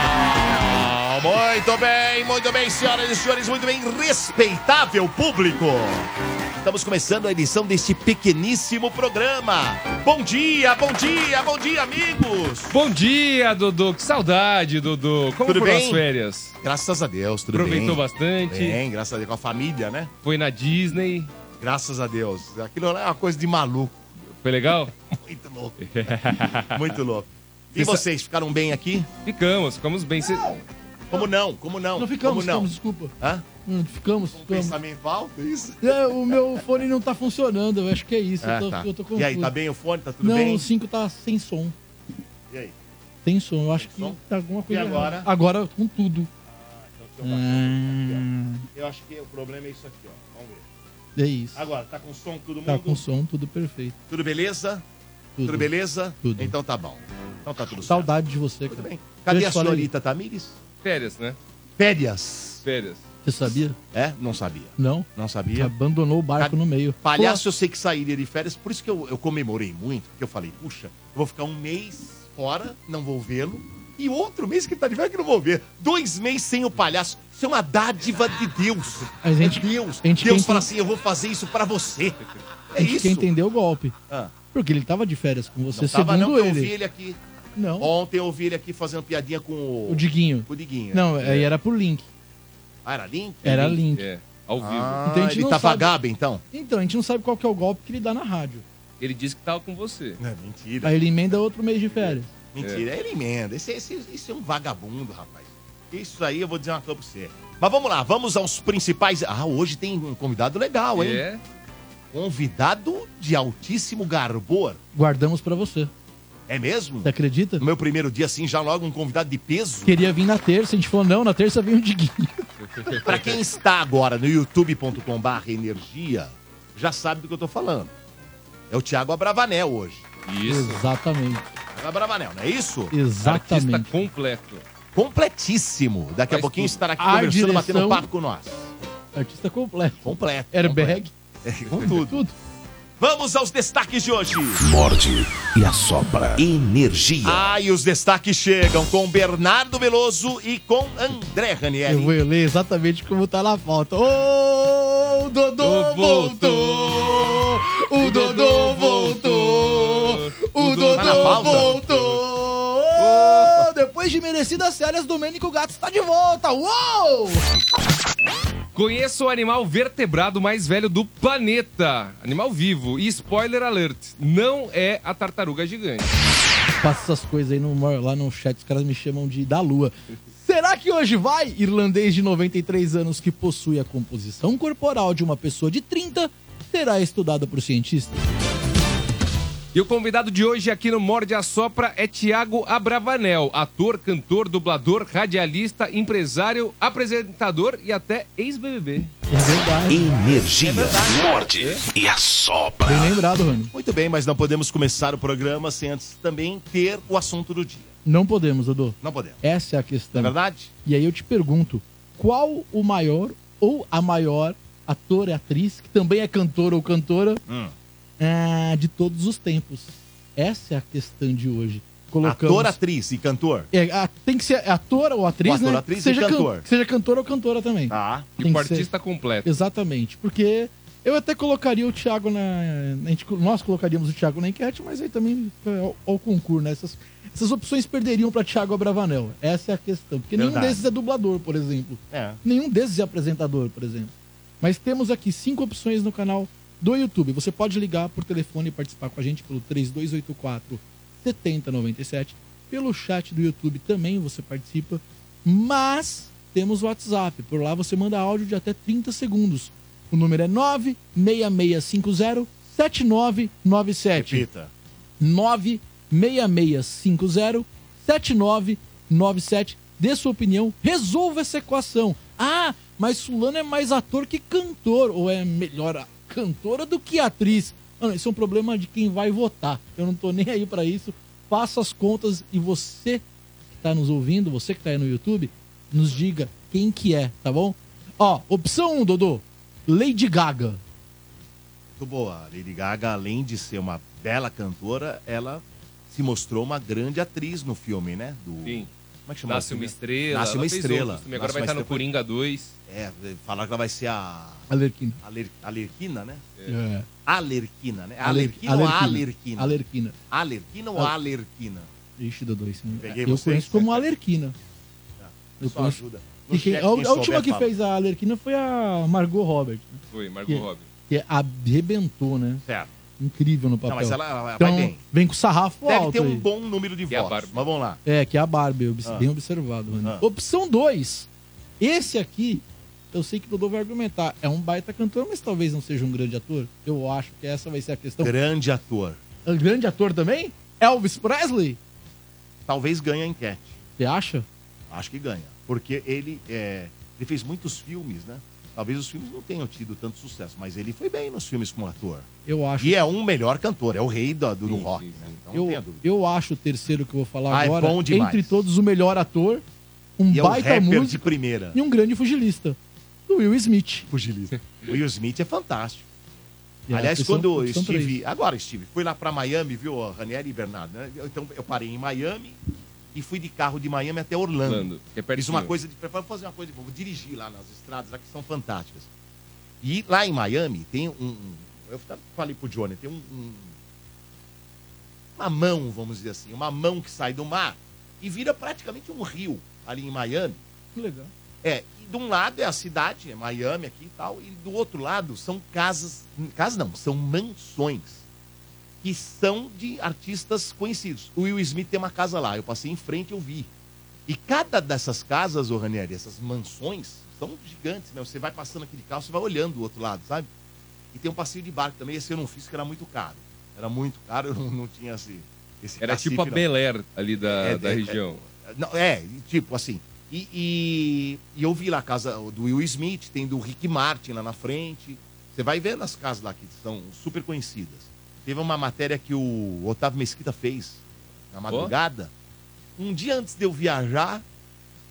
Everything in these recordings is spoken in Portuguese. Ah, Muito bem, muito bem, senhoras e senhores, muito bem, respeitável público. Estamos começando a edição deste pequeníssimo programa. Bom dia, bom dia, bom dia, amigos. Bom dia, Dudu. Que saudade, Dudu. Como Tudo foram bem? as férias? Graças a Deus, tudo Aproveitou bem. bastante, Bem, graças a Deus, com a família, né? foi na Disney, Graças a Deus. Aquilo lá é uma coisa de maluco. foi legal? Muito louco. Muito louco. E Você- vocês, ficaram bem aqui? ficamos, ficamos bem. Cê- Como não? Como não? Não ficamos, Como não? ficamos, desculpa. Hã? Hum, ficamos, ficamos. Pensamento alto, é isso? É, o meu fone não tá funcionando, eu acho que é isso. eu, tô, Ah, tá. eu tô confuso. E aí, tá bem o fone? Tá tudo Não, bem? o 5 tá sem som. E aí? Tem som, eu acho que som? tá alguma coisa. E agora? errada. Agora com tudo. Eu acho que o problema é isso aqui, ó. Vamos ver. É isso. Agora, tá com som todo mundo? Tá com som, tudo perfeito. Tudo beleza? Tudo, Tudo. beleza? Tudo. Então tá bom. Então tá tudo certo. Saudade de você, Tudo cara. bem. Cadê a Deixa eu falar senhorita Tamires? Férias, né? Férias. Férias. Você sabia? É? Não sabia. Não. Não sabia. Tá Abandonou o barco no meio. Palhaço eu sei que sairia de férias, por isso que eu, eu comemorei muito, porque eu falei, puxa, eu vou ficar um mês fora, não vou vê-lo, e outro mês que ele tá de férias que eu não vou ver. Dois meses sem o palhaço, isso é uma dádiva de Deus. A gente- É Deus, a gente Deus quem fala tem- assim, eu vou fazer isso pra você. É A gente isso. quer entender o golpe. Ah. Porque ele tava de férias com você, Não tava não, segundo que eu ouvi ele. ele aqui. Não. Ontem eu ouvi ele aqui fazendo piadinha com o, O Diguinho. com o Diguinho. né? Não, aí era pro Link. Ah, era Link? Era Link. É, ao vivo. Ah, Então a gente ele não tá sabe. vagabundo, então? Então, a gente não sabe qual que é o golpe que ele dá na rádio. Ele disse que tava com você. Não, mentira. Aí ele emenda outro mês de férias. Mentira, ele emenda. Esse, esse, esse é um vagabundo, rapaz. Isso aí eu vou dizer uma coisa pra você. Mas vamos lá, vamos aos principais. Ah, hoje tem um convidado legal, hein? É, Convidado de altíssimo garbor. Guardamos pra você. É mesmo? Você acredita? No meu primeiro dia, assim, já logo um convidado de peso. Queria vir na terça, a gente falou, não, na terça vem o Diguinho. Pra quem está agora no youtube.com/barra energia, já sabe do que eu tô falando. É o Thiago Abravanel hoje. isso. Exatamente. Thiago Abravanel, não é isso? Artista Exatamente. completo. Completíssimo. Daqui a Faz pouquinho tudo. estará aqui A conversando, direção- batendo papo com nós. Artista completo. Completo. completo. Airbag, Com tudo. tudo. Vamos aos destaques de hoje. morde e assopra. Energia. Ah, e os destaques chegam com Bernardo Veloso e com André Eu vou Ranieri. ler exatamente como tá na pauta. Ô, o Dodô Dodô voltou! O Dodô voltou! O Tá na Dodô pauta? voltou! Depois de merecidas férias, Domênico Gato está de volta! Uou! Conheça o animal vertebrado mais velho do planeta. Animal vivo. E spoiler alert, não é a tartaruga gigante. Faço essas coisas aí no, lá no chat, os caras me chamam de da lua. Será que hoje vai? Irlandês de 93 anos que possui a composição corporal de uma pessoa de 30 será estudado por cientistas. E o convidado de hoje aqui no Morde a Sopra é Tiago Abravanel, ator, cantor, dublador, radialista, empresário, apresentador e até ex-BBB. É verdade. Energia. Morde e assopra. Bem lembrado, Rony. Muito bem, mas não podemos começar o programa sem antes também ter o assunto do dia. Não podemos, Dodô. Não podemos. Essa é a Não é questão. verdade? E aí eu te pergunto, qual o maior ou a maior ator e atriz, que também é cantor ou cantora, Hum. ah, de todos os tempos? Essa é a questão de hoje. Colocamos... Ator, atriz e cantor. É, a- tem que ser ator ou atriz, Ou ator, né? atriz Que seja e cantor. can- que seja cantor ou cantora também. Tá. E Tem o que ser. tipo artista completo. Exatamente, porque eu até colocaria o Thiago na... a gente- nós colocaríamos o Thiago na enquete, mas aí também é ao, ao concurso, né? Essas, essas opções perderiam pra Thiago Abravanel. Essa é a questão. Porque nenhum Verdade. desses é dublador, por exemplo. É. Nenhum desses é apresentador, por exemplo. Mas temos aqui cinco opções no canal do YouTube. Você pode ligar por telefone e participar com a gente pelo 3284 7097. Pelo chat do YouTube também você participa. Mas temos o WhatsApp. Por lá você manda áudio de até 30 segundos. O número é 96650 7997. Repita. 96650-7997. Dê sua opinião, resolva essa equação. Ah, mas Fulano é mais ator que cantor, ou é melhor a cantora do que atriz. Mano, isso é um problema de quem vai votar. Eu não tô nem aí pra isso. Faça as contas e você que tá nos ouvindo, você que tá aí no YouTube, nos diga quem que é, tá bom? Ó, opção 1, Dodô. Lady Gaga. Muito boa. A Lady Gaga, além de ser uma bela cantora, ela se mostrou uma grande atriz no filme, né? Do... Sim. Como é que chama Nasce o uma filme? estrela. Nasce ela uma fez estrela. outros também, Agora Nasce vai uma estar no estrela. Coringa 2. É, falaram que ela vai ser a Alerquina. Aler... Alerquina, né? É. Alerquina, né? Alerquina. Alerquina ou Alerquina? Alerquina. Alerquina ou Al- Alerquina? Ixi, Dodô, isso não- é- Peguei eu vocês, conheço como né? Alerquina. Eu Só conheço. ajuda. E quem- é chat, a, a quem última souber, que fala. fez a Alerquina foi a Margot Robert, né? Foi, Que- Margot Robbie. que é- arrebentou, né? Certo. Incrível no papel. Não, mas ela, ela então, vai bem. vem com o sarrafo Deve alto ter um aí. bom número de E a votos. Barbie? Mas vamos lá. É, que é a Barbie, obs- Ah. bem observado, Rony. Ah. Opção 2. Esse aqui, eu sei que o Dodô vai argumentar. É um baita cantor, mas talvez não seja um grande ator. Eu acho que essa vai ser a questão. Grande ator. É um grande ator também? Elvis Presley? Talvez ganhe a enquete. Você acha? Acho que ganha. Porque ele, é, ele fez muitos filmes, né? Talvez os filmes não tenham tido tanto sucesso, mas ele foi bem nos filmes como ator. Eu acho. E é um melhor cantor, é o rei do, do rock, sim, né? sim. Então não tenha Eu, dúvida. eu acho o terceiro que eu vou falar Ah, é agora, bom demais. entre todos, o melhor ator, um E é um baita rapper de músico primeira. e um grande pugilista. O Will Smith. Pugilista. O Will Smith é fantástico. E a Aliás, opção- quando eu opção três. estive. Agora, Steve, fui lá pra Miami, viu, ó, Ranieri e Bernardo, né? Eu- Então eu parei em Miami e fui de carro de Miami até Orlando. Orlando, que é Fiz pertinho. uma coisa de. Vou fazer uma coisa de. Vou dirigir lá nas estradas, lá que são fantásticas. E lá em Miami tem um. um- eu falei pro Johnny, tem um, um- Uma mão, vamos dizer assim, uma mão que sai do mar e vira praticamente um rio ali em Miami. Legal. É, e de um lado é a cidade, é Miami aqui e tal, e do outro lado são casas, casas não, são mansões que são de artistas conhecidos. O Will Smith tem uma casa lá, eu passei em frente, eu vi. E cada dessas casas, ô Ranieri, essas mansões, são gigantes, né? Você vai passando aqui de carro, você vai olhando do outro lado, sabe? E tem um passeio de barco também, esse eu não fiz, que era muito caro. Era muito caro, eu não, não tinha esse, esse Era cacife, tipo a não. Bel Air ali da, É, da é, região. Não, é, tipo assim. E, e- e eu vi lá a casa do Will Smith, tem do Rick Martin lá na frente. Você vai vendo as casas lá que são super conhecidas. Teve uma matéria que o Otávio Mesquita fez na madrugada. Um dia antes de eu viajar,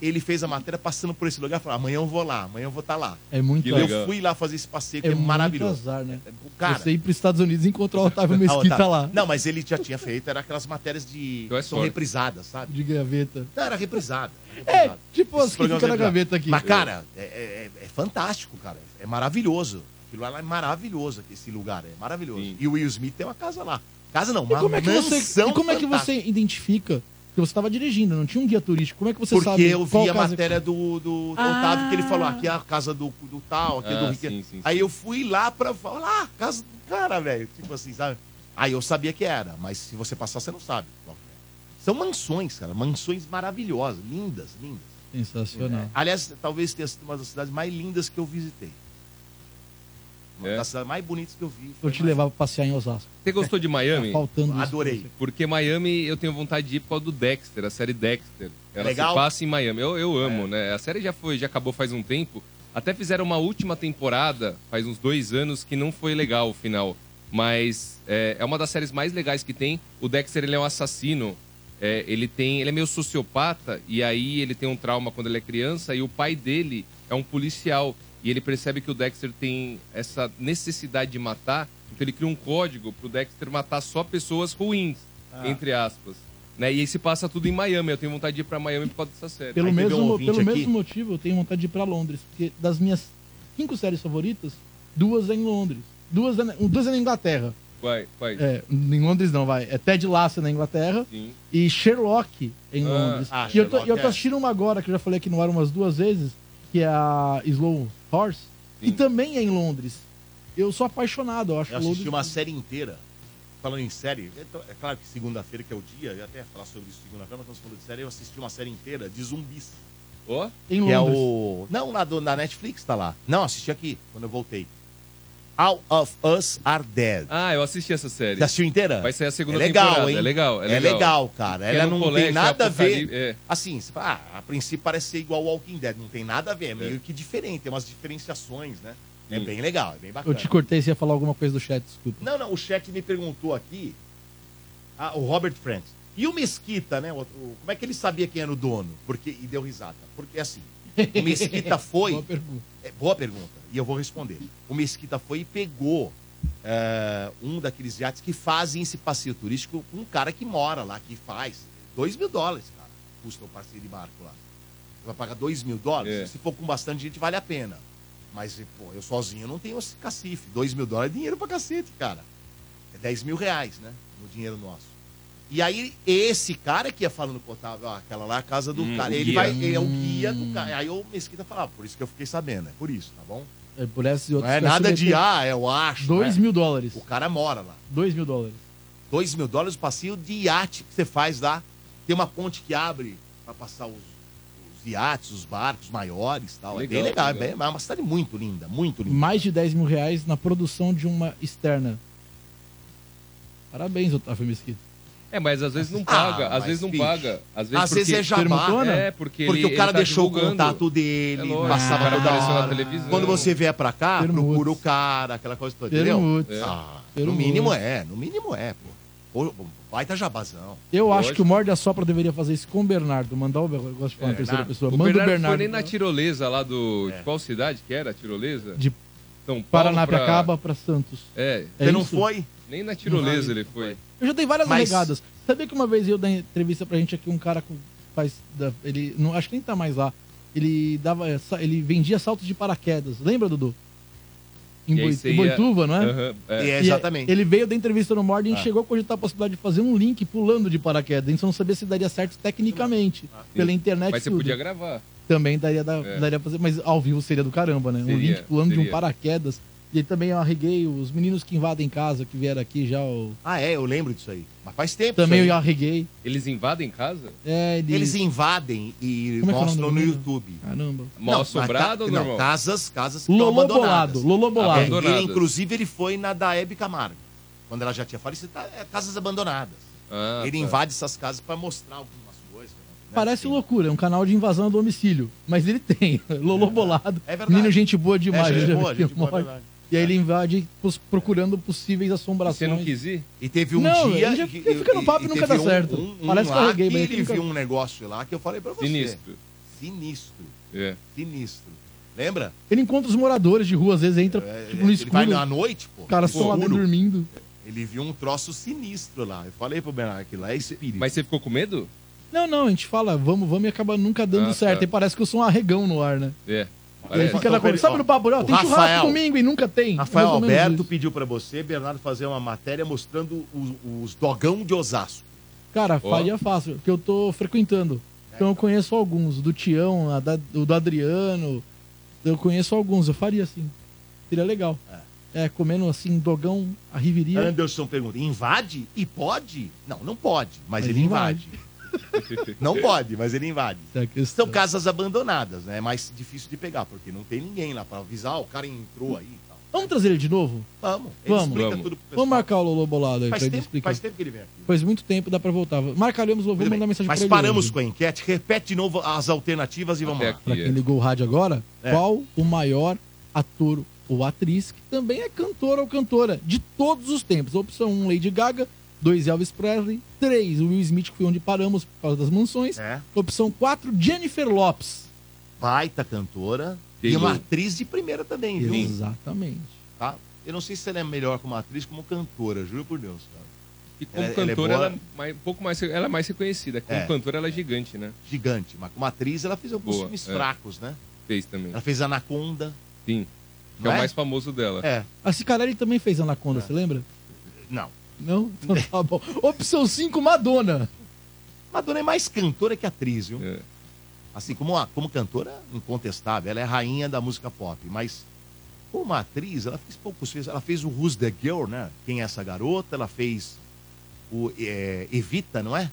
ele fez a matéria passando por esse lugar e falou: amanhã eu vou lá, amanhã eu vou estar lá. É muito Que Eu legal. legal. fui lá fazer esse passeio que É, é, muito maravilhoso. É, azar, né? O cara. Você ir para os Estados Unidos e encontrar o Otávio Ah, Mesquita Otávio. lá, Não, mas ele já tinha feito, era aquelas matérias de. Que é que são sorte. reprisadas, sabe? de gaveta. Não, era reprisada. É, tipo Esses as que ficam programas na é gaveta aqui. Mas, cara, é, é- é fantástico, cara. É maravilhoso. Aquilo lá é maravilhoso, esse lugar. É maravilhoso. Sim. E o Will Smith tem uma casa lá. Casa não, e uma como é que você, mansão e como é que fantástica. você identifica que você estava dirigindo, não tinha um guia turístico? Como é que você Porque sabe eu vi a casa- Ah. matéria do, do Otávio que ele falou, aqui é a casa do, do tal, aqui é do Ah, Riquet. sim, sim, Aí eu fui lá pra falar, ah, casa do cara, velho. Tipo assim, sabe? Aí eu sabia que era, mas se você passar, você não sabe. qual que é. São mansões, cara. Mansões maravilhosas, lindas, lindas. Sensacional. Aliás, talvez tenha sido uma das cidades mais lindas que eu visitei. Uma É. das cidades mais bonitas que eu vi. Vou foi te mais- levar para passear em é. Osasco. Você gostou de Miami? Faltando isso. Adorei. Porque Miami eu tenho vontade de ir por causa do Dexter, a série Dexter. Ela Legal. se passa em Miami. Eu, eu amo, né? A série já foi, já acabou faz um tempo. Até fizeram uma última temporada, faz uns dois anos, que não foi legal o final. Mas é, é uma das séries mais legais que tem. O Dexter ele é um assassino. É, ele tem. Ele é meio sociopata, e aí ele tem um trauma quando ele é criança, e o pai dele é um policial. E ele percebe que o Dexter tem essa necessidade de matar, então ele cria um código pro Dexter matar só pessoas ruins, entre aspas. Né? E aí se passa tudo em Miami. Eu tenho vontade de ir pra Miami por causa dessa série. Pelo, Aí teve mesmo, um mo- ouvinte pelo aqui. mesmo motivo, eu tenho vontade de ir pra Londres. Porque das minhas cinco séries favoritas, duas é em Londres. Duas é, na- duas é na Inglaterra. Vai, vai. É, em Londres não, vai. É Ted Lasso na Inglaterra Sim. e Sherlock em Ah, Londres. ah, e eu tô, Sherlock, eu tô é. assistindo uma agora, que eu já falei aqui no ar umas duas vezes, que é a Slow Horse, e Sim. também é em Londres. Eu sou apaixonado, eu acho Eu Londres... assisti uma série inteira. Falando em série, é to- é claro que segunda-feira que é o dia, eu ia até falar sobre isso segunda-feira, mas quando você falou de série, eu assisti uma série inteira de zumbis. Ó, em Que é Londres. o. Não, na, do, na Netflix tá lá. Não, assisti aqui, quando eu voltei. All of Us Are Dead. Ah, eu assisti essa série. Você assistiu inteira? Vai sair a segunda é legal, temporada. Hein? É legal, é É legal. legal, cara. Que é Ela no não colégio, tem nada a ver. apocalipse- é. Assim, você fala, ah, a princípio parece ser igual ao Walking Dead. Não tem nada a ver, é meio que diferente, tem umas diferenciações, né? É Sim. bem legal, é bem Eu bacana. te cortei, você ia falar alguma coisa do chat, desculpa. Não, não, o cheque me perguntou aqui, ah, o Robert Franks. E o Mesquita, né? o- o- como é que ele sabia quem era o dono? Porque, e deu risada. Porque assim, o Mesquita foi. Boa pergunta. É, boa pergunta. E eu vou responder. O Mesquita foi e pegou é, um daqueles iates que fazem esse passeio turístico com um cara que mora lá, que faz. Dois mil dólares, cara. Custa o passeio de barco lá. Você vai pagar dois mil dólares? É. Se for com bastante gente, vale a pena. Mas, pô, eu sozinho não tenho esse cacife. Dois mil dólares é dinheiro pra cacete, cara. É 10 mil reais, né? No dinheiro nosso. E aí, esse cara que ia falando com o Otávio, ó, aquela lá é a casa do Hum, cara. o Ele, guia. Hum. vai, ele é o guia do cara. Aí o Mesquita falava, por isso que eu fiquei sabendo, é por isso, tá bom? É, por essas e Não outras é vai nada de, submeter ah, eu acho. dois né? mil dólares. O cara mora lá. dois mil dólares. Dois mil dólares o passeio de iate que você faz lá. Tem uma ponte que abre pra passar os, os iates, os barcos maiores e tal. é Legal, bem legal, legal. É, bem, é uma cidade muito linda, muito linda. Mais de 10 mil reais na produção de uma externa. Parabéns, Otávio Mesquita. É, mas às vezes não paga, às Ah, mas, vezes não bicho. paga. Hum. Às vezes, Às vezes é perguntou, jabá, né? É, porque, porque ele- o cara ele tá deixou o divulgando. contato É dele, lógico, o passava cara toda apareceu na hora. televisão. Quando você vier pra cá, Permuta. procura o cara, aquela coisa toda, entendeu? Permuta. É. Ah, Pelo no mínimo é, no mínimo é, pô. Pô, Baita jabazão. Eu acho Lógico. que o Morde a Sopra deveria fazer isso com o Bernardo. Mandar o Bernardo. Eu gosto de falar na É, terceira Bernardo. né? pessoa. O Manda o Bernardo, Bernardo. não foi nem na tirolesa lá do. É. De qual cidade que era a tirolesa? De São Paulo Paranapiacaba pra Santos. pra- É, É Você não isso? foi? nem na tirolesa ele foi. Eu já dei várias Mas- regadas. Sabia que uma vez eu dei entrevista pra gente aqui, um cara com faz. da- ele. Não, acho que nem tá mais lá. Ele dava. é, sa- Ele vendia saltos de paraquedas. Lembra, Dudu? Em, E aí Boi- você em ia- Boituva, não é? Aham, é. É, E, exatamente. é, Ele veio da entrevista no Mord e a gente Ah. chegou a cogitar a possibilidade de fazer um link pulando de paraquedas. A gente só não sabia se daria certo tecnicamente. Ah, pela é internet Mas você tudo. podia gravar. Também daria, da, É. daria pra fazer, mas ao vivo seria do caramba, né? um Seria, link pulando de um seria. paraquedas. E aí também eu arreguei os meninos que invadem casa, que vieram aqui já. o- Ah, é, eu lembro disso aí. Mas faz tempo. Também isso eu aí. arreguei. Eles invadem casa? É, eles... Eles invadem e Como é que é o nome mostram do no menino? YouTube. Caramba. Mal assombrado mas ou ca- normal? Não, tá. casas, casas que estão Lolo abandonadas. Bolado, Lolo Bolado. É, ele, Abandonadas. inclusive, ele foi na da Hebe Camargo. Quando ela já tinha falecido, tá, é, casas abandonadas. Ah, ele tá. invade essas casas pra mostrar algumas coisas. né? Parece Sim. loucura, é um canal de invasão a domicílio. Mas ele tem. Lolo Bolado. É verdade. Menino, gente boa demais. É, eu gente já boa, vi gente boa, é Mord. verdade. E aí ele invade pos- procurando possíveis assombrações. Você não quis ir? E teve um Não, dia. ele já que- fica no papo e nunca teve dá certo. Um, um Parece que eu lá arreguei, que mas ele nunca- viu um negócio lá que eu falei pra você. Sinistro. Sinistro. É. Sinistro. Lembra? Ele encontra os moradores de rua, às vezes entra É, tipo, no ele vai escuro. na noite, pô. Os caras no estão lá dentro escuro. dormindo. Ele viu um troço sinistro lá. Eu falei pro Bernardo que lá é espírito. Mas você ficou com medo? Não, não, a gente fala, vamos, vamos e acaba nunca dando Ah, certo. tá. E parece que eu sou um arregão no ar, né? É. E aí Parece. fica na Então, peraí, conversa. Sabe ó, no papo, ó, o tem churrasco Rafael- domingo e nunca tem. Rafael Mais ou menos Alberto isso. pediu pra você, Bernardo, fazer uma matéria mostrando o- os dogão de Osasco. Cara, Ó. faria fácil, porque eu tô frequentando. Então eu conheço alguns, do Tião, a da- o do Adriano. Eu conheço alguns, eu faria assim. Seria legal. É, comendo assim, dogão, a riveria. Anderson pergunta: invade? E pode? Não, não pode, mas, Mas ele invade. não pode, mas ele invade. Essa é a questão. São casas abandonadas, né? É mais difícil de pegar, porque não tem ninguém lá pra avisar, "Ah, o cara entrou aí e tal. Vamos trazer ele de novo? Vamos, ele Vamos. explica Vamos. tudo pro pessoal. Vamos marcar o Lolo Bolado aí faz, pra ele tempo, explicar. faz tempo que ele vem aqui. Faz muito tempo, dá pra voltar. Marcaremos, vou Muito mandar bem. mensagem Mas pra ele. paramos hoje. com a enquete, repete de novo as alternativas e vamos Até lá. Pra aqui, quem é. ligou o rádio agora, É. qual o maior ator ou atriz que também é cantor ou cantora de todos os tempos? Opção 1, Lady Gaga. 2, Elvis Presley. 3, Will Smith, que foi onde paramos por causa das mansões. É. Opção 4, Jennifer Lopes. baita cantora e Taylor. uma atriz de primeira também, viu? Exatamente. Tá? Eu não sei se ela é melhor como atriz como cantora, juro por Deus, cara. E como Ela- ela é cantora, boa. ela é mais- um pouco mais, ela é mais reconhecida. Como É. cantora, ela é gigante, né? Gigante, mas como atriz ela fez alguns Boa, filmes é. fracos, né? Fez também. Ela fez Anaconda, Sim. Que é não o é? mais famoso dela. É, A Cicarelli também fez Anaconda, você lembra? Não. Não? Então tá bom. Opção 5, Madonna. Madonna é mais cantora que atriz, viu? É. Assim, como, a- como cantora, incontestável, ela é rainha da música pop, mas como atriz, ela fez poucos filmes. Ela fez o Who's the Girl, né? Quem é essa garota? Ela fez o é, Evita, não é?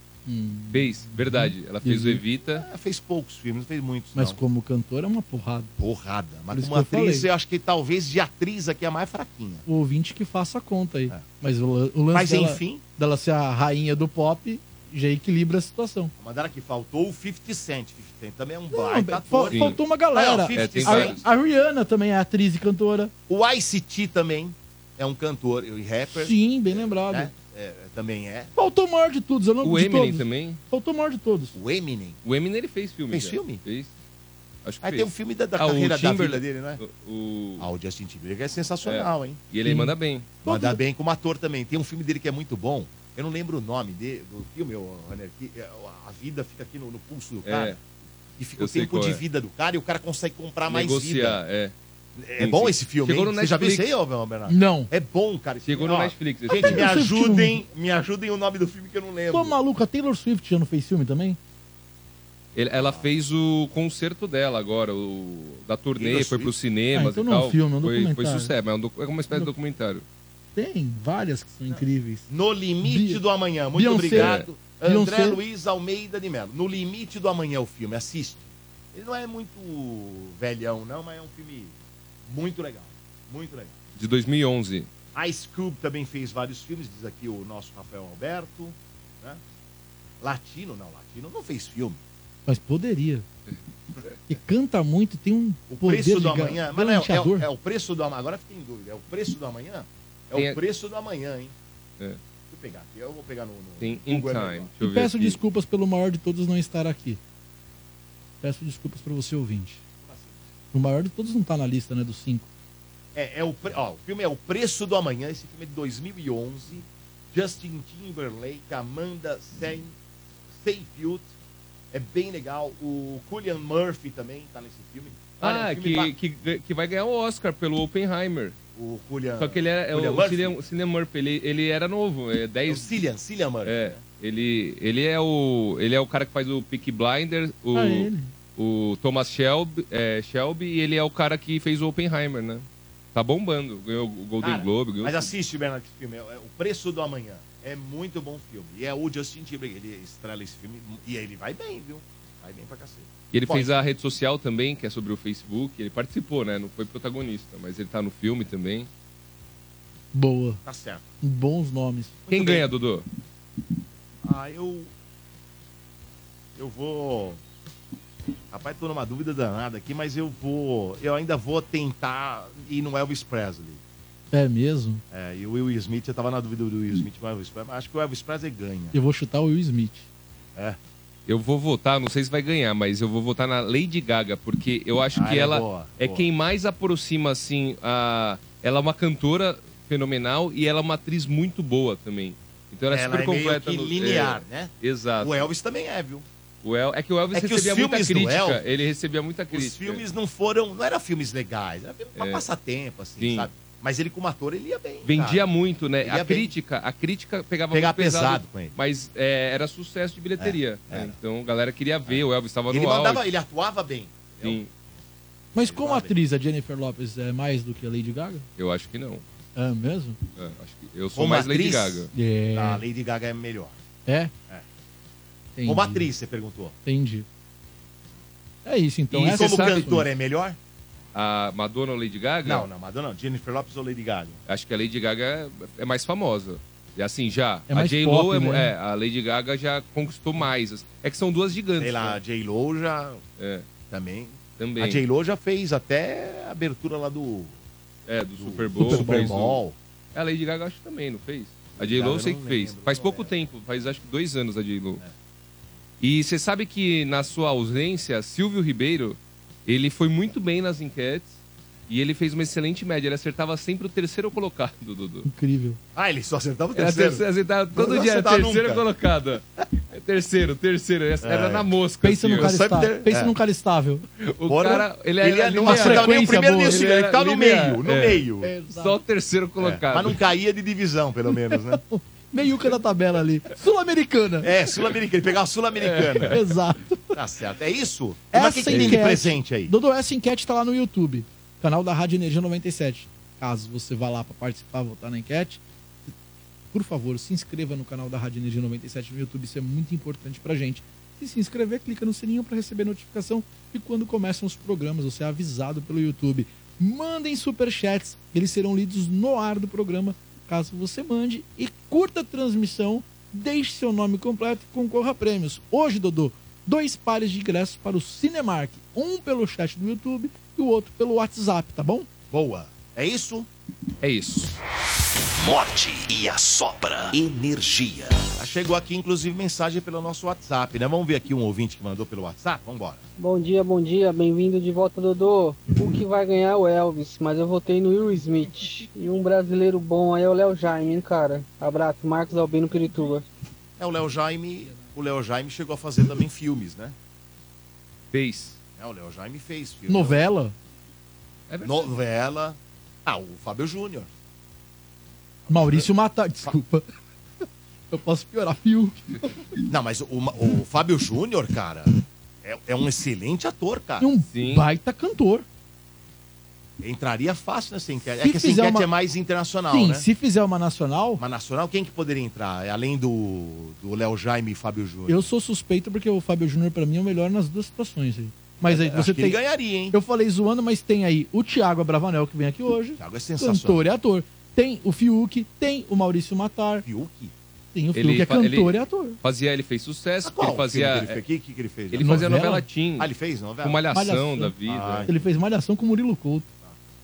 Fez, Uhum. verdade. Ela fez o Evita. Ela fez poucos filmes, não fez muitos, Mas não. como cantora é uma porrada. Porrada. Por Mas isso como que eu atriz, eu, falei. acho que talvez de atriz aqui é a mais fraquinha. O ouvinte que faça a conta aí. Mas o, lan- o lance É. Mas dela, enfim, dela ser a rainha do pop já equilibra a situação. mandaram que faltou o 50 Cent. 50 Cent também é um Não, baita fa- ator. sim. faltou uma Aí, galera. ó, 50 É, tem Cent. vários. a, a Rihanna também é atriz e cantora. O ICT também é um cantor e rapper. Sim, bem lembrado. né? É, também é. Faltou o maior de todos. Eu não, O de Eminem todos. também. Faltou o maior de todos. O Eminem. O Eminem ele fez filme. Fez já. filme? Fez. Acho que Aí fez. tem um filme da, da Ah, o carreira da Timberlake. vida dele, né? O- Ah, o Justin Timberlake é sensacional, hein? E ele Sim. manda bem. Manda bem como ator também. Tem um filme dele que é muito bom. Eu não lembro o nome de- do filme, ô, Rainer, que é, a vida fica aqui no, no pulso do cara. É, e fica eu o sei tempo qual de é. vida do cara e o cara consegue comprar mais vida. negociar, é. É Sim, bom sim. esse filme, Chegou hein? no Você já viu isso Netflix. aí, ô, Bernardo? Não. É bom, cara. esse Chegou filme. no Ó, Netflix. esse Gente, filme. me Eu sei que filme. ajudem, me ajudem o nome do filme que eu não lembro. Tô maluco, a Taylor Swift já não fez filme também? Ele- ela fez o concerto dela agora, o da turnê, Taylor foi pro Swift. cinema Ah, então e não é um tal. filme, é um foi, foi documentário. sucesso, mas é, um docu- é uma espécie de documentário. Tem várias que são incríveis. No Limite Bi- do Amanhã. Muito Beyoncé. obrigado. É. André Beyoncé. Luiz Almeida de Mello. No Limite do Amanhã o filme, assiste. Ele não é muito velhão, não, mas é um filme muito legal. Muito legal. De 2011. Ice Cube também fez vários filmes, diz aqui o nosso Rafael Alberto. né? Latino, não, Latino não fez filme. Mas poderia. E canta muito, tem um É. O poder preço de do ga- amanhã. Mas não, é, é o- galanteador. é o preço do amanhã. Agora fiquei em dúvida. É o preço do amanhã? É Tem o a- preço do amanhã, hein? É. Deixa eu pegar aqui. Eu vou pegar no. no Tem In Google, é melhor. Time. Deixa E eu ver peço aqui. desculpas pelo maior de todos não estar aqui. Peço desculpas pra você ouvinte. O maior de todos não tá na lista, né, dos cinco. É, é o, pre- ó, o filme é O Preço do Amanhã, esse filme é de 2011. Justin Timberlake, Amanda Sein- Seyfield, é bem legal. O Cillian Murphy também tá nesse filme. Olha, é Ah, um filme que, ba- que, que vai ganhar o Oscar pelo Oppenheimer. O Cillian... Só que ele era. é Cillian o Murphy? Cillian, Cillian Murphy, ele, ele era novo, é É o né? 10. Cillian, Cillian Murphy. É, ele, ele é o. Ele é o cara que faz o Peak Blinder, o, Ah, ele. o Thomas Shelby, é, Shelby, e ele é o cara que fez o Oppenheimer, né? Tá bombando. Ganhou o Golden Cara, Globe, ganhou. Mas assim, assiste, Bernardo, esse filme. É é O Preço do Amanhã. É muito bom filme. E é o Justin Timberlake, ele estrela esse filme e ele vai bem, viu? Vai bem pra cacete. E ele Pode. fez a rede social também, que é sobre o Facebook. Ele participou, né? Não foi protagonista, mas ele tá no filme também. Boa. Tá certo. Bons nomes. Quem Muito bem. ganha, Dudu? Ah, eu. Eu vou. Rapaz, tô numa dúvida danada aqui, mas eu vou. Eu ainda vou tentar ir no Elvis Presley. É mesmo? É, e o Will Smith, eu tava na dúvida do Will Smith, mas o Elvis Presley. mas Acho que o Elvis Presley ganha. Eu vou chutar o Will Smith. Eu vou votar, não sei se vai ganhar, mas eu vou votar na Lady Gaga, porque eu acho Ah, que é ela boa, é boa. quem mais aproxima, assim, a... Ela é uma cantora fenomenal e ela é uma atriz muito boa também. Então ela é Ela super é meio completa. que no- linear, é, né? Exato. O Elvis também é, viu? O El- É que o Elvis É que os recebia muita filmes do crítica. Elvis- Ele recebia muita crítica. Os filmes não foram. Não eram filmes legais, era filme pra É. passar tempo, assim, Sim. sabe? Mas ele, como ator, ele ia bem. Vendia cara. muito, né? Ele A ia Tá. bem. crítica, a crítica pegava Pegar muito pesado, pesado com ele. É, mas é, era sucesso de bilheteria. né? era. Então a galera queria ver, o Elvis estava no É. Ele, auge. mandava, ele atuava bem. entendeu? Sim, Mas como Exato. atriz, a Jennifer Lopez é mais do que a Lady Gaga? eu acho que não. É mesmo? É, acho que eu sou Como mais Lady atriz? Gaga. É. A Lady Gaga é melhor. É? É. Entendi. Como atriz, você perguntou. Entendi. É isso, então. E E você como sabe- cantor é melhor? A Madonna ou Lady Gaga? Não, não, Madonna não. Jennifer Lopes ou Lady Gaga? Acho que a Lady Gaga é é mais famosa. E assim, já. É a mais J-Lo pop, é, mu- né? é, a Lady Gaga já conquistou mais. É que são duas gigantes. Sei lá, a né? J-Lo já É, também. também. A J-Lo já fez até a abertura lá do, É, do do Super Bowl. Super fez o- Bowl. É, A Lady Gaga acho que também, não fez? A Gaga J-Lo eu eu sei não que fez. lembro, faz não é. pouco lembro. tempo, faz acho que dois anos a J-Lo. E você sabe que na sua ausência, Silvio Ribeiro, ele foi muito bem nas enquetes E ele fez uma excelente média. Ele acertava sempre o terceiro colocado, Dudu. Incrível. Ah, ele só acertava o Era terceiro. terceiro, acertava tá todo Não dia, era acertava terceiro nunca. É. colocado. É Terceiro, terceiro. Era era na mosca. Pensa assim, num ó. cara sempre estável. ter- Pensa é. num cara estável. O Fora- cara, ele, né? é ele é era não linear. acertava nem o frequência primeiro nem o boa, segundo. ele é Ele tá era no linear, meio, no é. meio. Só o terceiro colocado. Mas não caía de divisão, pelo menos, né? Meiuca da tabela ali. Sul-Americana. É, Sul-Americana. Ele pegava a Sul-Americana. Exato. Tá certo. É isso? Mas quem tem de enquete- presente aí? Dodô, essa enquete tá lá no YouTube. Canal da Rádio Energia 97. Caso você vá lá pra participar, votar na enquete, por favor, se inscreva no canal da Rádio Energia 97 no YouTube. Isso é muito importante pra gente. Se se inscrever, clica no sininho pra receber notificação de quando começam os programas. Você é avisado pelo YouTube. Mandem superchats. Eles serão lidos no ar do programa, caso você mande. E curta a transmissão, deixe seu nome completo e concorra a prêmios. Hoje, Dodô, dois pares de ingressos para o Cinemark. Um pelo chat do YouTube e o outro pelo WhatsApp, tá bom? Boa. É isso? É isso. Morte e a sopra. Energia. Ah, Chegou aqui, inclusive, mensagem pelo nosso WhatsApp, né? Vamos ver aqui um ouvinte que mandou pelo WhatsApp? Vambora. Bom dia, bom dia, bem-vindo de volta, Dodô. O que vai ganhar é o Elvis, mas eu votei no Will Smith. E um brasileiro bom aí é o Léo Jaime, hein, cara? Abraço, Marcos Albino Pirituba. É, o Léo Jaime... O Léo Jaime chegou a fazer também filmes, né? Fez. É, o Léo Jaime fez filme. Novela. É verdade. Novela. Ah, o Fábio Júnior. Maurício Matar. Desculpa. Eu posso piorar, Fiuk. Não, mas o, o Fábio Júnior, cara, é, é um excelente ator, E cara. um sim. baita cantor. Entraria fácil nessa enquete. Se é que essa fizer enquete uma- é mais internacional, Sim, né? se fizer uma nacional, Mas nacional, quem que poderia entrar? É, Além do do Léo Jaime e Fábio Júnior. eu sou suspeito porque o Fábio Júnior, pra mim, é o melhor nas duas situações aí. Mas aí É, Acho você que tem. ele ganharia, hein? Eu falei zoando, mas tem aí o Thiago Abravanel, que vem aqui hoje. O Thiago é sensacional. Cantor e ator. Tem o Fiuk, tem o Maurício Matar, Fiuk? tem o Fiuk, Ele que é fa- cantor ele- e ator. Fazia, ele fez Ah, sucesso, porque qual ele fazia. filme que ele fez? Que, que, que ele fez? Ele Novela? fazia novela, Novela? teen, Ah, ele fez novela? com malhação, Malhação. da vida. Ah, Ele fez Malhação com o Murilo Couto.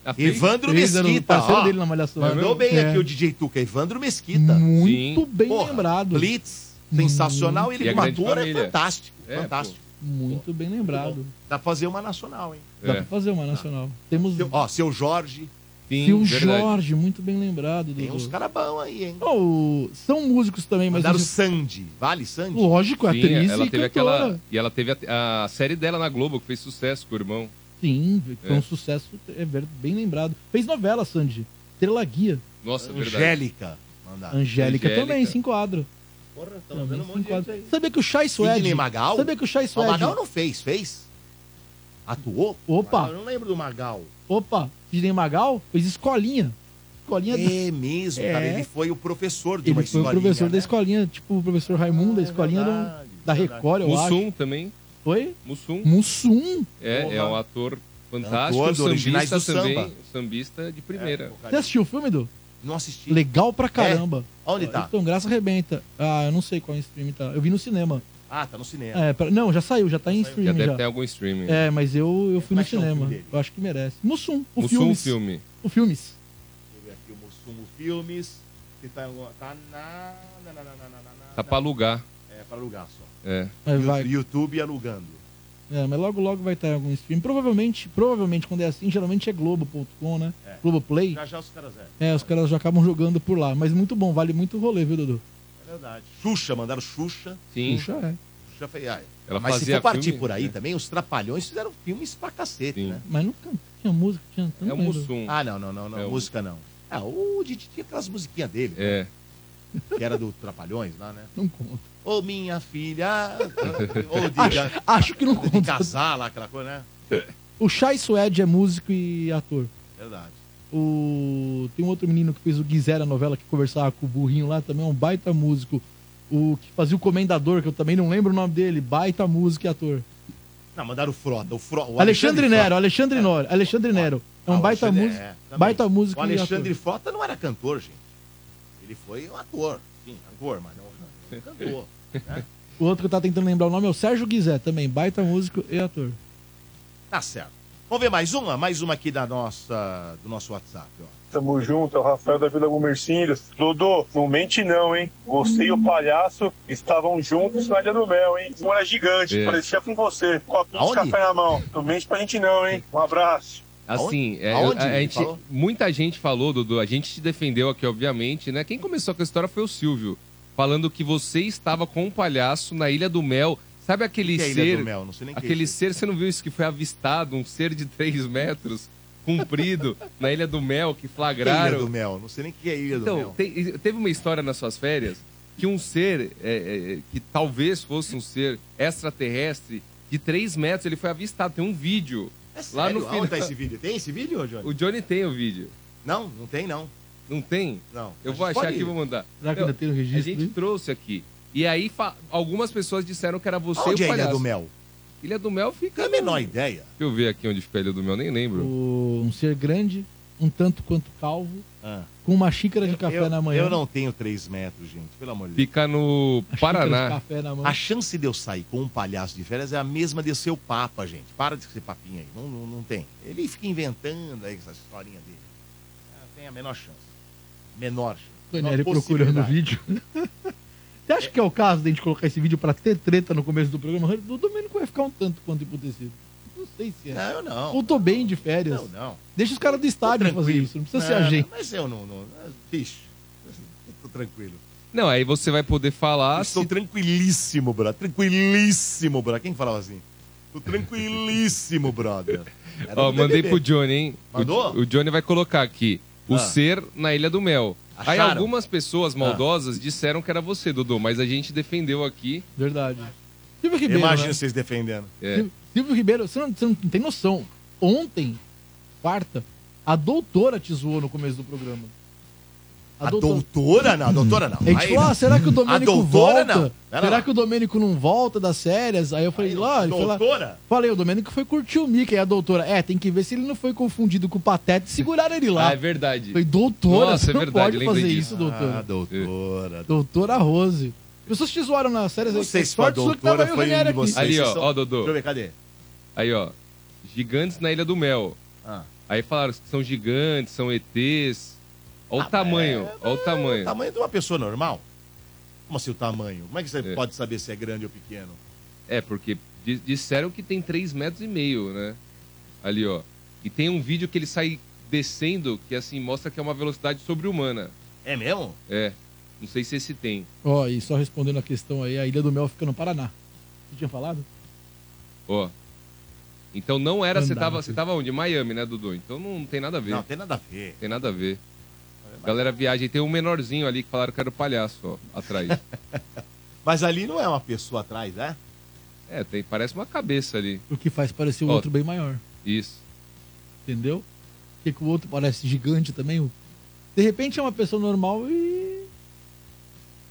Ah, fez? Evandro Fez, era o Mesquita, parceiro ó. dele na Malhação. Mandou bem É. aqui o DJ Tuca, Evandro Mesquita. Muito Sim. bem Porra, lembrado. Blitz, sensacional. E Ele a como Grande ator é Família. fantástico, É, pô. fantástico. Muito bem lembrado. Dá pra fazer uma nacional, hein? Dá pra É. fazer Tá. uma nacional. Temos Seu- Ó, Seu Jorge, Sim, Seu verdade. Jorge, muito bem lembrado. um tem Dudu. uns caras bons aí, hein? Oh, são músicos também, Uhum. mas Mandaram não- Sandy. Vale Sandy? lógico, Sim, é atriz ela e teve cantora. aquela. E ela teve a, a série dela na Globo, que fez sucesso com o irmão. Sim, foi É. um sucesso, é ver- bem lembrado. Fez novela, Sandy. Estrela Guia. Nossa, é verdade. É, Angélica. Mandaram. Angélica, Angélica. também se enquadra. Porra, tão Também mandando um se monte de gente enquadra. aí. Sabia que o Chai Sidney Suede... Magal? Sabia que o Chai Ó, O Suede... Magal não fez, fez? Atuou? Opa. Eu não lembro do Magal. Opa, Sidney Magal fez Escolinha. Escolinha... É mesmo, cara. É. Ele foi o professor de uma Ele foi o escolinha. professor da né? É escolinha, tipo o professor Raimundo, da escolinha do- verdade, da verdade. Record, eu acho. Mussum também. Foi? Mussum. Mussum. É, é um ator fantástico. Ator um do Originais sambista do também. Samba. Sambista de É, primeira. Você assistiu o filme, Edu? É, Não assisti. Legal pra caramba. Onde tá? Então, Graça Arrebenta. Ah, eu não sei qual stream tá. Eu vi no cinema. Ah, tá no cinema. É, pra- Não, já saiu, já tá em Já É. stream deve já. ter algum streaming. É, mas eu, eu fui Como no é que chama o cinema. filme dele? Eu acho que merece. Mussum, Mussum, o é um filmes. filme. O filmes. Deixa eu ver aqui o Mussumo Filmes. Que tá, em alguma- tá na... na, na, na, na, na, na- Tá pra alugar. É, pra alugar só. É. Mas, vai, YouTube alugando. é, mas logo logo vai estar em algum stream. Provavelmente, provavelmente quando é assim, geralmente é Globo.com, né? É. Globoplay. Já já os caras é. É, os caras já acabam jogando por lá. Mas muito bom, vale muito o rolê, viu, Dudu? É verdade. Xuxa, mandaram Xuxa. Sim. Puxa, é. Xuxa foi... ah, Ela Mas se fazia for partir filme, por aí né? também, os Trapalhões fizeram filmes pra cacete, Sim. né? Mas nunca tinha música, tinha tanto. É o Mussum. Ah, não, não, não, não. É o- música não. Ah, o Didi tinha aquelas musiquinhas dele, É. que era do Trapalhões lá, né? Não conta. Ô minha filha, ou de, Acho, acho que não de conta. casar lá, aquela coisa, né? O Chai Suede é músico e ator. Verdade. O... Tem um outro menino que fez o Guizera, a novela que conversava com o burrinho lá, também é um baita músico. O que fazia o Comendador, que eu também não lembro o nome dele, baita músico e ator. Não, mandaram o Frota, o, Fro, o Alexandre Nero, Frota. Alexandre Nero, Alexandre Nero. É Ah, um o baita Alexandre- músico, é, também. baita músico O e Alexandre ator. Frota não era cantor, gente. Ele foi um ator. Sim, ator, mas não, não cantor. O outro que eu tava tentando lembrar o nome é o Sérgio Guizé, também baita músico e ator. Tá certo. Vamos ver mais uma? Mais uma aqui da nossa, do nosso WhatsApp, ó. Tamo junto, é o Rafael da Vila Gomercinhos. Dodô, não mente não, hein? Você e o palhaço estavam juntos na Ilha do Mel, hein? Um era gigante, É. parecia com você. Copinho de Aonde? café na mão. Não mente pra gente não, hein? Um abraço. Assim, é, Aonde a- a ele gente- falou? muita gente falou, Dudu, a gente te defendeu aqui, obviamente, né? Quem começou com a história foi o Silvio, falando que você estava com um palhaço na Ilha do Mel. Sabe aquele Que é a Ilha ser. do Mel? Não sei nem que é aquele isso. ser, você não viu isso que foi avistado, um ser de 3 metros, comprido, na Ilha do Mel, que Que é a Ilha do flagraram. Mel, não sei nem o que é a Ilha do Então, Mel. te- teve uma história nas suas férias que um ser, é, é, que talvez fosse um ser extraterrestre, de 3 metros, ele foi avistado. Tem um vídeo. É lá no sério? Aonde tá final- esse vídeo? Tem esse vídeo, Johnny? O Johnny tem o vídeo. Não, não tem não. Não tem? Não. Eu A vou gente achar pode aqui e ir. vou mandar. Será que Eu- ainda tem o A registro? gente trouxe aqui. E aí fa- algumas pessoas disseram que era você Aonde e é o a Ilha palhaço. do Mel? Ilha do Mel fica... Tem a menor ideia. Deixa eu ver aqui onde fica a Ilha do Mel, nem lembro. O- um ser grande, um tanto quanto calvo, Ah. com uma xícara de café eu, na manhã. eu não tenho 3 metros, gente, pelo amor de Deus. Fica no é uma xícara de Paraná. café na mão. A chance de eu sair com um palhaço de férias é a mesma de eu ser o Papa, gente. Para de ser papinha aí. Não, não, não tem. Ele fica inventando aí essa historinha dele. Ah, Tem a menor chance. Menor chance. Daniele Menor procurando o possibilidade. vídeo. Você acha que é o caso de a gente colocar esse vídeo pra ter treta no começo do programa? O Domênico vai ficar um tanto quanto emputecido. Não sei se é. Não, eu não. Ou tô bem de férias. Não, não. Deixa os caras do estádio fazer tranquilo. isso. Não precisa ser Não, a gente. Mas eu não. não vixe, eu tô tranquilo. Não, aí você vai poder falar... Estou se- tranquilíssimo, brother. Tranquilíssimo, brother. Quem falava assim? Tô tranquilíssimo, brother. Era Ó, é do mandei BBB. pro Johnny, hein? O- Mandou? O, Johnny vai colocar aqui. O Ah. ser na Ilha do Mel. Aí Acharam? Ah. algumas pessoas maldosas disseram que era você, Dudu, mas a gente defendeu aqui. Verdade. Silvio Ribeiro. Imagina né? vocês defendendo. É. Silvio- Silvio Ribeiro, você não, você não tem noção. Ontem, quarta, a doutora te zoou no começo do programa. A doutora não, a doutora não. A gente Aí falou, ah, não. será que o Domênico doutora, volta? não. Pera será lá. que o Domênico não volta das férias? Aí eu falei, Aí, lá, ele falou, "Ah, doutora? falei, o Domênico foi curtir o Mickey. Aí a doutora, é, tem que ver se ele não foi confundido com o Pateta e seguraram ele lá. Ah, é verdade. falei, doutora, Nossa, você é não verdade, pode lembrei fazer disso. isso, doutora. Ah, doutora. Doutora Rose. Pessoas te zoaram nas séries. Não aí, sei se sorte foi a sua que tava doutora, eu e foi o um Ranieri de aqui. vocês. Ali, ó, Vocês são- ó, Deixa eu Dudu. ver, cadê? Aí, ó. Gigantes na Ilha do Mel. Ah. Aí falaram que são gigantes, são ETs. Ah, Olha o tamanho, é olha o tamanho. O tamanho de uma pessoa normal? Como assim o tamanho? Como é que você É. pode saber se é grande ou pequeno? É, porque di- disseram que tem 3 metros e meio, né? Ali, ó. E tem um vídeo que ele sai descendo, que assim, mostra que é uma velocidade sobre-humana. É mesmo? É. Não sei se esse tem. Ó, e só respondendo a questão aí, a Ilha do Mel fica no Paraná. Você tinha falado? Ó. Então não era, você Andava, tava, você filho. tava onde? Miami, né, Dudu? Então não tem nada a ver. Não, tem nada a ver. Tem nada a ver. Galera viaja. E tem um menorzinho ali que falaram que era o palhaço, ó, atrás. Mas ali não é uma pessoa atrás, né? é, tem, parece uma cabeça ali. O que faz parecer o Ó. outro bem maior, Isso. entendeu? Porque que o outro parece gigante também. o- De repente é uma pessoa normal e.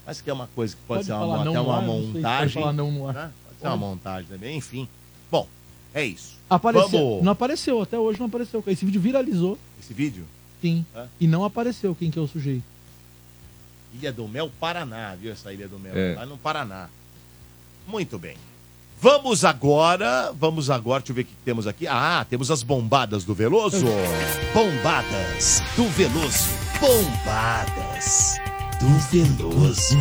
Mas que é uma coisa que pode, ser uma, falar até no uma ar, não sei se Pode montagem. falar não no ar. né? Pode ser uma montagem também, enfim. Bom, é isso. Apareceu. Vamos. Não apareceu, até hoje não apareceu. Esse vídeo viralizou, Esse vídeo? sim. É? E não apareceu quem que é o sujeito. Ilha do Mel, Paraná, viu essa Ilha do Mel? É. Lá no Paraná. Muito bem. Vamos agora, vamos agora, deixa eu ver o que temos aqui. Ah, temos as bombadas do Veloso. Bombadas do Veloso. Bombadas do Veloso.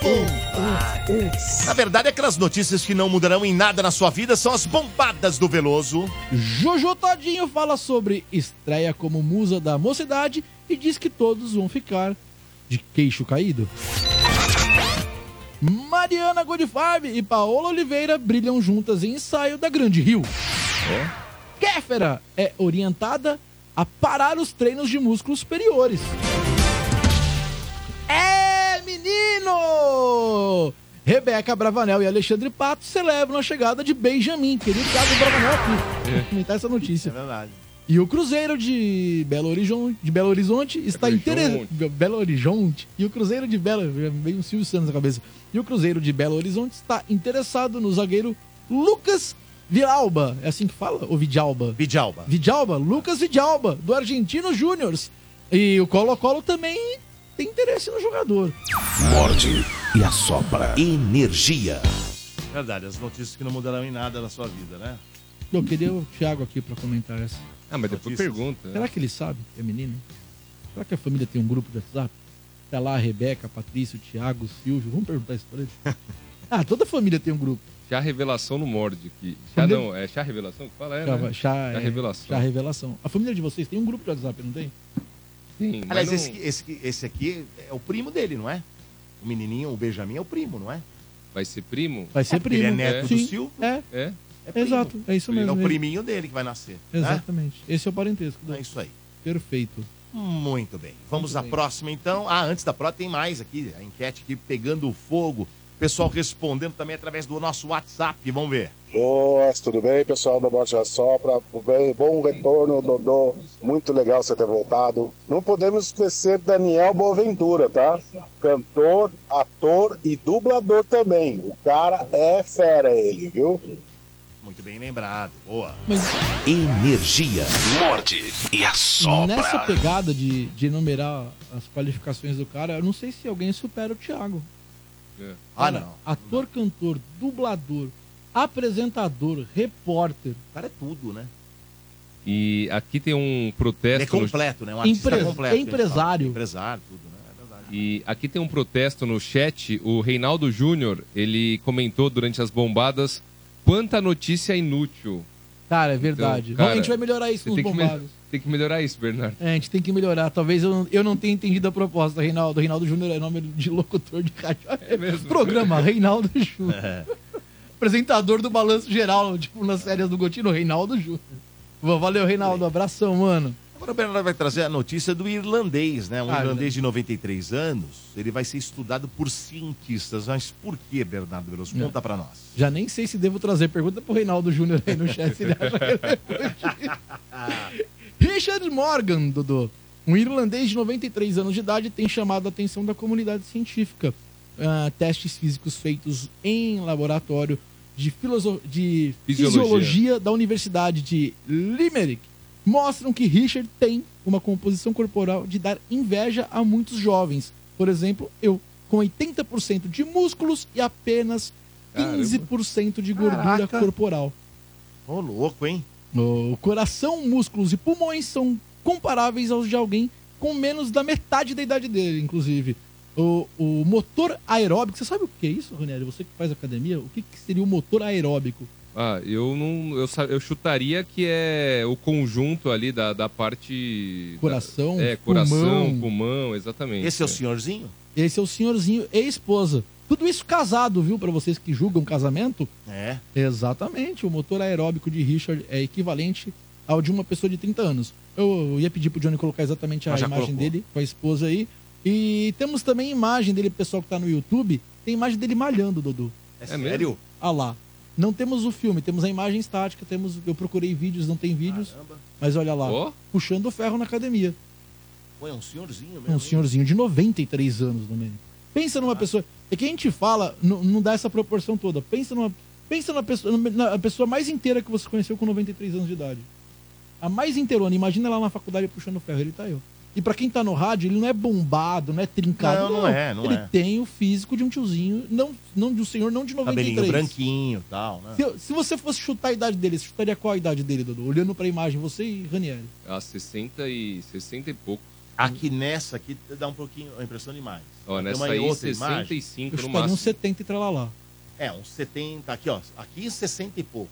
Bombadas. Na verdade, aquelas notícias que não mudarão em nada na sua vida são as bombadas do Veloso. Jojo Todinho fala sobre estreia como musa da mocidade e diz que todos vão ficar de queixo caído. Mariana Godifab e Paola Oliveira brilham juntas em ensaio da Grande Rio. Kéfera é orientada a parar os treinos de músculos superiores. É, menino! Rebeca Bravanel e Alexandre Pato celebram a chegada de Benjamin, querido Thiago Bravanel aqui. Vou comentar essa notícia. É verdade. E o Cruzeiro de Belo Horizonte, de Belo Horizonte está interessado. Horizonte. Belo Horizonte. E o Cruzeiro de Belo. Veio um Silvio Santos na cabeça. E o Cruzeiro de Belo Horizonte está interessado no zagueiro Lucas Vilauba. É assim que fala? Ou Vidalba? Vidalba. Vidalba, Lucas Vidalba, do Argentino Júnior. E o Colo-Colo também tem interesse no jogador. Morde e assopra. Energia. É Verdade, as notícias que não mudarão em nada na sua vida, né? Eu queria o Thiago aqui para comentar essa. Ah, mas depois Notícias. pergunta. né? Será que ele sabe que é menino? Será que a família tem um grupo de WhatsApp? Tá lá a Rebeca, a Patrícia, o Thiago, o Silvio. Vamos perguntar isso pra ele. Ah, toda família tem um grupo. Chá Revelação no Morde. Que... Chá não, é Chá Revelação? que Fala, é, Chá, né? chá- é, Revelação. chá Revelação. A família de vocês tem um grupo de WhatsApp, não tem? Sim, mas Aliás, não- esse, esse, esse aqui é o primo dele, não é? O menininho, o Benjamin, é o primo, não é? vai ser primo? Vai ser primo. Ele é neto Sim. do Silvio. É, É. É primo. exato. É isso É mesmo. o né? priminho dele que vai nascer. Né? Exatamente. Esse é o parentesco. do- É isso aí. Perfeito. Muito bem. Vamos Muito à bem. próxima, então. Ah, antes da próxima, tem mais aqui. A enquete aqui pegando fogo. Pessoal respondendo também através do nosso WhatsApp. Vamos ver. Boas, tudo bem, pessoal da Morte Sopra? Um Bem, bom retorno, Dodô. Muito legal você ter voltado. Não podemos esquecer Daniel Boaventura, tá? Cantor, ator e dublador também. O cara é fera, ele, viu? Muito bem lembrado. Boa. Energia. Morde e assopra. Nessa pegada de, de enumerar as qualificações do cara, eu não sei se alguém supera o Thiago. Ah, não. Ator, cantor, dublador, apresentador, repórter, O cara é tudo, né? E aqui tem um Ele é protesto. no- completo, né? Um artista Empre- completo. que a gente fala. empresário. Empresário, tudo, né? É verdade. E aqui tem um protesto no chat. O Reinaldo Júnior, ele comentou durante as bombadas quanta notícia inútil. Cara, é verdade. Então, cara, Vamos- a gente vai melhorar isso Você nos tem que, me- bombados. tem que melhorar isso, Bernardo. É, a gente tem que melhorar. Talvez eu, eu não tenha entendido a proposta, Reinaldo. Reinaldo Júnior é nome de locutor de rádio. É mesmo? Programa Reinaldo Júnior. Apresentador do Balanço Geral, tipo, nas séries do Gotino, Reinaldo Júnior. Bom, Valeu, Reinaldo. Abração, mano. Agora o Bernardo vai trazer a notícia do irlandês, né? Um Ah, irlandês de 93 anos, ele vai ser estudado por cientistas. Mas por que, Bernardo Veloso? Conta pra nós. Já nem sei se devo trazer. Pergunta pro Reinaldo Júnior aí no chat né? se ele acha relevante. Richard Morgan, Dudu. Um irlandês de 93 anos de idade tem chamado a atenção da comunidade científica. Ah, testes físicos feitos em laboratório de, filoso- de Fisiologia. fisiologia da Universidade de Limerick mostram que Richard tem uma composição corporal de dar inveja a muitos jovens. Por exemplo, eu, com 80% de músculos e apenas Caramba. 15% de gordura Caraca. corporal. Ô, louco, hein? O coração, músculos e pulmões são comparáveis aos de alguém com menos da metade da idade dele, inclusive. O, o motor aeróbico, você sabe o que é isso, Rogério? Você que faz academia, o que, que seria o motor aeróbico? Ah, eu não. Eu, sa- eu chutaria que é o conjunto ali da, da parte. Coração, da- é, coração, pulmão. pulmão, exatamente. Esse é o senhorzinho? Esse é o senhorzinho e esposa. Tudo isso casado, viu? Pra vocês que julgam casamento. É. Exatamente, o motor aeróbico de Richard é equivalente ao de uma pessoa de 30 anos. Eu, eu ia pedir pro Johnny colocar exatamente a Mas Ah, já imagem colocou. dele com a esposa aí. E temos também imagem dele, pessoal que tá no YouTube, tem imagem dele malhando, Dudu. É, É mesmo? sério? Ah lá. Não temos o filme, temos a imagem estática, temos. Eu procurei vídeos, não tem vídeos, Caramba. mas olha lá, Ó, puxando o ferro na academia. Pô, é um senhorzinho mesmo. É um hein? senhorzinho de 93 anos, Domênico. Pensa numa pessoa. É que a gente fala, n- não dá essa proporção toda. Pensa numa. Pensa na pessoa, na pessoa mais inteira que você conheceu com 93 anos de idade. A mais inteirona. Imagina ela na faculdade puxando ferro. Ele tá eu. E pra quem tá no rádio, ele não é bombado, não é trincado. Não, não é, não ele é. tem o físico de um tiozinho, não, não de um senhor, não de 93. Cabelinho branquinho e tal, né? Se, eu- se você fosse chutar a idade dele, você chutaria qual a idade dele, Dudu? Olhando pra imagem, você e Ranieri. a 60 e, 60 e pouco. Aqui nessa aqui dá um pouquinho a impressão de mais. Ó, Tem nessa uma aí, outra imagem. 65 Eu no chutaria um máximo. uns 70 e tralalá. É, uns 70. Aqui, ó. Aqui 60 e pouco.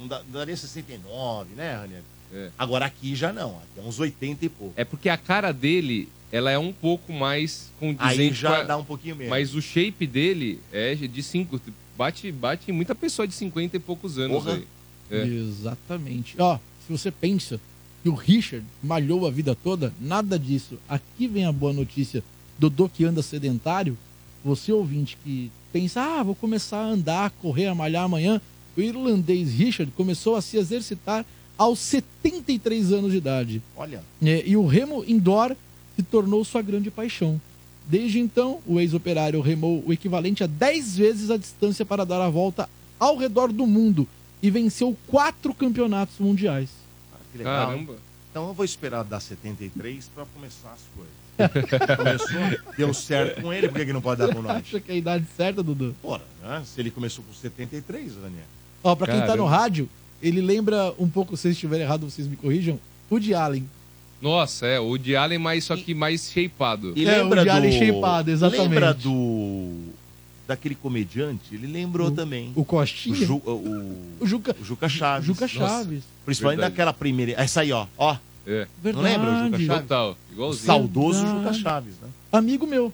Não dá- daria 69, né, Ranieri? É. Agora aqui já não. Aqui é uns 80 e pouco. É porque a cara dele, ela é um pouco mais condizente. Aí É, com já a- dá um pouquinho menos. Mas o shape dele é de 5. Bate, bate em muita pessoa de 50 e poucos anos Porra. aí. É. Exatamente. Ó, se você pensa que o Richard malhou a vida toda, nada disso. Aqui vem a boa notícia. Dodô que anda sedentário, você ouvinte que pensa, ah, vou começar a andar, a correr, a malhar amanhã. O irlandês Richard começou a se exercitar aos 73 anos de idade. Olha, É, e o remo indoor se tornou sua grande paixão. Desde então, o ex-operário remou o equivalente a 10 vezes a distância para dar a volta ao redor do mundo e venceu quatro campeonatos mundiais. ah, que legal. Caramba. Então eu vou esperar dar 73 pra começar as coisas. Começou, deu certo com ele, por que, que não pode dar com nós? Acha que é a idade certa, Dudu? Porra, né? se ele começou com 73, Daniel. Ó, pra quem tá no Caramba. rádio, ele lembra um pouco, se eu estiver errado, vocês me corrijam, o de Allen. Nossa, é, o de Allen, mas só que mais shapeado. E É, o de Alien shapeado, exatamente. Lembra do daquele comediante, ele lembrou também. O Costinha? O, Ju- o- O Juca. o Juca Chaves. Juca Nossa, Chaves. Principalmente Verdade. daquela primeira. Essa aí, ó. ó É. não lembra o Juca Verdade. Chaves? Total. O Igualzinho. saudoso Verdade. Juca Chaves, né? Amigo meu.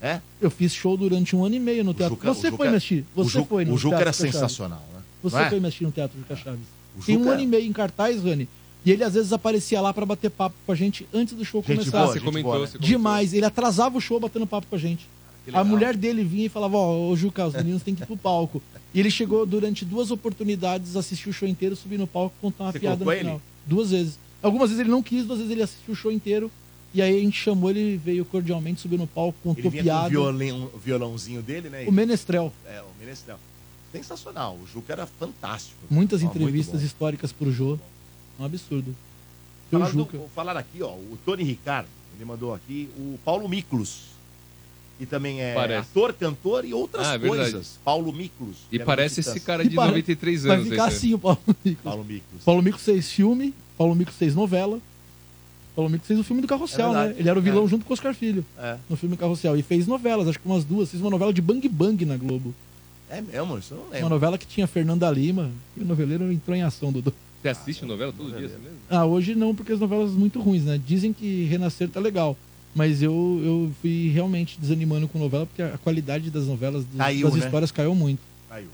É? Eu fiz show durante um ano e meio no teatro. Juca- você o foi Juca- me assistir. o Você Ju- foi no O Juca teatro era Juca Chaves. sensacional, né? Você Não é? foi me assistir no teatro Juca Chaves. O Tem um Juca- é. ano e meio em cartaz, Rani. E ele às vezes aparecia lá pra bater papo com a gente antes do show Gente começar. Ah, boa, você gente comentou, boa, né? você comentou. Demais. Ele atrasava o show batendo papo com a gente. Que A legal. mulher dele vinha e falava: Ó, ô Juca, os meninos têm que ir pro palco. E ele chegou durante duas oportunidades, assistiu o show inteiro, subir no palco, contar uma Você piada no colocou final. ele? Duas vezes. Algumas vezes ele não quis, duas vezes ele assistiu o show inteiro. E aí a gente chamou, ele veio cordialmente, subiu no palco, Ele contou vinha com o piada. violão- o violãozinho dele, né? O Menestrel. É, o Menestrel. Sensacional. O Juca era fantástico. Muitas Ó, Ah, muito entrevistas bom. históricas pro Jô. Um absurdo. Seu Falaram do- Juca. vou falar aqui, ó. O Tony Ricardo, ele mandou aqui. O Paulo Miklos, que também é Parece. ator, cantor e outras Ah, é verdade. coisas. Paulo Miklos. E que era parece um esse titã. cara E de pare- 93 Vai anos. ficar aí, né? assim o Paulo Mico. Paulo Miklos. Paulo Mico fez filme, Paulo Mico fez novela. Paulo Mico fez o filme do É Carrossel, verdade. né? Ele era o vilão junto com o Oscar Filho É. no filme Carrossel. E fez novelas, acho que umas duas. Fez uma novela de Bang Bang na Globo. É mesmo, isso eu não Uma lembro. novela que tinha Fernanda Lima. E o noveleiro entrou em ação, Dudu. Você assiste novela todo dia, assim mesmo? Ah, hoje não, porque as novelas muito ruins, né? Dizem que Renascer tá legal. Mas eu, eu fui realmente desanimando com novela, porque a qualidade das novelas, dos- Caiu, das né? histórias caiu muito. Caiu.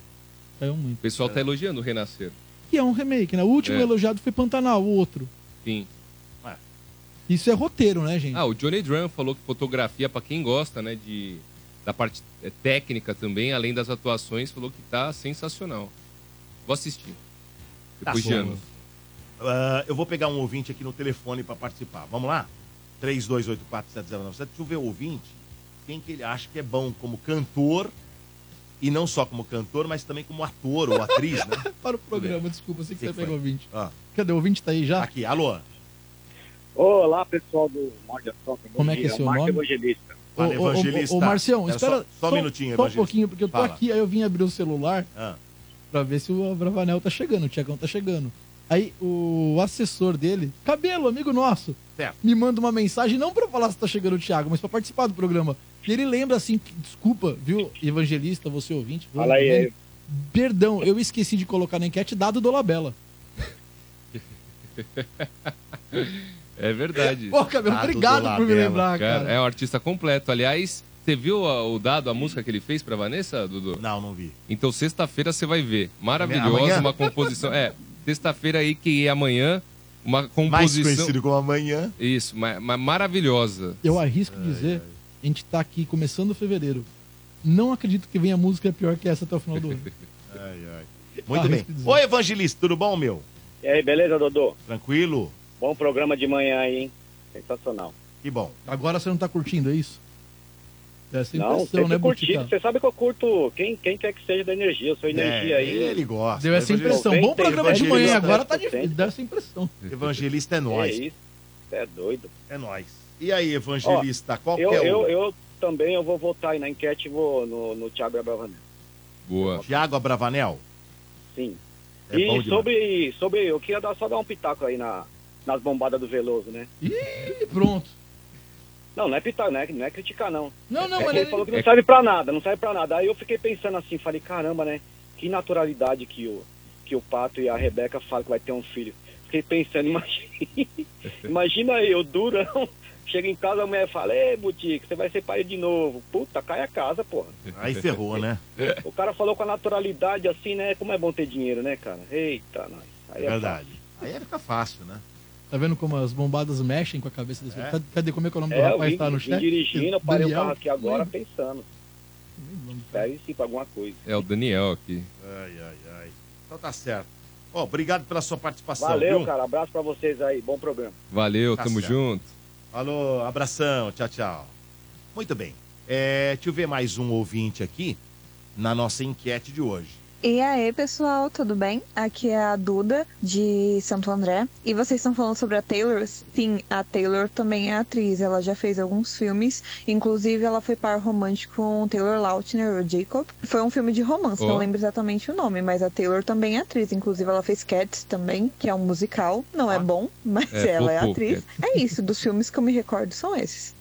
Caiu muito. O pessoal tá elogiando o Renascer. Que é um remake, né? O último É. elogiado foi Pantanal, o outro. Sim. Isso é roteiro, né, gente? Ah, o Johnny Drum falou que fotografia, pra quem gosta, né, de, da parte eh, técnica também, além das atuações, falou que tá sensacional. Vou assistir. Tá Depois de bom. anos. Ah, eu vou pegar um ouvinte aqui no telefone pra participar. Vamos lá? 32847097. Deixa eu ver o ouvinte. Quem que ele acha que é bom como cantor. E não só como cantor, mas também como ator ou atriz, né? Para o programa, desculpa, eu sei que, Que você que foi? pegou o ouvinte. Ah, Cadê o ouvinte? Tá aí já? aqui, alô. Olá, pessoal do Morde a Sopa. Bom Como é que é dia, seu Marco nome? Evangelista. Fala, ô, evangelista. ô, ô, Marcião, Pera, espera Só, só um minutinho, Só um evangelista. pouquinho, porque eu tô Fala. aqui, aí eu vim abrir o celular Ah, pra ver se o Bravanel tá chegando, o Tiagão tá chegando. Aí o assessor dele, Cabelo, amigo nosso, Certo. me manda uma mensagem, não pra falar se tá chegando o Thiago, mas pra participar do programa. E ele lembra assim, que- desculpa, viu, evangelista, você ouvinte. viu? né? Fala aí, aí. Perdão, eu esqueci de colocar na enquete dado do Labela. É verdade. Ô, Cabelo, Dado obrigado por me Dolabella, lembrar, cara. Cara, é um artista completo. Aliás, você viu a- o dado, a música que ele fez pra Vanessa, Dudu? não, não vi. Então sexta-feira você vai ver. Maravilhosa, Amanhã? uma composição. É, sexta-feira aí que é amanhã, uma Mais composição. conhecido como amanhã. Isso, mas maravilhosa. Eu arrisco dizer, a gente tá aqui começando fevereiro. Não acredito que venha música pior que essa até o final do ano. Ai, ai. Muito Ah, bem. isso que dizer. Oi, evangelista, tudo bom, meu? E aí, beleza, Dodô? Tranquilo? Bom programa de manhã aí, hein? Sensacional. Que bom. Agora você não tá curtindo, é isso? Essa é a Não, impressão, sempre né, curti. Botica? Você sabe que eu curto quem, quem quer que seja da energia. Eu sou energia É, aí. ele gosta. Deu essa Evangelista- impressão. Bom programa de né? manhã, Evangelista. agora tá difícil. Deu essa impressão. Evangelista é Que nós. isso? Você é doido. É nós. E aí, evangelista, qual que Eu, é eu, o eu também eu vou votar aí na enquete e vou no, no Thiago Abravanel. Boa. Tiago Abravanel? Sim. É bom e demais. sobre, sobre. Eu queria dar, só dar um pitaco aí na, nas bombadas do Veloso, né? Ih, pronto. Não, não é pitaco, não é, não é criticar, não. Não, não, É que mas ele ele... falou que não é- serve pra nada, não serve pra nada. Aí eu fiquei pensando assim, falei, caramba, né? Que naturalidade que o, que o Pato e a Rebeca falam que vai ter um filho. Fiquei pensando, imagina, imagina eu, durão, chega em casa, a mulher fala, ei, Boutique, você vai ser pai de novo. Puta, cai a casa, porra. Aí ferrou, né? O cara falou com a naturalidade assim, né? Como é bom ter dinheiro, né, cara? Eita, nós. Aí É verdade. Aí fica fácil, né? Tá vendo como as bombadas mexem com a cabeça das É. pessoas? Cadê como é que o nome do É, eu rapaz vim, tá no vim chat? dirigindo, eu parei Daniel? Hum, o carro aqui agora pensando. lembro. Deve sim pra alguma coisa. É o Daniel aqui. Ai, ai, ai. Então tá certo. Ó, obrigado pela sua participação, Valeu, viu? cara. Abraço pra vocês aí. Bom programa. Valeu, Tá tamo certo. junto. Alô, abração, tchau, tchau. Muito bem. É, deixa eu ver mais um ouvinte aqui na nossa enquete de hoje. E aí, pessoal, tudo bem? Aqui é a Duda, de Santo André. E vocês estão falando sobre a Taylor? Sim, a Taylor também é atriz. Ela já fez alguns filmes. Inclusive, ela foi par romântico com Taylor Lautner, o Jacob. Foi um filme de romance, Oh. não lembro exatamente o nome. Mas a Taylor também é atriz. Inclusive, ela fez Cats também, que é um musical. Não é bom, mas É, ela é popô, atriz. É isso, dos filmes que eu me recordo são esses.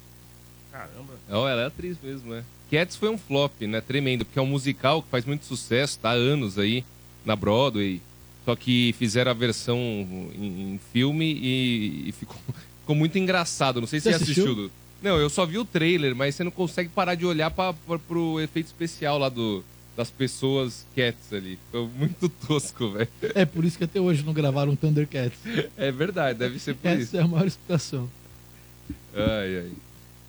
Caramba. Ó, ela é atriz mesmo, é. Cats foi um flop, né? Tremendo, porque é um musical que faz muito sucesso, tá há anos aí na Broadway. Só que fizeram a versão em, em filme e, e ficou, ficou muito engraçado. Não sei se Você você assistiu. assistiu? Du. Não, eu só vi o trailer, mas você não consegue parar de olhar pra, pra, pro efeito especial lá do, das pessoas Cats ali. Ficou muito tosco, velho. É por isso que até hoje não gravaram Thundercats. É verdade, deve ser por isso. Essa é a maior explicação. Ai, ai.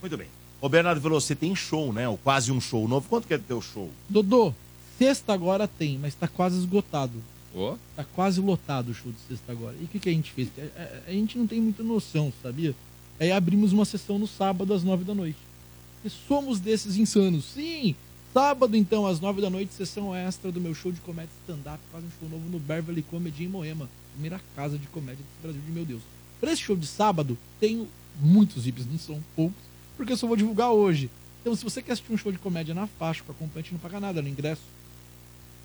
Muito bem. Ô, Bernardo Veloso, você tem show, né? Ou quase um show novo. Quanto que é do teu show? Dodô, sexta agora tem, mas tá quase esgotado. Ó. Tá quase lotado o show de sexta agora. E o que, que a gente fez? A, a- a gente não tem muita noção, sabia? Aí abrimos uma sessão no sábado às nove da noite. E somos desses insanos. Sim! Sábado, então, às nove da noite, sessão extra do meu show de comédia stand-up. Faz um show novo no Beverly Comedy em Moema. Primeira casa de comédia do Brasil, de meu Deus. Pra esse show de sábado, tenho muitos VIPs, não são poucos, porque eu só vou divulgar hoje. Então, se você quer assistir um show de comédia na faixa, com acompanhante, não paga nada no ingresso.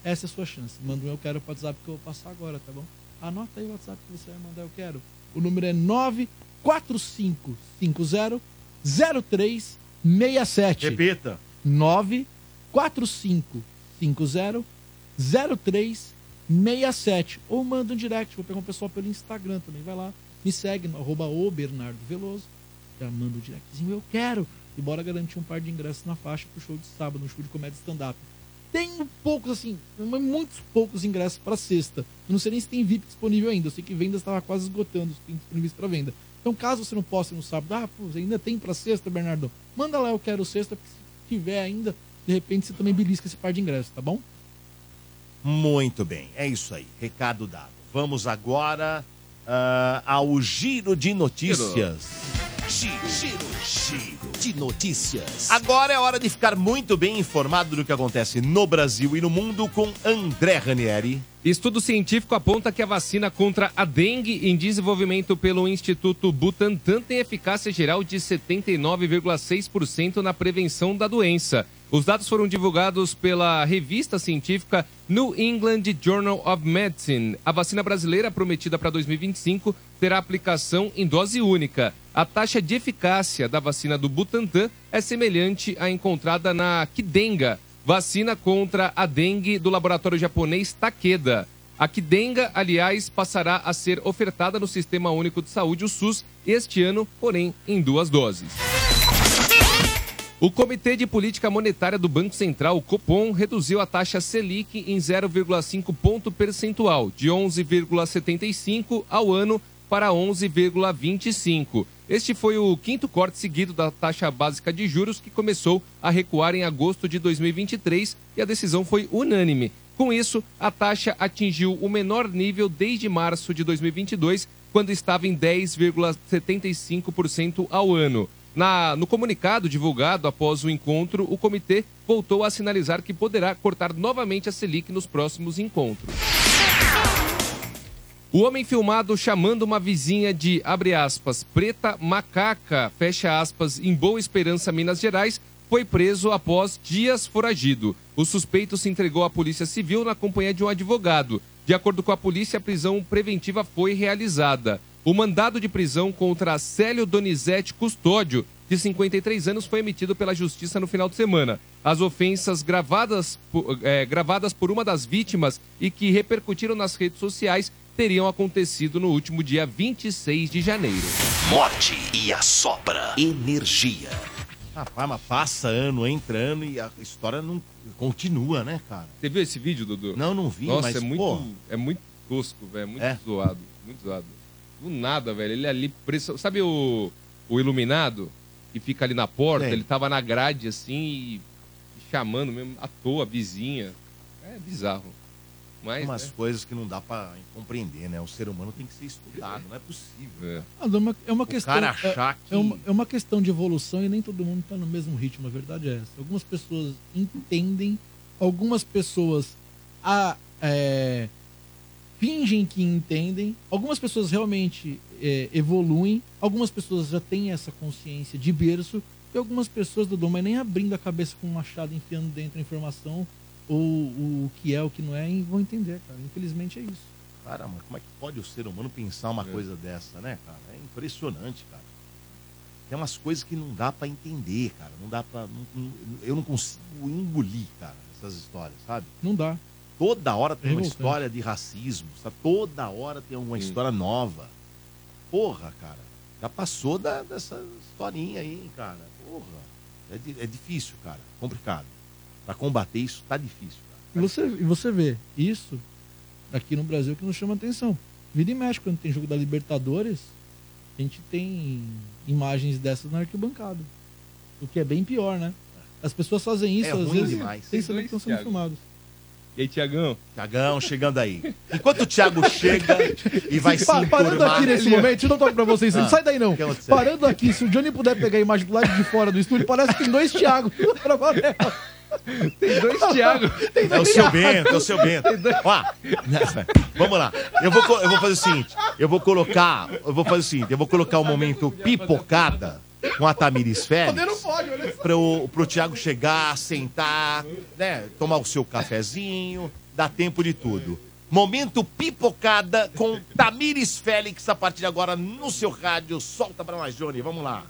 Essa é a sua chance. Manda um eu quero pro WhatsApp que eu vou passar agora, tá bom? Anota aí o WhatsApp que você vai mandar eu quero. O número é 945500367. Repita. 945500367. Ou manda um direct, vou pegar um pessoal pelo Instagram também, vai lá. Me segue no arroba o Bernardo Veloso. Já manda o directzinho, eu quero. E bora garantir um par de ingressos na faixa pro show de sábado, no show de comédia stand-up tenho poucos, assim, mas muitos poucos ingressos para sexta. Eu não sei nem se tem VIP disponível ainda. Eu sei que vendas estava quase esgotando os que tem disponíveis para venda. Então, caso você não possa ir no sábado, ah, pô, ainda tem para sexta, Bernardo? Manda lá, eu quero sexta, porque se tiver ainda, de repente você também belisca esse par de ingressos, tá bom? Muito bem, é isso aí. Recado dado. Vamos agora ah, ao giro de notícias. Giro, giro, giro de notícias. Agora é hora de ficar muito bem informado do que acontece no Brasil e no mundo com André Ranieri. Estudo científico aponta que a vacina contra a dengue em desenvolvimento pelo Instituto Butantan tem eficácia geral de 79,6% na prevenção da doença. Os dados foram divulgados pela revista científica New England Journal of Medicine. A vacina brasileira prometida para 2025 terá aplicação em dose única. A taxa de eficácia da vacina do Butantan é semelhante à encontrada na Kidenga, vacina contra a dengue do laboratório japonês Takeda. A Kidenga, aliás, passará a ser ofertada no Sistema Único de Saúde, o SUS, este ano, porém em duas doses. O Comitê de Política Monetária do Banco Central, o Copom, reduziu a taxa Selic em 0,5 ponto percentual, de 11,75 ao ano para 11,25. Este foi o quinto corte seguido da taxa básica de juros, que começou a recuar em agosto de 2023 e a decisão foi unânime. Com isso, a taxa atingiu o menor nível desde março de 2022, quando estava em 10,75% ao ano. Na- no comunicado divulgado após o encontro, o comitê voltou a sinalizar que poderá cortar novamente a Selic nos próximos encontros. O homem filmado chamando uma vizinha de, abre aspas, preta macaca, fecha aspas, em Boa Esperança, Minas Gerais, foi preso após dias foragido. O suspeito se entregou à Polícia Civil na companhia de um advogado. De acordo com a polícia, a prisão preventiva foi realizada. O mandado de prisão contra Célio Donizete Custódio, de 53 anos, foi emitido pela Justiça no final de semana. As ofensas gravadas por, eh, gravadas por uma das vítimas e que repercutiram nas redes sociais teriam acontecido no último dia 26 de janeiro. Morte e a sopra. Energia. Rapaz, mas passa ano, entra ano e a história não continua, né, cara? Você viu esse vídeo, Dudu? Não, não vi, Nossa, mas, é muito, pô. é muito tosco, velho. É muito É? zoado. Muito zoado. Do nada, velho. Ele ali preso. Sabe o, o iluminado que fica ali na porta? Sei. Ele tava na grade assim e chamando mesmo à toa a vizinha. É bizarro. Mas. Umas né? coisas que não dá pra compreender, né? O ser humano tem que ser estudado, não é possível. Mas é uma, é uma O questão. cara achar é, que- é uma, é uma questão de evolução e nem todo mundo está no mesmo ritmo, a verdade é essa. Algumas pessoas entendem, algumas pessoas a, é, fingem que entendem, algumas pessoas realmente é, evoluem, algumas pessoas já têm essa consciência de berço, e algumas pessoas, Dodô, mas nem abrindo a cabeça com um machado, enfiando dentro a informação, ou o que é, o que não é, e vão entender, cara. Infelizmente é isso. Caramba, como é que pode o ser humano pensar uma coisa dessa, né, cara? É impressionante, cara. É Tem umas coisas que não dá pra entender, cara. Não dá pra. não- não- eu não consigo engolir, cara, essas histórias, sabe? Não dá. Toda hora tem uma Revoltante. história de racismo, sabe? Toda hora tem uma história nova. Porra, cara. Já passou da- dessa historinha aí, hein, cara. Porra. É, di- é difícil, cara. Complicado. Pra combater isso, tá difícil. E você, e você vê isso aqui no Brasil que nos chama atenção. Vida e mexe, quando tem jogo da Libertadores, a gente tem imagens dessas na arquibancada. O que é bem pior, né? As pessoas fazem isso, É às ruim vezes, demais. sem saber que estão sendo Thiago. filmados. E aí, Tiagão? Tiagão, chegando aí. Enquanto o Thiago chega e vai se Pa- Parando enturmar- aqui nesse momento, deixa eu dar um toque pra vocês. Ah, não sai daí, não. o que aconteceu? Parando aqui, se o Johnny puder pegar a imagem do lado de fora do estúdio, parece que tem dois Thiago. tem dois Thiago. Tem É o dois seu Thiago. Bento, é o seu Bento. Ó, vamos lá. Eu vou, co- eu vou fazer o seguinte: eu vou colocar, eu vou fazer o seguinte, eu vou colocar o momento pipocada com a Tamiris Félix. pode, olha só. Pro, pro Thiago chegar, sentar, né? Tomar o seu cafezinho, dá tempo de tudo. Momento pipocada com Tamires Félix a partir de agora no seu rádio. Solta pra nós, Johnny. Vamos lá.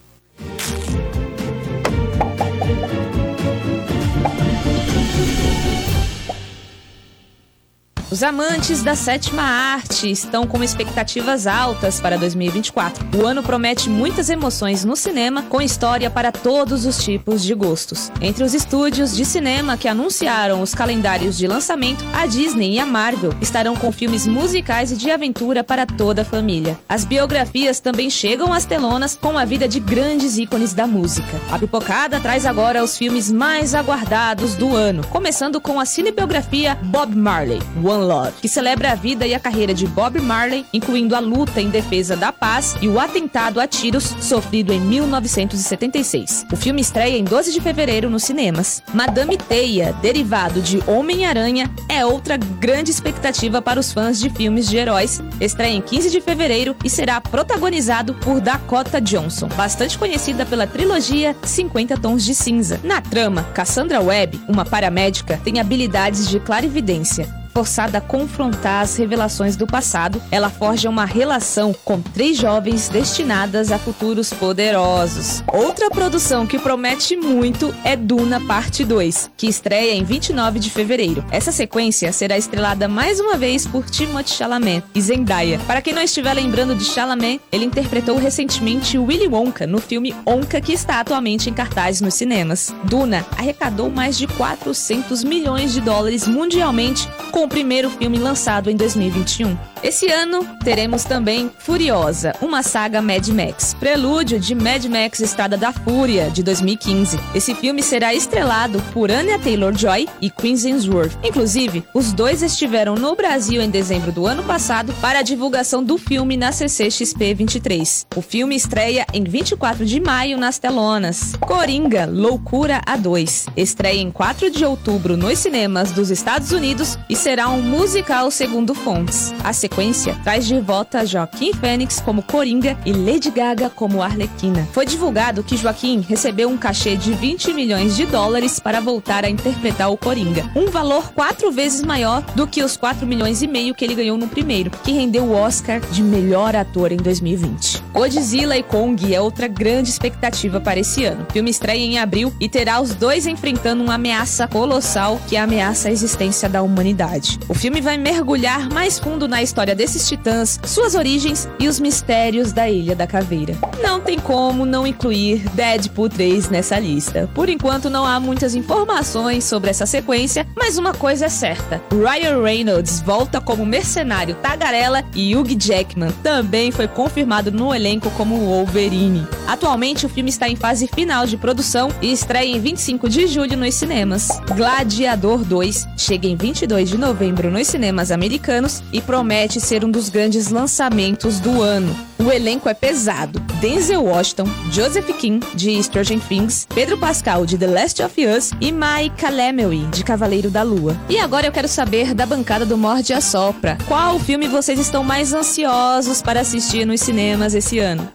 Os amantes da sétima arte estão com expectativas altas para 2024. O ano promete muitas emoções no cinema, com história para todos os tipos de gostos. Entre os estúdios de cinema que anunciaram os calendários de lançamento, a Disney e a Marvel estarão com filmes musicais e de aventura para toda a família. As biografias também chegam às telonas com a vida de grandes ícones da música. A Pipocada traz agora os filmes mais aguardados do ano, começando com a cinebiografia Bob Marley, One Love, que celebra a vida e a carreira de Bob Marley, incluindo a luta em defesa da paz e o atentado a tiros sofrido em 1976. O filme estreia em 12 de fevereiro nos cinemas. Madame Teia, derivado de Homem-Aranha, é outra grande expectativa para os fãs de filmes de heróis. Estreia em 15 de fevereiro e será protagonizado por Dakota Johnson, bastante conhecida pela trilogia 50 Tons de Cinza. Na trama, Cassandra Webb, uma paramédica, tem habilidades de clarividência. Forçada a confrontar as revelações do passado, ela forja uma relação com três jovens destinadas a futuros poderosos. Outra produção que promete muito é Duna Parte 2, que estreia em 29 de fevereiro. Essa sequência será estrelada mais uma vez por Timothée Chalamet e Zendaya. Para quem não estiver lembrando de Chalamet, ele interpretou recentemente Willy Wonka no filme Onca, que está atualmente em cartaz nos cinemas. Duna arrecadou mais de 400 milhões de dólares mundialmente com o primeiro filme lançado em 2021. Esse ano teremos também Furiosa, uma saga Mad Max, prelúdio de Mad Max Estrada da Fúria, de 2015. Esse filme será estrelado por Anya Taylor-Joy e Quincy Hemsworth. Inclusive, os dois estiveram no Brasil em dezembro do ano passado para a divulgação do filme na CCXP 23. O filme estreia em 24 de maio nas telonas. Coringa, Loucura a 2. Estreia em 4 de outubro nos cinemas dos Estados Unidos e será um musical segundo fontes. A sequência traz de volta Joaquim Fênix como Coringa e Lady Gaga como Arlequina. Foi divulgado que Joaquim recebeu um cachê de 20 milhões de dólares para voltar a interpretar o Coringa, um valor quatro vezes maior do que os 4 milhões e meio que ele ganhou no primeiro, que rendeu o Oscar de melhor ator em 2020. Godzilla e Kong é outra grande expectativa para esse ano. O filme estreia em abril e terá os dois enfrentando uma ameaça colossal que ameaça a existência da humanidade. O filme vai mergulhar mais fundo na história desses titãs, suas origens e os mistérios da Ilha da Caveira. Não tem como não incluir Deadpool 3 nessa lista. Por enquanto não há muitas informações sobre essa sequência, mas uma coisa é certa: Ryan Reynolds volta como mercenário tagarela e Hugh Jackman também foi confirmado no elenco como Wolverine. Atualmente o filme está em fase final de produção e estreia em 25 de julho nos cinemas. Gladiador 2 chega em 22 de novembro nos cinemas americanos e promete ser um dos grandes lançamentos do ano. O elenco é pesado. Denzel Washington, Joseph Kim, de Stranger Things, Pedro Pascal, de The Last of Us e Mike Lemery, de Cavaleiro da Lua. E agora eu quero saber da bancada do Morde a Sopra. Qual filme vocês estão mais ansiosos para assistir nos cinemas esse ano?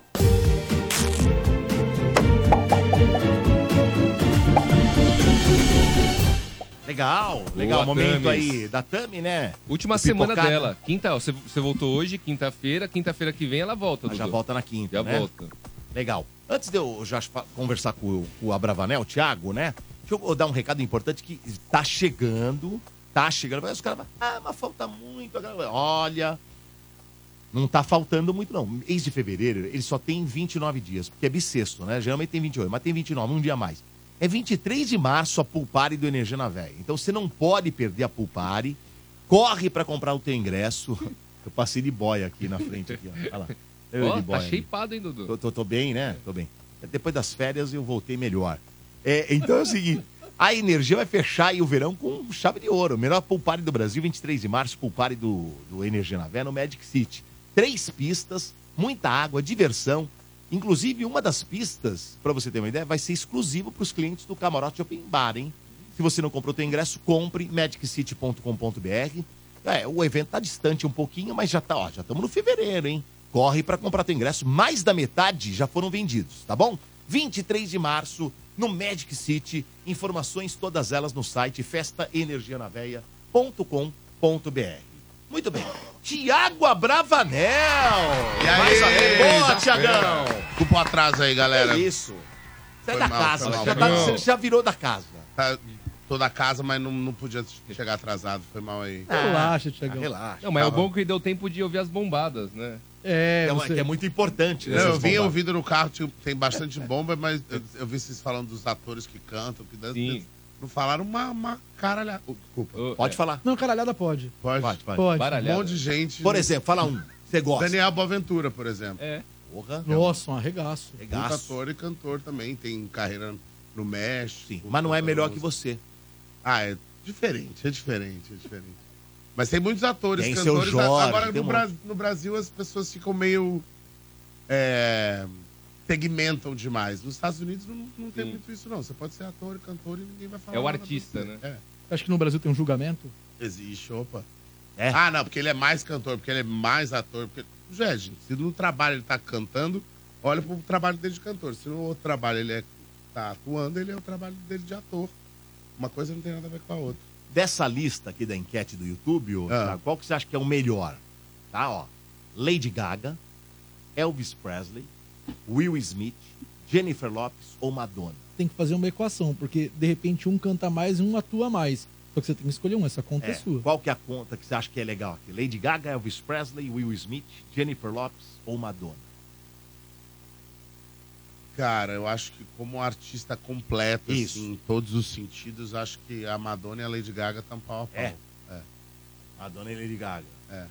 Legal, legal. Boa, momento Tamis. aí da Tami, né? Última Do semana Pipocada. dela. Quinta, você, você voltou hoje, quinta-feira. Quinta-feira que vem ela volta, Ela já volta na quinta, Já Ah, né? volta. Legal. Antes de eu já fa- conversar com o, com o Abravanel, o Thiago, né? Deixa eu dar um recado importante que tá chegando, tá chegando. Mas os caras falam, ah, mas falta muito. Olha, não tá faltando muito, não. Mês de fevereiro, ele só tem 29 dias, porque é bissexto, né? Geralmente tem 28, mas tem 29, um dia a mais. É 23 de março a Pulpare do Energia na Véia. Então você não pode perder a Pulpare. Corre pra comprar o teu ingresso. Eu passei de boia aqui na frente. Aqui, ó. Olha lá. Eu Ó, de tá boia ali. shapeado, hein, Dudu? Tô, tô- tô bem, né? Tô bem. Depois das férias eu voltei melhor. É, então é o seguinte: a energia vai fechar aí o verão com chave de ouro. Melhor pulpare do Brasil, 23 de março, pulpare do, do Energia na Vé, no Magic City. Três pistas, muita água, diversão. Inclusive, uma das pistas, pra você ter uma ideia, vai ser exclusiva pros clientes do Camarote Open Bar, hein? Se você não comprou teu ingresso, compre magiccity.com.br. É, o evento tá distante um pouquinho, mas já tá, ó, já estamos no fevereiro, hein? Corre para comprar teu ingresso, mais da metade já foram vendidos, tá bom? 23 de março no Magic City, informações todas elas no site festaenergianaveia.com.br. Muito bem. Tiago Abravanel. E aí, Boa, Tiagão. Desculpa o atraso aí, galera. Que isso? Você é Foi da mal, casa, foi mal, já, foi tá- mal. você já virou da casa. Tá, tô da casa, mas não, não podia chegar atrasado. Foi mal aí. Ah, Relaxa, Tiagão. Ah, relaxa. Não, mas Tava- é bom que deu tempo de ouvir as bombadas, né? É, Então, é você- que é muito um importante, né, Não, eu essas vim bombadas. ouvindo no carro, tinha- tem bastante bomba, mas eu, eu vi vocês falando dos atores que cantam, que dançam. Não falaram uma, uma caralhada. Oh, Desculpa. Pode falar. Não, caralhada pode. Pode, pode. Pode. Um é, monte de gente. Por exemplo, fala um. Você gosta. Daniel Boaventura, por exemplo. É. Porra. Nossa, um arregaço. Muito ator e cantor também. Tem carreira no México. mas não é melhor que você. Ah, é diferente, é diferente, é diferente. Mas tem muitos atores, Tem seu cantores. a- Jorge, agora, tem no, um Bra- no Brasil, as pessoas ficam meio. É, segmentam demais. Nos Estados Unidos não, não tem muito isso, não. Você pode ser ator e cantor e ninguém vai falar. É o nada artista, pra você. né? É. Acho que no Brasil tem um julgamento. Existe, opa. Ah, não, porque ele é mais cantor, porque ele é mais ator. Porque... Já, gente, se no trabalho ele tá cantando, olha pro trabalho dele de cantor. Se no outro trabalho ele é, tá atuando, ele é o trabalho dele de ator. Uma coisa não tem nada a ver com a outra. Dessa lista aqui da enquete do YouTube, ô, Ah. Thiago, qual que você acha que é o melhor? Tá, ó. Lady Gaga, Elvis Presley, Will Smith, Jennifer Lopes ou Madonna? Tem que fazer uma equação, porque de repente um canta mais e um atua mais. Só que você tem que escolher um, essa conta é, É, sua. qual que é a conta que você acha que é legal aqui? Lady Gaga, Elvis Presley, Will Smith, Jennifer Lopes ou Madonna? Cara, eu acho que como um artista completo, assim, em todos os sentidos, acho que a Madonna e a Lady Gaga estão pau a pau. É. Madonna e Lady Gaga. É.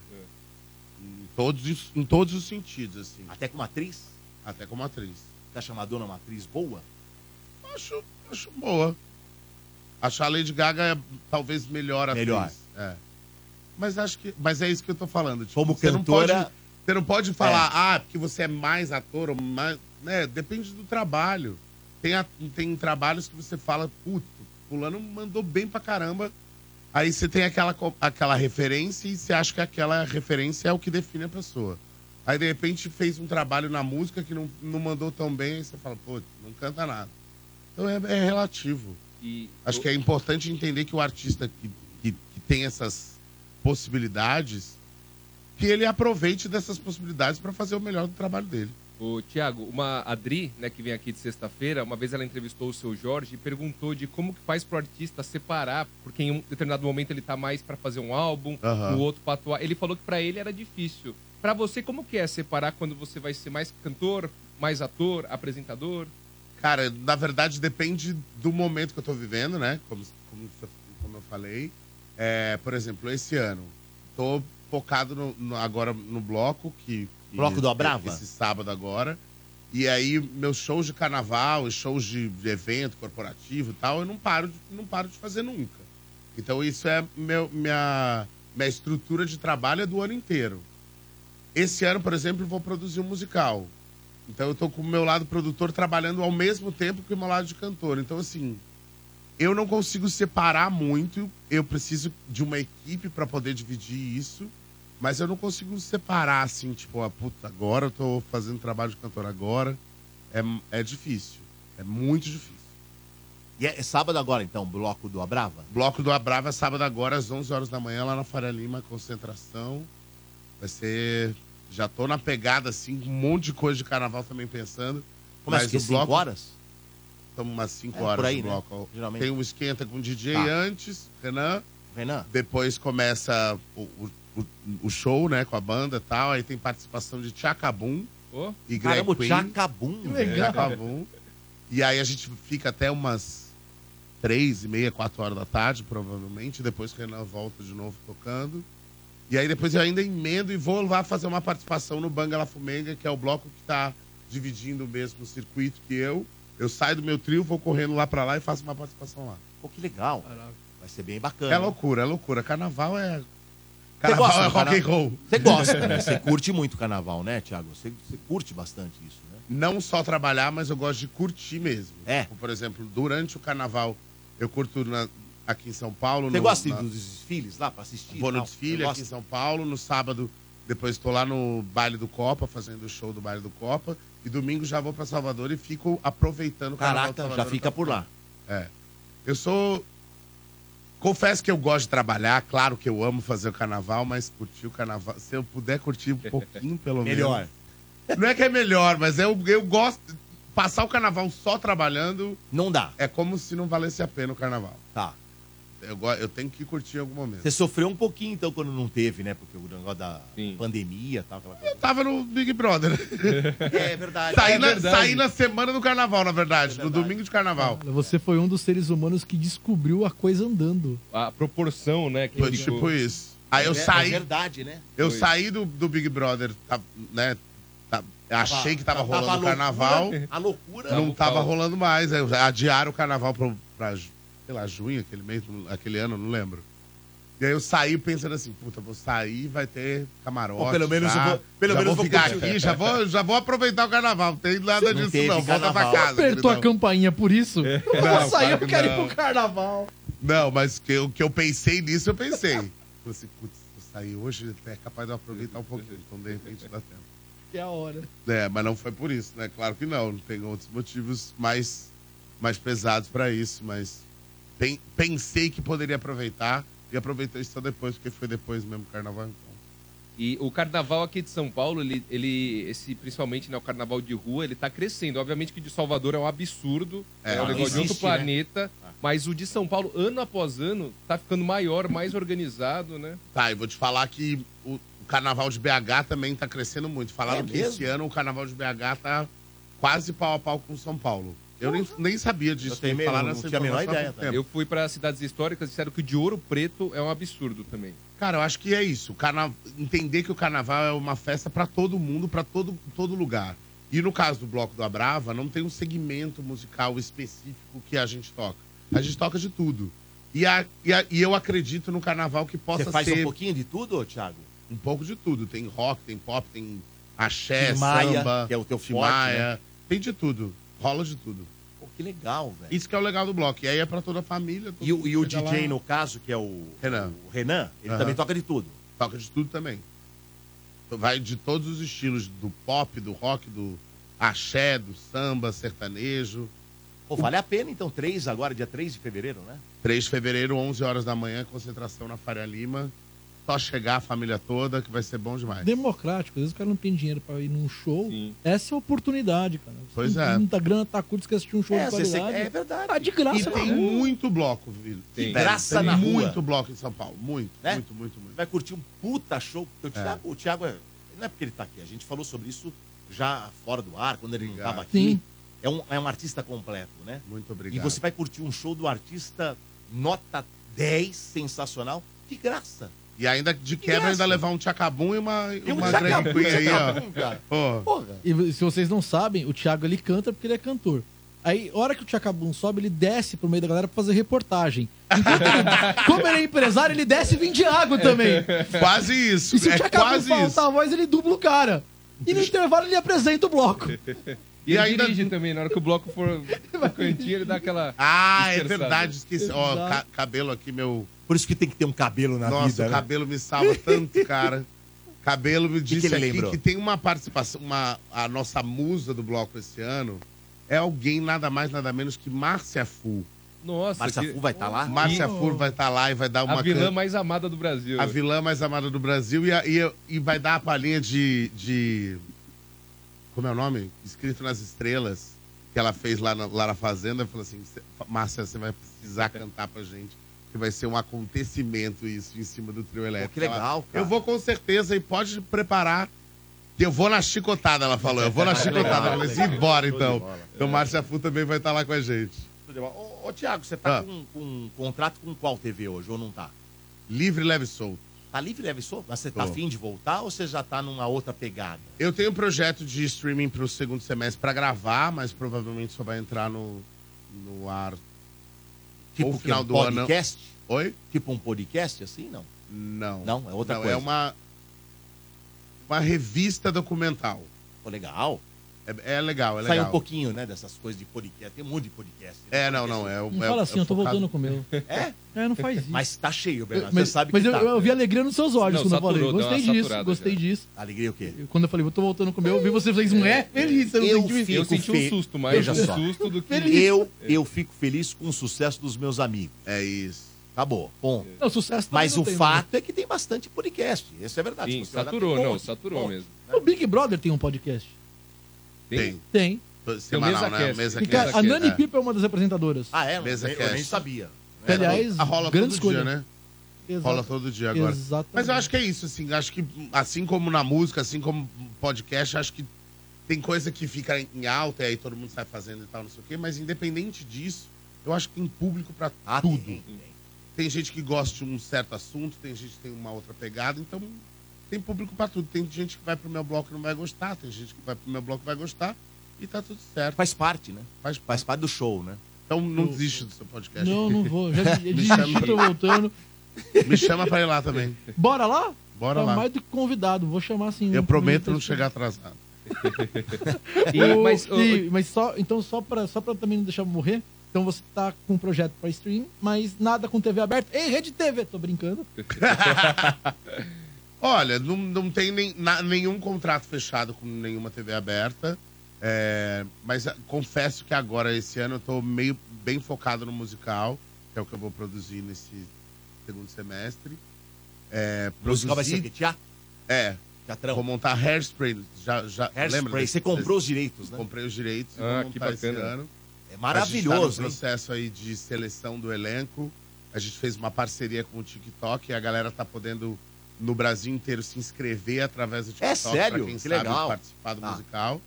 Em todos, os- em todos os sentidos, assim. Até como atriz? Até como atriz. Você acha a Madonna uma atriz boa? Acho, acho boa. Acho a Lady Gaga é, talvez melhor atriz. Melhor. É. Mas acho que. Mas é isso que eu tô falando. Tipo, Como você Não cantora- pode, você não pode falar, ah, porque você é mais ator ou mais. Né? Depende do trabalho. Tem, a- tem trabalhos que você fala, puto, fulano mandou bem pra caramba. Aí você tem aquela, co- aquela referência e você acha que aquela referência é o que define a pessoa. Aí, de repente, fez um trabalho na música que não, não mandou tão bem, aí você fala, pô, não canta nada. Então é, é relativo. Acho que é importante entender que o artista que, que- que tem essas possibilidades, que ele aproveite dessas possibilidades para fazer o melhor do trabalho dele. O Tiago, uma Adri, né, que vem aqui de sexta-feira, uma vez ela entrevistou o seu Jorge e perguntou de como que faz pro artista separar, porque em um determinado momento ele tá mais pra fazer um álbum, Aham. o outro pra atuar. Ele falou que pra ele era difícil. Pra você, como que é separar quando você vai ser mais cantor, mais ator, apresentador? Cara, na verdade depende do momento que eu tô vivendo, né? Como, como, como eu falei. É, por exemplo, esse ano, tô focado no- no- agora no bloco, que. que- Bloco do Abrava? Esse sábado agora. E aí, meus shows de carnaval, os shows de de evento corporativo e tal, eu não paro de, não paro de fazer nunca. Então, isso é meu- minha, minha estrutura de trabalho é do ano inteiro. Esse ano, por exemplo, eu vou produzir um musical. Então eu tô com o meu lado produtor trabalhando ao mesmo tempo que o meu lado de cantor. Então, assim, eu não consigo separar muito. Eu preciso de uma equipe para poder dividir isso. Mas eu não consigo separar, assim, tipo, ah, puta, agora eu tô fazendo trabalho de cantor agora. É, é difícil. É muito difícil. E é, é sábado agora, então, bloco do Abrava? Bloco do Abrava, sábado agora, às 11 horas da manhã, lá na Faria Lima, concentração. Vai ser Já tô na pegada, assim, com um monte de coisa de carnaval também pensando. Começa o quê? é Cinco horas? Estamos umas 5 É, horas por aí, no né? bloco. Geralmente. Tem um esquenta com o DJ Tá. antes, Renan. Renan. Depois começa o, o- o- o show, né, com a banda e tal. Aí tem participação de Chacabum Ô. e Greg Caramba, o Queen. Chacabum. velho. Chacabum. E aí a gente fica até umas três e meia, quatro horas da tarde, provavelmente. Depois que o Renan volta de novo tocando. E aí depois eu ainda emendo e vou lá fazer uma participação no Banga La Fumenga, que é o bloco que tá dividindo o mesmo circuito que eu. Eu saio do meu trio, vou correndo lá pra lá e faço uma participação lá. Pô, que legal. Vai ser bem bacana. É loucura, é loucura. Carnaval é... Você Carnaval gosta é do carna- rock and roll. Você gosta, né? Você curte muito carnaval, né, Thiago? Você, você curte bastante isso, né? não só trabalhar, mas eu gosto de curtir mesmo. Tipo, É. por exemplo, durante o carnaval, eu curto na- aqui em São Paulo. Você no- gosta de- na- dos desfiles lá pra assistir? e Vou no tal? Você desfile gosta? aqui em São Paulo, no sábado, depois estou lá no baile do Copa, fazendo o show do baile do Copa. E domingo já vou para Salvador e fico aproveitando o carnaval de Caraca, já Salvador fica pra- por lá. É. Eu sou. Confesso que eu gosto de trabalhar, claro que eu amo fazer o carnaval, mas curtir o carnaval. Se eu puder curtir um pouquinho, pelo menos. Melhor. Não é que é melhor, mas eu, eu gosto. Passar o carnaval só trabalhando. Não dá. É como se não valesse a pena o carnaval. Tá. Eu, go- eu tenho que curtir em algum momento. Você sofreu um pouquinho, então, quando não teve, né? Porque o negócio da pandemia e tal, aquela coisa. Eu tava no Big Brother. né? É verdade. Saí, É na, verdade. saí na semana do carnaval, na verdade. No domingo de carnaval. Você foi um dos seres humanos que descobriu a coisa andando. A proporção, né? Que Foi tipo isso. Aí eu É- é saí. verdade, né? Eu Foi. saí do, do Big Brother, tá- né? tá- achei que tava, rolando a o loucura, carnaval. A loucura. Não tava rolando mais. Aí adiaram o carnaval pra, pra, ju- sei lá, junho, aquele mês, não- aquele ano, não lembro. E aí eu saí pensando assim, puta, vou sair, vai ter camarote. Pô, pelo menos já, eu vou- pelo já menos vou eu vou ficar curtir. aqui, já vou, já vou aproveitar o carnaval. Não tem nada Não disso, teve Ah, não. Volta pra carnaval. casa. Apertou a queridão. campainha por isso? Eu Não, vou sair, claro eu que quero ir não. pro carnaval. Não, mas que eu, que eu pensei nisso, eu pensei. Falei assim, putz, vou sair hoje, é capaz de eu aproveitar um pouquinho. Então, de repente, dá tempo. Que é a hora. É, mas não foi por isso, né? Claro que não. Tem outros motivos mais, mais pesados pra isso, mas pen- pensei que poderia aproveitar e aproveitei só depois, porque foi depois mesmo do carnaval. Então. E o carnaval aqui de São Paulo, ele, ele esse, principalmente né, o carnaval de rua, ele tá crescendo. Obviamente que o de Salvador é um absurdo, É, é, um não negócio de outro existe, né? planeta, mas o de São Paulo, ano após ano, tá ficando maior, mais organizado, né? Tá, e vou te falar que o, o carnaval de BH também tá crescendo muito. Falaram É que mesmo? esse ano o carnaval de Bh tá quase pau a pau com São Paulo. Eu nem, nem sabia disso. Eu também me não- falaram não essa tinha a menor informação há ideia, pouco tempo. Eu fui para cidades históricas e disseram que o de Ouro Preto é um absurdo também. Cara, eu acho que é isso. O carna- Entender que o carnaval é uma festa pra todo mundo, pra todo, todo lugar. E no caso do Bloco do Abrava, não tem um segmento musical específico que a gente toca. A gente toca de tudo. E, a- e a- e eu acredito no carnaval que possa Você faz ser um pouquinho de tudo, Thiago? um pouco de tudo. Tem rock, tem pop, tem axé, Timaya, samba. que é o teu forte, Timaya. né? Tem de tudo. Rola de tudo. Pô, que legal, velho. Isso que é o legal do Bloco. E aí é pra toda a família. E, o- e o DJ, no caso, que é o Renan, o Renan ele Aham. também toca de tudo. Toca de tudo também. Vai de todos os estilos, do pop, do rock, do axé, do samba, sertanejo. Pô, vale a pena, então, 3 agora, dia 3 de fevereiro, né? 3 de fevereiro, 11 horas da manhã, concentração na Faria Lima. Só chegar a família toda, que vai ser bom demais. Democrático, às vezes o cara não tem dinheiro pra ir num show. Essa é a oportunidade, cara. Você Pois não é. tem Muita grana, tá curto, esquece de um show É, de você se- qualidade. é verdade. Tá de graça, E cara. tem muito bloco, Vila. Tem. Velho, Graça tem na rua. muito bloco em São Paulo. Muito, Né? muito, muito, muito. Vai curtir um puta show. porque O É. Thiago, o Thiago é- não é porque ele tá aqui, a gente falou sobre isso já fora do ar, quando ele não tava aqui. Sim. É um, é um artista completo, né? Muito E obrigado. você vai curtir um show do artista nota 10, sensacional, de graça. E ainda de quebra graça. ainda levar um tchacabum e uma, e um uma tchacabum, drag queen aí, tchacabum, ó. cara. Pô. E se vocês não sabem, o Thiago ele canta porque ele é cantor. Aí, hora que o Tchacabum sobe, ele desce pro meio da galera pra fazer reportagem. Enquanto ele- como ele é empresário, ele desce e vem de água também. Quase isso. E se o é Tchacabum quase faltar isso. a voz, ele dubla o cara. E no intervalo ele apresenta o bloco. É, E, ele dirige também, na hora que o bloco for no cantinho, ele dá aquela. Ah, é dispersada. verdade, esqueci. Ó, Exato. ca- cabelo aqui, meu. Por isso que tem que ter um cabelo na Nossa, vida. o né? cabelo me salva tanto, cara. Cabelo me que disse ele aqui lembrou? que tem uma participação, uma, a nossa musa do bloco esse ano é alguém nada mais, nada menos que Márcia Fu. Nossa, Márcia que- Fu vai estar é lá? Márcia Fur vai tá estar lá e vai dar A uma vilã can- mais amada do Brasil. a vilã mais amada do Brasil e, a- e a- e vai dar a palhinha de, de- Como é o nome? Escrito nas estrelas, que ela fez lá na, lá na Fazenda. Falou assim: "Cê- Márcia, você vai precisar cantar pra gente. Que vai ser um acontecimento isso em cima do trio elétrico. que legal, Ela, Eu vou com certeza e pode preparar. que Eu vou na chicotada, ela falou. Eu vou na Que chicotada. legal, Eu falei, legal. embora Show de então. bola. Então, Márcia Fu também vai estar lá com a gente. Ô, ô Tiago, você tá Ah. com, com um contrato com qual TV hoje ou não tá? Livre, leve e solto. Tá livre, leve e solto? Mas você tá Tô. afim de voltar ou você já tá numa outra pegada? Eu tenho um projeto de streaming pro segundo semestre pra gravar, mas provavelmente só vai entrar no, no ar. Tipo ou que um podcast? Oi? Tipo um podcast assim, não? Não. Não, é outra Não, coisa. É uma, uma revista documental. Pô, legal. É, é legal, é legal. Sai um pouquinho, né, dessas coisas de podcast. Tem um monte de podcast. né? É, não, não. É, Não fala assim, eu tô voltando com o meu. É? É, não faz isso. Mas tá cheio, Bernardo. mas você sabe mas que eu, tá. eu vi alegria nos seus olhos Não, quando saturou, eu deu falei. uma Gostei disso, saturada gostei já. disso. Alegria o quê? Quando eu falei, eu tô voltando com o meu, eu vi você vocês, um é feliz. Eu, não senti- eu senti um fe- susto, mais Veja um só. susto do que- Eu, É. eu fico feliz com o sucesso dos meus amigos. É isso. Acabou. Bom. É. Não, sucesso também Mas não o tem, fato é que tem bastante podcast. Isso é verdade. Sim, Se você olhar, saturou, tem um não, monte, saturou um monte. mesmo. O Big Brother tem um podcast. Tem. Tem. um Semanal, Tem o né? MesaCast. Mesa Porque a, a Nani é. Pipa é uma das apresentadoras. Ah, é? Mesa eu, cast. eu nem sabia. Que, aliás, Ah, rola todo grande escolha. dia, né? Exato. Rola todo dia agora. Exatamente. Mas eu acho que é isso, assim. Acho que, assim como na música, assim como podcast, acho que tem coisa que fica em alta e aí todo mundo sai fazendo e tal, não sei o quê. Mas independente disso, eu acho que tem público pra Ah, tudo. tem, Tem, tem. gente que gosta de um certo assunto, tem gente que tem uma outra pegada, então tem público pra tudo. Tem gente que vai pro meu bloco e não vai gostar, tem gente que vai pro meu bloco e vai gostar, e tá tudo certo. Faz parte, né? Faz, Faz parte do show, né? Então não desiste do seu podcast. Não, não vou. Já Me desisti, chama. tô voltando. Me chama pra ir lá também. Bora lá? Bora tá lá. mais do que convidado. Vou chamar assim. Eu um- prometo um- não chegar atrasado. E- O- mas, ô, e- mas só, então, só pra, só pra também não deixar morrer, então você tá com um projeto pra stream, mas nada com TV aberta. Ei, Rede TV! Tô brincando. Olha, não, não tem nem- na- nenhum contrato fechado com nenhuma TV aberta. é, mas ah, confesso que agora, esse ano, eu tô meio bem focado no musical, que é o que eu vou produzir nesse segundo semestre. É, Musical vai ser o produzir- quê? Teatro? É. Teatrão. Vou montar hairspray. Já, já, Hairspray. lembra? Você comprou os direitos, né? Comprei os direitos. e Ah, vou que montar esse bacana. ano. É A gente tá maravilhoso, no hein? processo aí de seleção do elenco. A gente fez uma parceria com o TikTok e a galera tá podendo no Brasil inteiro se inscrever através do TikTok. É sério? Pra quem Que sabe legal. participar do Ah. musical.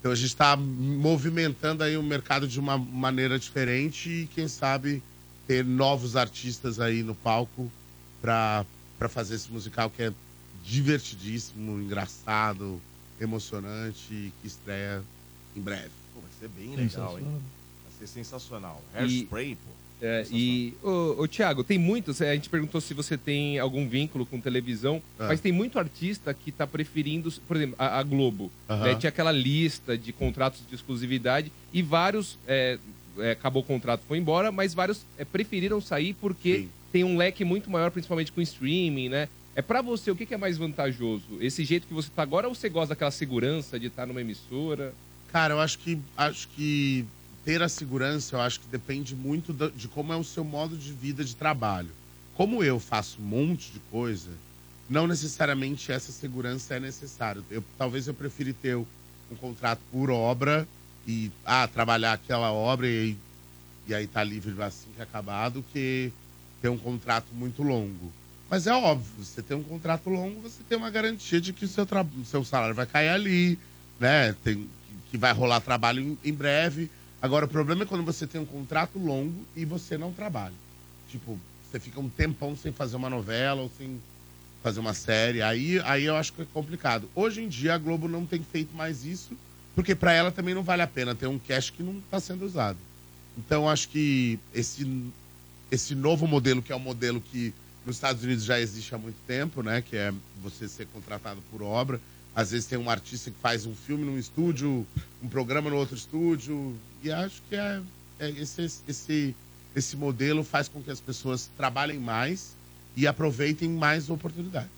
Então a gente tá movimentando aí o mercado de uma maneira diferente e quem sabe ter novos artistas aí no palco pra, pra fazer esse musical que é divertidíssimo, engraçado, emocionante e que estreia em breve. Pô, vai ser bem legal, hein? Vai ser sensacional. Hairspray, pô. É, e, ô, ô, Thiago, tem muitos. é, A gente perguntou se você tem algum vínculo com televisão, Ah. mas tem muito artista que tá preferindo, por exemplo, a, a Globo. Aham. né, tinha aquela lista de contratos de exclusividade e vários. é, é, acabou o contrato, foi embora, mas vários é, preferiram sair porque tem um leque muito maior, principalmente com streaming, né? É pra você, o que, que é mais vantajoso? Esse jeito que você tá agora ou você gosta daquela segurança de estar numa emissora? Cara, eu acho que acho que ter a segurança, eu acho que depende muito da- de como é o seu modo de vida de trabalho. Como eu faço um monte de coisa, não necessariamente essa segurança é necessária. Eu, talvez eu prefira ter um contrato por obra e ah, trabalhar aquela obra e, e aí tá livre assim que acabar do que ter um contrato muito longo. Mas é óbvio, você tem um contrato longo, você tem uma garantia de que o seu, tra- o seu salário vai cair ali, né? Tem, que- que vai rolar trabalho em, em breve. Agora, o problema é quando você tem um contrato longo e você não trabalha. Tipo, você fica um tempão sem fazer uma novela ou sem fazer uma série. Aí, aí eu acho que é complicado. Hoje em dia, a Globo não tem feito mais isso, porque para ela também não vale a pena ter um cash que não está sendo usado. Então, acho que esse, esse novo modelo, que é um modelo que nos Estados Unidos já existe há muito tempo, né? Que é você ser contratado por obra. Às vezes tem um artista que faz um filme num estúdio, um programa no outro estúdio. E acho que é, é esse, esse, esse modelo faz com que as pessoas trabalhem mais e aproveitem mais oportunidades.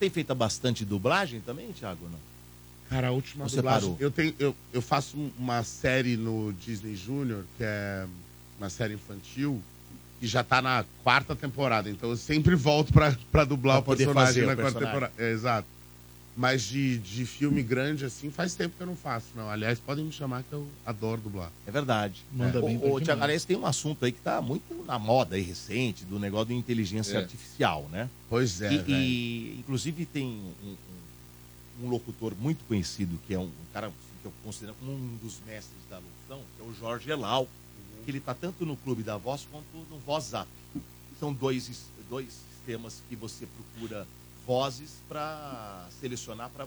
Tem feito bastante dublagem também, Thiago? Não? Cara, a última Você dublagem- parou. Eu, tenho, eu, eu faço um- uma série no Disney Junior, que é uma série infantil e já tá na quarta temporada. Então eu sempre volto pra, pra dublar Pra o poder fazer personagem o na quarta personagem. temporada. É, exato. Mas de, de filme grande, assim, faz tempo que eu não faço, não. Aliás, podem me chamar que eu adoro dublar. É verdade. Manda é. bem pra Ô, ô, demais. Tiago, aliás, tem um assunto aí que tá muito na moda aí, recente, do negócio de inteligência É. artificial, né? Pois é, E, e, inclusive, tem um, um- um locutor muito conhecido, que é um, um cara que eu considero como um dos mestres da locução, que é o Jorge Elal. Que ele tá tanto no Clube da Voz quanto no Voz App. São dois, es- dois sistemas que você procura vozes para selecionar, para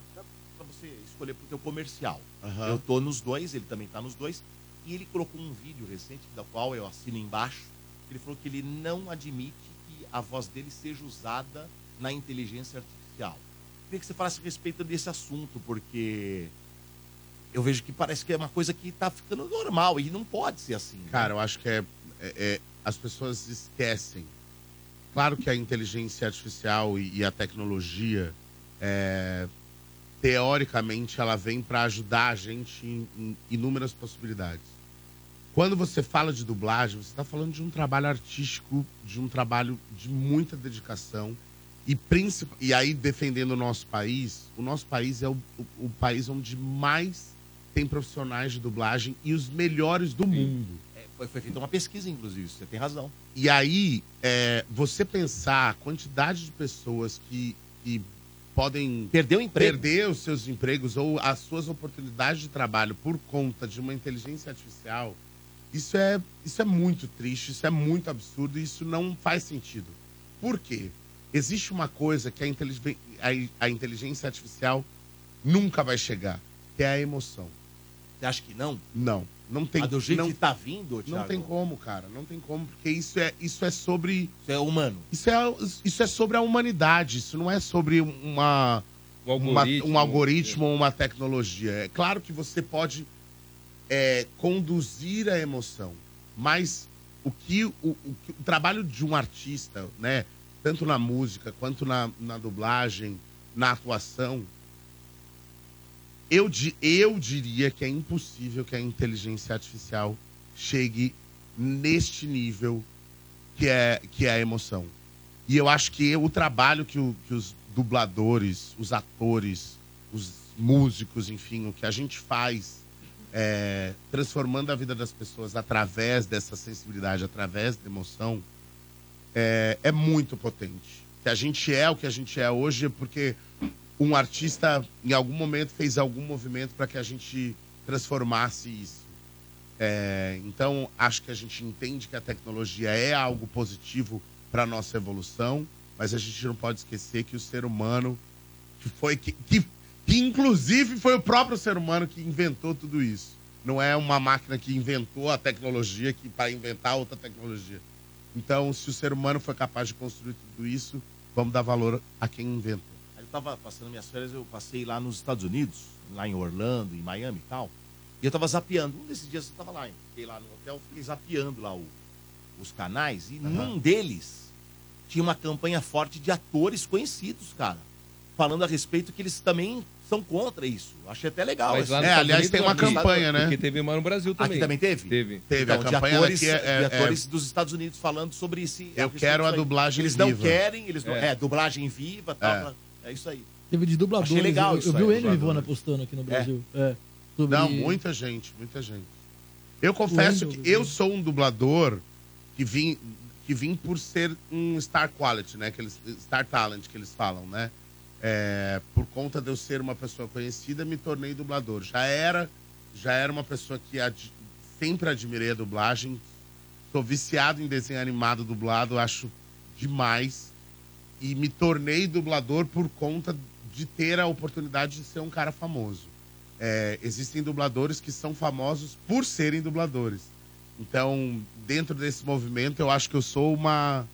você escolher para o teu comercial. Aham. Eu tô nos dois, ele também tá nos dois. E ele colocou um vídeo recente, da qual eu assino embaixo, que ele falou que ele não admite que a voz dele seja usada na inteligência artificial. Queria que você falasse a respeito desse assunto, porque eu vejo que parece que é uma coisa que tá ficando normal e não pode ser assim. né? Cara, eu acho que é, é- é- as pessoas esquecem. Claro que a inteligência artificial e, e a tecnologia, é, teoricamente, ela vem para ajudar a gente em, em inúmeras possibilidades. Quando você fala de dublagem, você está falando de um trabalho artístico, de um trabalho de muita dedicação. E, princip... e aí, defendendo o nosso país, o nosso país é o, o- o país onde mais tem profissionais de dublagem e os melhores do mundo. É, foi, foi feita uma pesquisa, inclusive, você tem razão. E aí, é, você pensar a quantidade de pessoas que, que podem perder, perder os seus empregos ou as suas oportunidades de trabalho por conta de uma inteligência artificial, isso é, isso é muito triste, isso é muito absurdo e isso não faz sentido. Por quê? Existe uma coisa que a, inteligen- a- a inteligência artificial nunca vai chegar, que é a emoção. Você acha que não? Não. Não tem Mas do jeito não, que tá vindo, não Thiago, tem como, cara. Não tem como, porque isso é, isso é sobre. Isso é humano. Isso é, isso é sobre a humanidade. Isso não é sobre uma. Um uma- algoritmo. um algoritmo ou uma tecnologia. É claro que você pode é, conduzir a emoção, mas o que o, o que- o trabalho de um artista, né? Tanto na música quanto na, na dublagem, na atuação, eu, di- eu diria que é impossível que a inteligência artificial chegue neste nível que é, que é a emoção. E eu acho que o trabalho que, o- que os dubladores, os atores, os músicos, enfim, o que a gente faz é, transformando a vida das pessoas através dessa sensibilidade, através da emoção, é, é muito potente. Se a gente é o que a gente é hoje é porque um artista, em algum momento, fez algum movimento para que a gente transformasse isso. É, então, acho que a gente entende que a tecnologia é algo positivo para nossa evolução, mas a gente não pode esquecer que o ser humano, que foi que, que, que inclusive foi o próprio ser humano que inventou tudo isso. Não é uma máquina que inventou a tecnologia que para inventar outra tecnologia. Então, se o ser humano foi capaz de construir tudo isso, vamos dar valor a quem inventou. Aí eu tava passando minhas férias, eu passei lá nos Estados Unidos, lá em Orlando, em Miami e tal. E eu tava zapeando. Um desses dias eu tava lá, eu fiquei lá no hotel, fiquei zapeando lá o- os canais. E num deles tinha uma campanha forte de atores conhecidos, cara. Falando a respeito que eles também são contra isso. Achei até legal. É, Mas isso. lá nos Estados Unidos é não vi. né? né? Porque teve uma no Brasil também. Aqui também teve? Teve. Então, de atores, daqui é- de é- atores dos Estados Unidos falando sobre esse. Eu respeito quero a disso aí. dublagem Eles não viva. querem, eles não. É. É, dublagem viva, tal. É. pra- É, isso aí. Teve de dubladores. Achei legal eu, isso eu vi aí, o Enio dubladores. Ivana postando aqui no Brasil. É. Sobre- Não, muita gente, muita gente. Eu confesso Windows, que eu sou um dublador que vim, que vim por ser um star quality, né? Que eles, star talent que eles falam, né? É, por conta de eu ser uma pessoa conhecida, me tornei dublador. Já era, já era uma pessoa que ad- sempre admirei a dublagem. Sou viciado em desenho animado dublado, acho demais. E me tornei dublador por conta de ter a oportunidade de ser um cara famoso. É, existem dubladores que são famosos por serem dubladores. Então, dentro desse movimento, eu acho que eu sou uma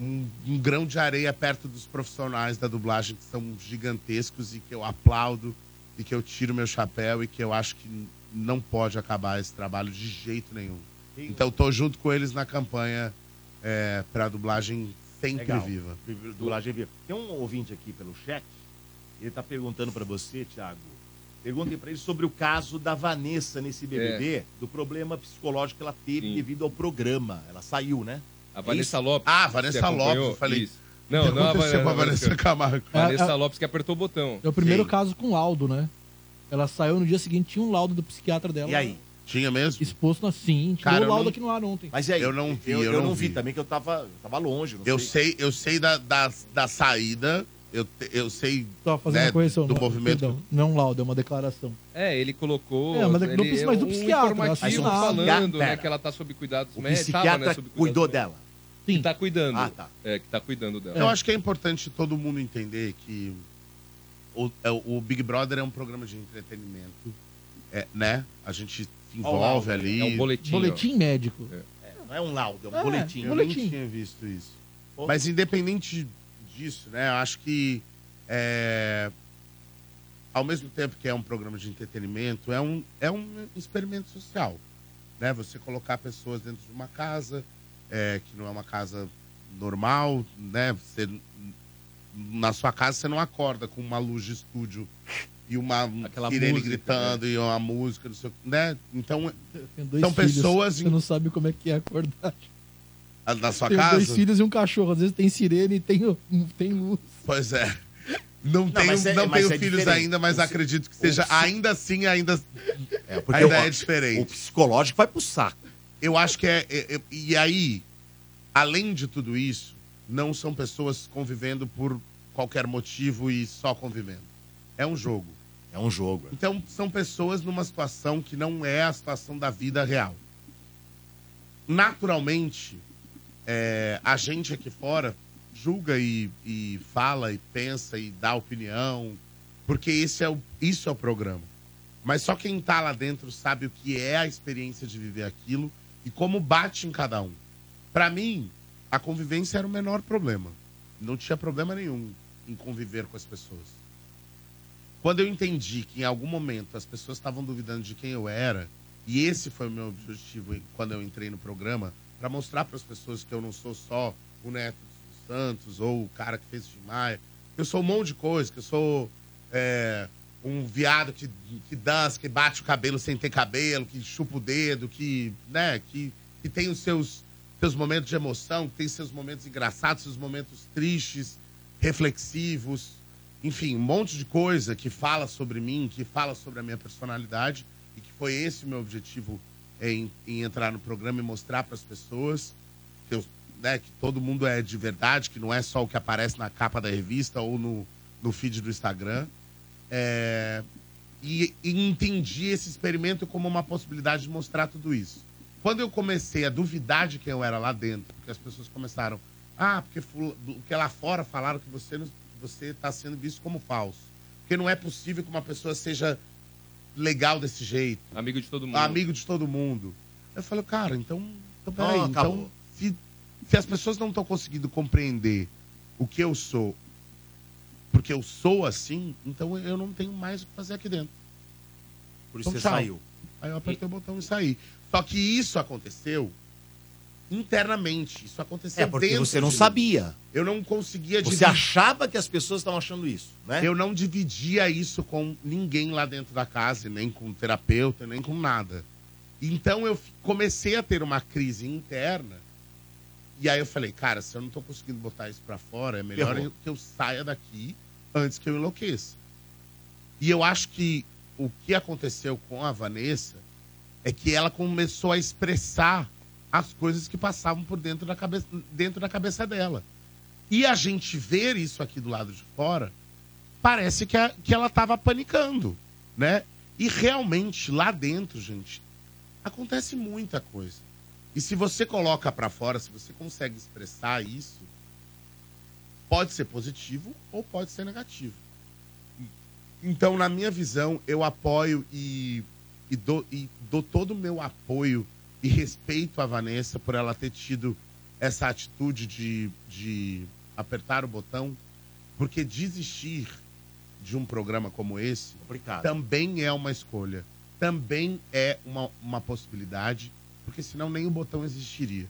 um, um grão de areia perto dos profissionais da dublagem que são gigantescos e que eu aplaudo e que eu tiro meu chapéu e que eu acho que n- não pode acabar esse trabalho de jeito nenhum. Então, tô junto com eles na campanha é, para dublagem sempre Legal. viva. Dublagem viva. Tem um ouvinte aqui pelo chat, ele tá perguntando pra você, Thiago, Perguntem pra ele sobre o caso da Vanessa nesse BBB, É. do problema psicológico que ela teve devido ao programa. Ela saiu, né? A É Vanessa isso? Lopes. Ah, Você Vanessa acompanhou? Lopes, eu falei. Isso. Não, O que não, a aconteceu com a Vanessa Camargo. Vanessa Ah, ah. Lopes que apertou o botão. É o primeiro caso com laudo, né? Ela saiu no dia seguinte, tinha um laudo do psiquiatra dela. E aí? Tinha mesmo? Exposto na sim, tirou Cara, o eu laudo não- aqui no ar ontem. Mas e aí? Eu não vi, Eu, eu eu não não vi vi. também, que eu tava, eu tava longe. não Eu sei, eu sei da, da, da saída, eu, te- eu sei Só fazendo né, a correção. do não, movimento. Perdão, não é um laudo, é uma declaração. É, ele colocou. É, mas não ele- precisa mais do um psiquiatra, assim, informativo assinado. falando né, Pera. que ela tá sob cuidados O médicos. psiquiatra cuidou dela. Sim. Que tá cuidando. Ah, tá. É, que tá cuidando dela. Eu acho que é importante todo mundo entender que o, é, o Big Brother é um programa de entretenimento, é, né? A gente se Ó, o envolve laudo, ali. é um boletim, Boletim médico. Não é um laudo, é um É, boletim. Eu nem tinha visto isso. Mas independente disso, né? Eu acho que é, ao mesmo tempo que é um programa de entretenimento, é um, é um experimento social. Né? Você colocar pessoas dentro de uma casa, é, que não é uma casa normal, né? Você, na sua casa você não acorda com uma luz de estúdio e uma sirene música, gritando e uma música, não sei, o que, né? Então, Tem dois são filhos, pessoas Você não sabe como é que é acordar. em- na sua tem casa. dois filhos e um cachorro. Às vezes tem sirene e tem, um, tem luz. Pois é. Não, tenho, mas é- não mas tenho é filhos diferente. ainda, mas O- acredito que seja. o- ainda assim, ainda. É, porque ainda é diferente. O psicológico vai pro saco. Eu acho que é. é- é- e aí, além de tudo isso, não são pessoas convivendo por qualquer motivo e só convivendo. É um jogo. É um jogo. Então, são pessoas numa situação que não é a situação da vida real. Naturalmente, é, a gente aqui fora julga e, e fala e pensa e dá opinião, porque esse é o, isso é o programa. Mas só quem tá lá dentro sabe o que é a experiência de viver aquilo e como bate em cada um. Pra mim, a convivência era o menor problema. Não tinha problema nenhum em conviver com as pessoas quando eu entendi que em algum momento as pessoas estavam duvidando de quem eu era, e esse foi o meu objetivo em- quando eu entrei no programa, para mostrar para as pessoas que eu não sou só o Neto dos Santos ou o cara que fez o Tim Maia, que eu sou um monte de coisa, que eu sou é, um viado que, que dança, que bate o cabelo sem ter cabelo, que chupa o dedo, que, né, que, que tem os seus, seus momentos de emoção, que tem seus momentos engraçados, seus momentos tristes, reflexivos enfim, um monte de coisa que fala sobre mim, que fala sobre a minha personalidade e que foi esse o meu objetivo eh, em, em entrar no programa e mostrar para as pessoas que, eu- né, que todo mundo é de verdade, que não é só o que aparece na capa da revista ou no, no feed do Instagram. É, e, e entendi esse experimento como uma possibilidade de mostrar tudo isso. Quando eu comecei a duvidar de quem eu era lá dentro, porque as pessoas começaram, ah, porque fula- do- que lá fora falaram que você não- você está sendo visto como falso, porque não é possível que uma pessoa seja legal desse jeito, Amigo de todo mundo. amigo de todo mundo. Eu falo, cara, então, então Não, peraí, então acabou. se, se as pessoas não estão conseguindo compreender o que eu sou, porque eu sou assim, então eu não tenho mais o que fazer aqui dentro. Por isso Então, você tchau. saiu. Aí eu apertei o botão e saí. Só que isso aconteceu internamente. Isso aconteceu É, porque dentro você não de mim. sabia. Eu não conseguia Você dividir. achava que as pessoas estavam achando isso, né? Eu não dividia isso com ninguém lá dentro da casa, e nem com um terapeuta, nem com nada. Então eu fi- comecei a ter uma crise interna. E aí eu falei, cara, se eu não tô conseguindo botar isso pra fora, é melhor Ferrou. eu- que eu saia daqui antes que eu enlouqueça. E eu acho que o que aconteceu com a Vanessa é que ela começou a expressar as coisas que passavam por dentro da cabeça, dentro da cabeça dela. E a gente ver isso aqui do lado de fora, parece que, a- que ela estava panicando, né? E realmente lá dentro, gente, acontece muita coisa. E se você coloca pra fora, se você consegue expressar isso, pode ser positivo ou pode ser negativo. Então, na minha visão, eu apoio e, e dou, e dou todo o meu apoio e respeito à Vanessa por ela ter tido essa atitude de, de apertar o botão, porque desistir de um programa como esse também é uma escolha, também é uma, uma possibilidade, porque senão nem o botão existiria.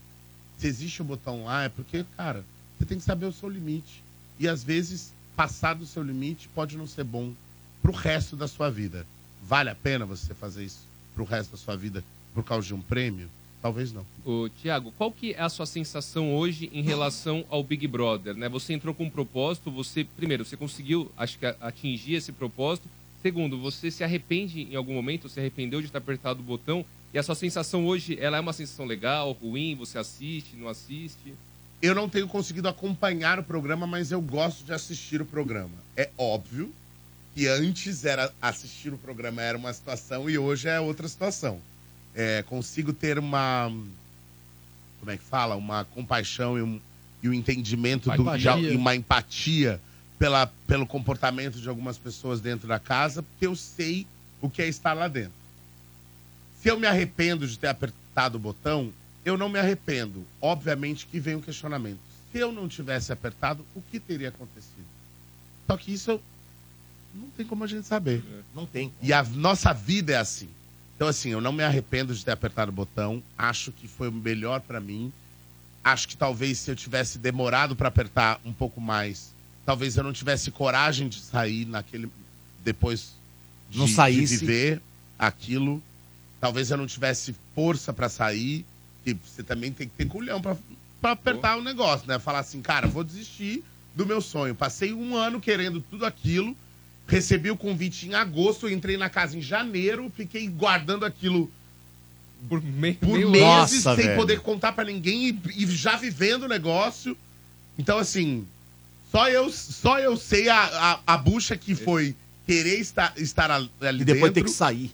Se existe o botão lá, é porque, cara, você tem que saber o seu limite. E às vezes, passar do seu limite pode não ser bom pro resto da sua vida. Vale a pena você fazer isso pro resto da sua vida por causa de um prêmio? Talvez não. Ô, Tiago, qual que é a sua sensação hoje em relação ao Big Brother? Né? Você entrou com um propósito, você, primeiro, você conseguiu, acho que, a- atingir esse propósito. Segundo, você se arrepende em algum momento, se arrependeu de ter apertado o botão? E a sua sensação hoje, ela é uma sensação legal, ruim? Você assiste, não assiste? Eu não tenho conseguido acompanhar o programa, mas eu gosto de assistir o programa. É óbvio que antes era assistir o programa era uma situação e hoje é outra situação. É, consigo ter uma. Como é que fala? Uma compaixão e um, e um entendimento do, de, al- Empatia. e uma empatia pela, pelo comportamento de algumas pessoas dentro da casa, porque eu sei o que é estar lá dentro. Se eu me arrependo de ter apertado o botão, eu não me arrependo. Obviamente que vem o questionamento. Se eu não tivesse apertado, o que teria acontecido? Só que isso eu- não tem como a gente saber. né? Não tem. E a nossa vida é assim. Então, assim, eu não me arrependo de ter apertado o botão. Acho que foi o melhor pra mim. Acho que talvez se eu tivesse demorado pra apertar um pouco mais, talvez eu não tivesse coragem de sair naquele. depois de, Não de saísse. viver aquilo. Talvez eu não tivesse força pra sair. Que você também tem que ter culhão pra, pra apertar o negócio, né? Falar assim, cara, vou desistir do meu sonho. Passei um ano querendo tudo aquilo. Recebi o convite em agosto, entrei na casa em janeiro, fiquei guardando aquilo por, meses Nossa, sem velho. poder contar pra ninguém e, e já vivendo o negócio. Então, assim, só eu, só eu sei a, a, a bucha que foi querer estar, estar ali E depois ter dentro. que sair.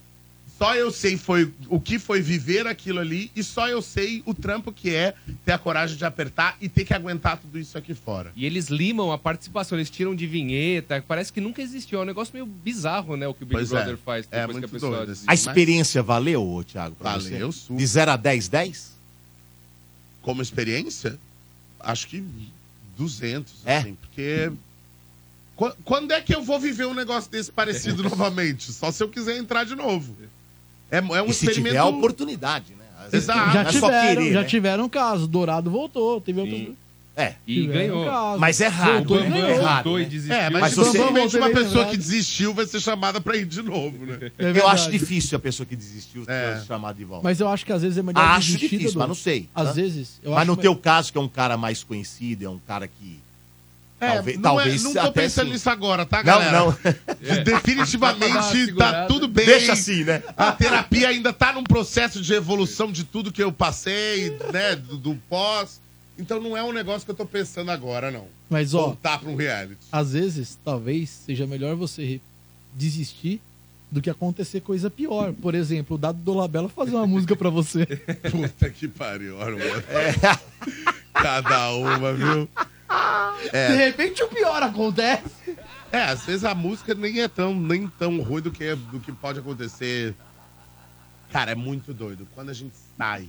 Só eu sei foi o que foi viver aquilo ali e só eu sei o trampo que é ter a coragem de apertar e ter que aguentar tudo isso aqui fora. E eles limam a participação, eles tiram de vinheta. Parece que nunca existiu. É um negócio meio bizarro, né? O que o Big Pois é. Brother faz É depois que a muito pessoa. doido, desiste. A experiência valeu, ô, Thiago? pra você? Valeu, super. De 0 a 10, 10? Como experiência, acho que 200, É. assim, porque... Qu- Quando é que eu vou viver um negócio desse parecido novamente? Só se eu quiser entrar de novo. É, é um E se experimento... tiver a oportunidade, né? Às vezes Exato. tem- Já não é só tiveram, querer, já né? tiveram caso. Dourado voltou, teve outro. É. assim. E Tiveram ganhou. caso. Mas é raro, Voltou né? e ganhou. É raro. Voltou e né? desistiu. É, mas, Mas você- né? dificilmente uma Voltei, pessoa lembrado. que desistiu vai ser chamada pra ir de novo, né? Eu É verdade. É. acho difícil a pessoa que desistiu ser chamada de volta. Ah, Mas eu acho que às vezes é melhor acho desistir, difícil, Dudu. mas não sei. Às Hã? vezes. Eu mas acho no me- teu caso, que é um cara mais conhecido, é um cara que. É, talvez, não, talvez é, não tô até pensando sim. nisso agora, tá, Não, galera? não. Definitivamente tá segurada. tudo bem. Deixa assim, né? A terapia ainda tá num processo de evolução de tudo que eu passei, né? Do, do pós. Então não é um negócio que eu tô pensando agora, não. Mas, ó, Voltar pra um reality. às vezes, talvez seja melhor você desistir do que acontecer coisa pior. Por exemplo, o Dado Dolabella fazer uma música pra você. Puta que pariu, olha, mano. É. Cada uma, viu? De É, repente o pior acontece. é, às vezes a música nem é tão, nem tão ruim do que, do que pode acontecer. Cara, é muito doido. Quando a gente sai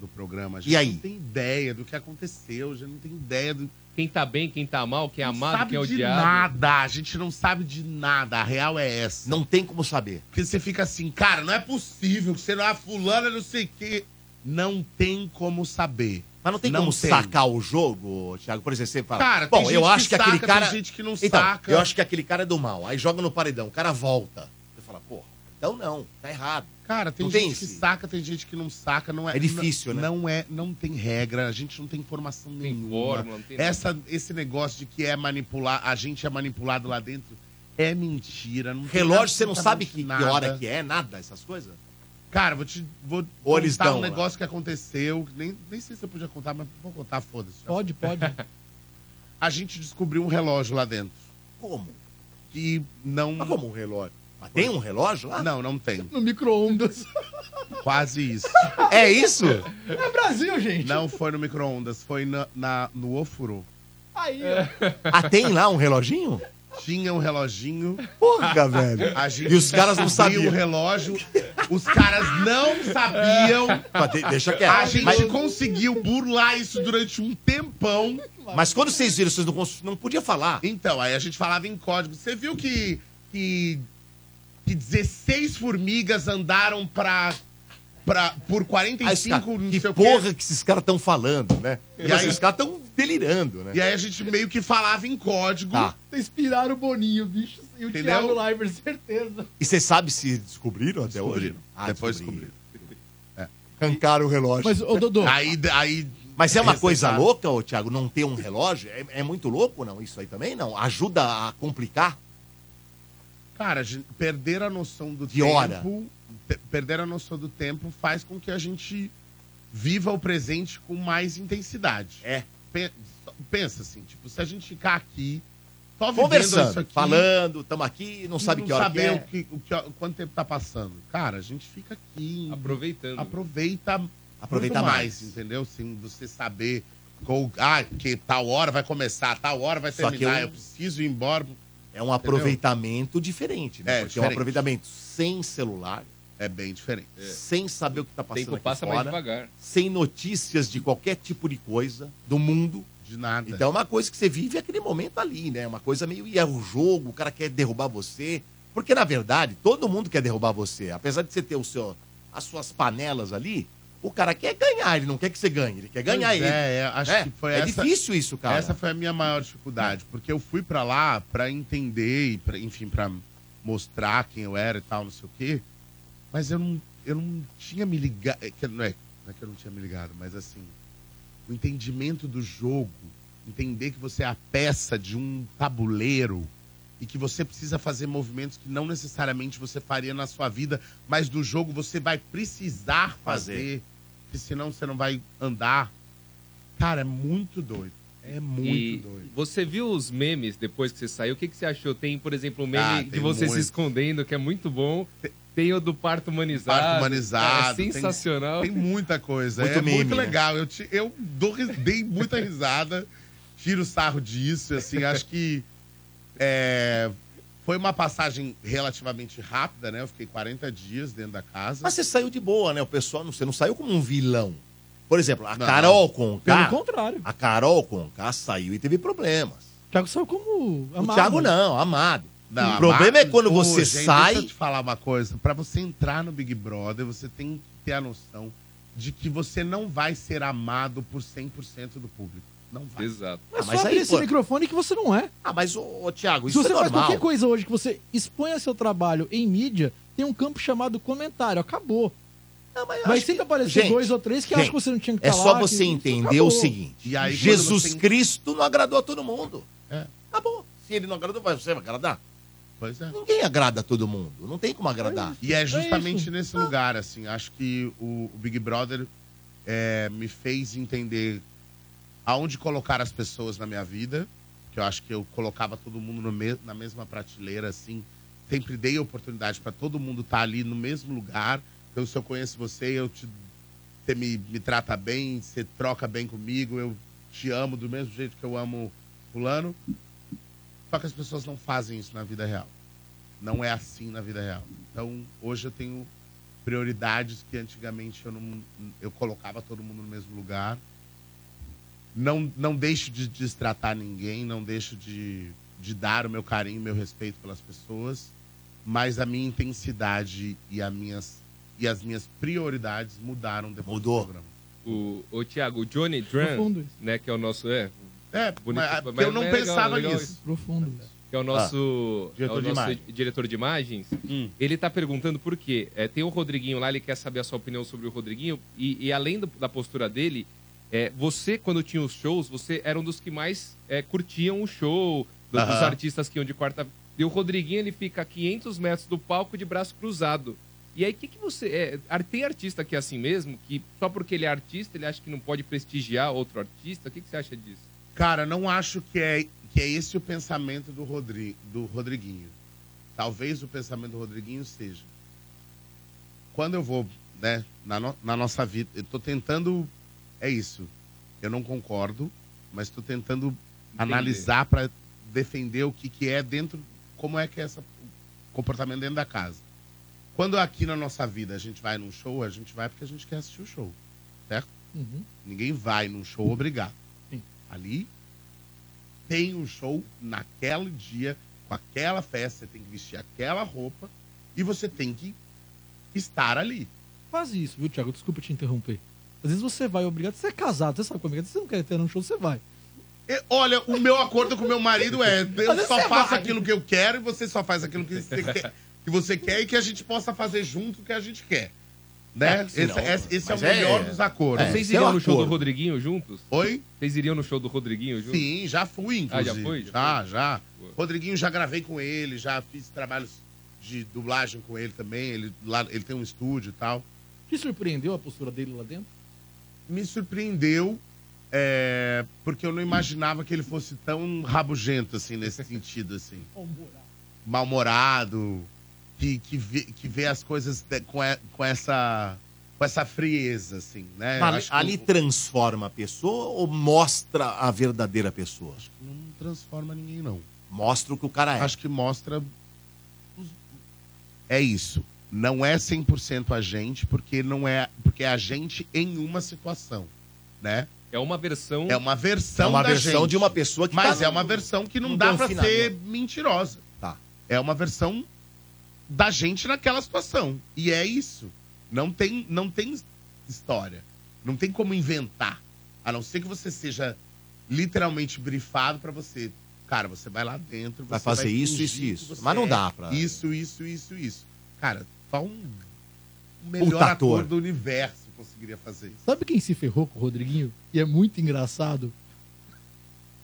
do programa, a gente E aí? não tem ideia do que aconteceu, a gente não tem ideia do, Quem tá bem, quem tá mal, quem é não amado, sabe quem é de odiado. nada. A gente não sabe de nada. A real é essa. Não tem como saber. Porque você fica assim, cara, não é possível que você não é fulana, não sei o quê. Não tem como saber. Mas não tem Não como tem. sacar o jogo, Thiago? Por exemplo, você fala. Cara, tem Tá. Bom, gente eu acho que que, aquele saca, cara. tem gente que não então, saca. Eu acho que aquele cara é do mal. Aí joga no paredão, o cara volta. Você fala, porra, então não, tá errado. Cara, tem Não gente tem que esse? saca, tem gente que não saca. Não é, É difícil, não, né? Não, é, não tem regra, a gente não tem informação Tem nenhuma. fórmula, não tem nada. Essa, esse negócio de que é manipular, a gente é manipulado lá dentro, é mentira. não tem Relógio, você não sabe absolutamente que, que nada. hora que é, nada, essas coisas? Cara, vou te vou Ou eles contar dão um lá. negócio que aconteceu. que Nem, nem sei se eu podia contar, mas vou contar, foda-se. Pode, pode. A gente descobriu um relógio lá dentro. Como? Hum. Que não. Mas como um relógio? Mas tem um relógio lá? Não, não tem. No micro-ondas. Quase isso. É isso? É Brasil, gente. Não foi no micro-ondas, foi na, na- no ofuro. Aí, Ah, tem lá um reloginho? Tinha um reloginho. Porra, velho. A gente E os caras não descobriu sabiam. o relógio. Os caras não sabiam. Mas de- Deixa quieto. A gente Mas, conseguiu burlar isso durante um tempão. mas quando vocês viram, vocês não, cons- não podia falar. Então, aí a gente falava em código. Você viu que, que, que 16 formigas andaram pra, pra, por Ah, esse 45 cara, não que sei o quê? porra que esses caras estão falando, né? E aí- aí, os caras estão delirando, né? E aí a gente meio que falava em código. Tá. Vocês piraram o Boninho, bicho. E o Entendeu? Thiago Leifert, certeza. E você sabe se descobriram até hoje? Descobriram. Depois descobriram. Arrancaram o relógio. Mas, ô, Dodô- Aí, aí... Mas é uma Esse coisa cara- louca, ô, Thiago, não ter um relógio? É, é muito louco, não? Isso aí também não? Ajuda a Tá complicar? Cara, a gente- perder a noção do De tempo. hora. pe- Perder a noção do tempo faz com que a gente viva o presente com mais intensidade. É. Pensa assim, tipo, se a gente ficar aqui, só vivendo isso Conversando, aqui, falando, estamos aqui, não sabe não que hora que saber é. o que o que- o quanto tempo tá passando. Cara, a gente fica aqui. Aproveitando. Aproveita. Aproveita muito mais. entendeu? Sem você saber. qual- ah, que tal hora vai começar, tal hora vai Só que terminar, eu- eu preciso ir embora. É um aproveitamento diferente, né? É, Porque é um diferente. aproveitamento sem celular. É bem diferente. Sem saber o que tá passando tempo aqui passa mais fora, devagar. Sem notícias de qualquer tipo de coisa, do mundo. De nada. Então é uma coisa que você vive aquele momento ali, né? Uma coisa meio. E é o jogo, o cara quer derrubar você. Porque, na verdade, todo mundo quer derrubar você. Apesar de você ter o seu, as suas panelas ali, o cara quer ganhar, ele não quer que você ganhe, ele quer ganhar Pois ele. É, é, acho que foi é essa- difícil isso, cara. Essa foi a minha maior dificuldade, porque eu fui pra lá pra entender e, pra, enfim, pra mostrar quem eu era e tal, não sei o quê. Mas eu não, eu não tinha me ligado. é que- Não é, não é que eu não tinha me ligado, mas assim, o entendimento do jogo, entender que você é a peça de um tabuleiro e que você precisa fazer movimentos que não necessariamente você faria na sua vida, mas do jogo você vai precisar Fazer. fazer, porque senão você não vai andar. Cara, é muito doido. É muito E doido. você viu os memes depois que você saiu? O que, que você achou? Tem, por exemplo, o meme Ah, de tem você se muito. escondendo, que é muito bom. Tem o do parto humanizado. Parto humanizado. É sensacional. Tem, tem muita coisa. Muito é meme, muito né? legal. Eu, te- eu dou ris- dei muita risada, tiro sarro disso. Assim, acho que é, foi uma passagem relativamente rápida, né? Eu fiquei 40 dias dentro da casa. Mas você saiu de boa, né? O pessoal, não- você não saiu como um vilão. Por exemplo, a Carol Conká. Pelo contrário. A Carol Conká saiu e teve problemas. O Thiago saiu como O amado. Thiago não, amado. Não, o problema Marcos- é quando Ô, você gente, sai. Deixa eu te falar uma coisa. Pra você entrar no Big Brother, você tem que ter a noção de que você não vai ser amado por 100% do público. Não vai. Exato. É Ah, só mas abrir aí, esse pô. microfone que você não é. Ah, mas, ô, ô, Thiago, Se isso você é faz normal. qualquer coisa hoje que você exponha seu trabalho em mídia, tem um campo chamado comentário. Acabou. Não, mas eu Vai acho sempre que- aparecer Gente, dois ou três que acham que você não tinha que É tá só lá, você que- isso entender acabou. o seguinte: E aí, quando Jesus você- Cristo não agradou a todo mundo. É. Acabou. Se ele não agradou, vai- você vai agradar? Pois é. Ninguém agrada a todo mundo. Não tem como agradar. E é justamente isso. nesse lugar, assim. Acho que o, o Big Brother é, me fez entender aonde colocar as pessoas na minha vida. Que eu acho que eu colocava todo mundo no me- na mesma prateleira, assim. Sempre dei oportunidade para todo mundo estar ali no mesmo lugar. Então, se eu conheço você, eu te, você me, me trata bem, você troca bem comigo, eu te amo do mesmo jeito que eu amo fulano. Só que as pessoas não fazem isso na vida real não é assim na vida real. Então, hoje eu tenho prioridades que antigamente eu não eu colocava todo mundo no mesmo lugar. Não não deixo de destratar ninguém, não deixo de, de dar o meu carinho, meu respeito pelas pessoas, mas a minha intensidade e as minhas e as minhas prioridades mudaram depois Mudou. do programa. O, o Thiago, o Johnny Drum, Profundo isso. né, que é o nosso... É, É, Bonito, mas, mas- eu não mas é legal, pensava legal nisso. isso. Profundo. isso. que é o nosso, é Ah, diretor o de nosso imagem. diretor de imagens, Hum. ele tá perguntando por quê. É, tem o Rodriguinho lá, ele quer saber a sua opinião sobre o Rodriguinho, e, e além do- da postura dele, é, você, quando tinha os shows, você era um dos que mais é, curtiam o show, do- dos Aham. artistas que iam de quarta... E o Rodriguinho, ele fica a 500 metros do palco de braço cruzado. E aí, o que, que você... É, ar- tem artista que é assim mesmo, que só porque ele é artista, ele acha que não pode prestigiar outro artista? O que, que você acha disso? Cara, não acho que é, que é esse o pensamento do, Rodri, do Rodriguinho. Talvez o pensamento do Rodriguinho seja. Quando eu vou, né, na, no- na nossa vida, eu tô tentando. É isso. Eu não concordo, mas tô tentando analisar para defender o que, que é dentro, como é que é essa, o comportamento dentro da casa. Quando aqui na nossa vida a gente vai num show, a gente vai porque a gente quer assistir o show, certo? Uhum. Ninguém vai num show obrigado. Sim. Ali tem um show naquele dia, com aquela festa, você tem que vestir aquela roupa e você tem que estar ali. Faz isso, viu, Thiago? Desculpa te interromper. Às vezes você vai obrigado, você é casado, você sabe como é que é. Você não quer ter num show, você vai. E, Olha, o meu acordo com o meu marido é: eu Mas só você é faço vago. aquilo que eu quero e você só faz aquilo que você quer, que você quer e que a gente possa fazer junto o que a gente quer. Né? É, esse não, esse- esse é o mas melhor é- dos acordos. É, Vocês Esse é o iriam no show do acordo. Rodriguinho juntos? Oi? Vocês iriam no show do Rodriguinho juntos? Sim, já fui, Ah, inclusive. já foi? Já, já. Rodriguinho já gravei com ele, já fiz trabalhos de dublagem com ele também. Ele, lá, ele tem um estúdio e tal. Te surpreendeu a postura dele lá dentro? Me surpreendeu, é, porque eu não imaginava que ele fosse tão rabugento, assim, nesse sentido, assim. Mal-humorado, que, que, vê, que vê as coisas de- com, e- com essa... Com essa frieza, assim, né? Eu ali acho que ali o- transforma a pessoa ou mostra a verdadeira pessoa? não transforma ninguém, não. Mostra o que o cara é. Acho que mostra. É isso. Não é 100% a gente, porque não é, porque é a gente em uma situação, né? É uma versão. É uma versão É uma da versão gente. de uma pessoa que Mas tá é num- uma versão que não num dá pra confinamento. ser mentirosa. Tá. É uma versão da gente naquela situação. E é isso. Não tem, não tem história. Não tem como inventar. A não ser que você seja literalmente brifado pra você. Cara, você vai lá dentro. Vai você fazer isso, fingir isso e que isso. você Mas não é dá né? pra- Isso, isso, isso, isso. Cara, só um o melhor Puta ator. ator do universo conseguiria fazer isso. Sabe quem se ferrou com o Rodriguinho? E é muito engraçado.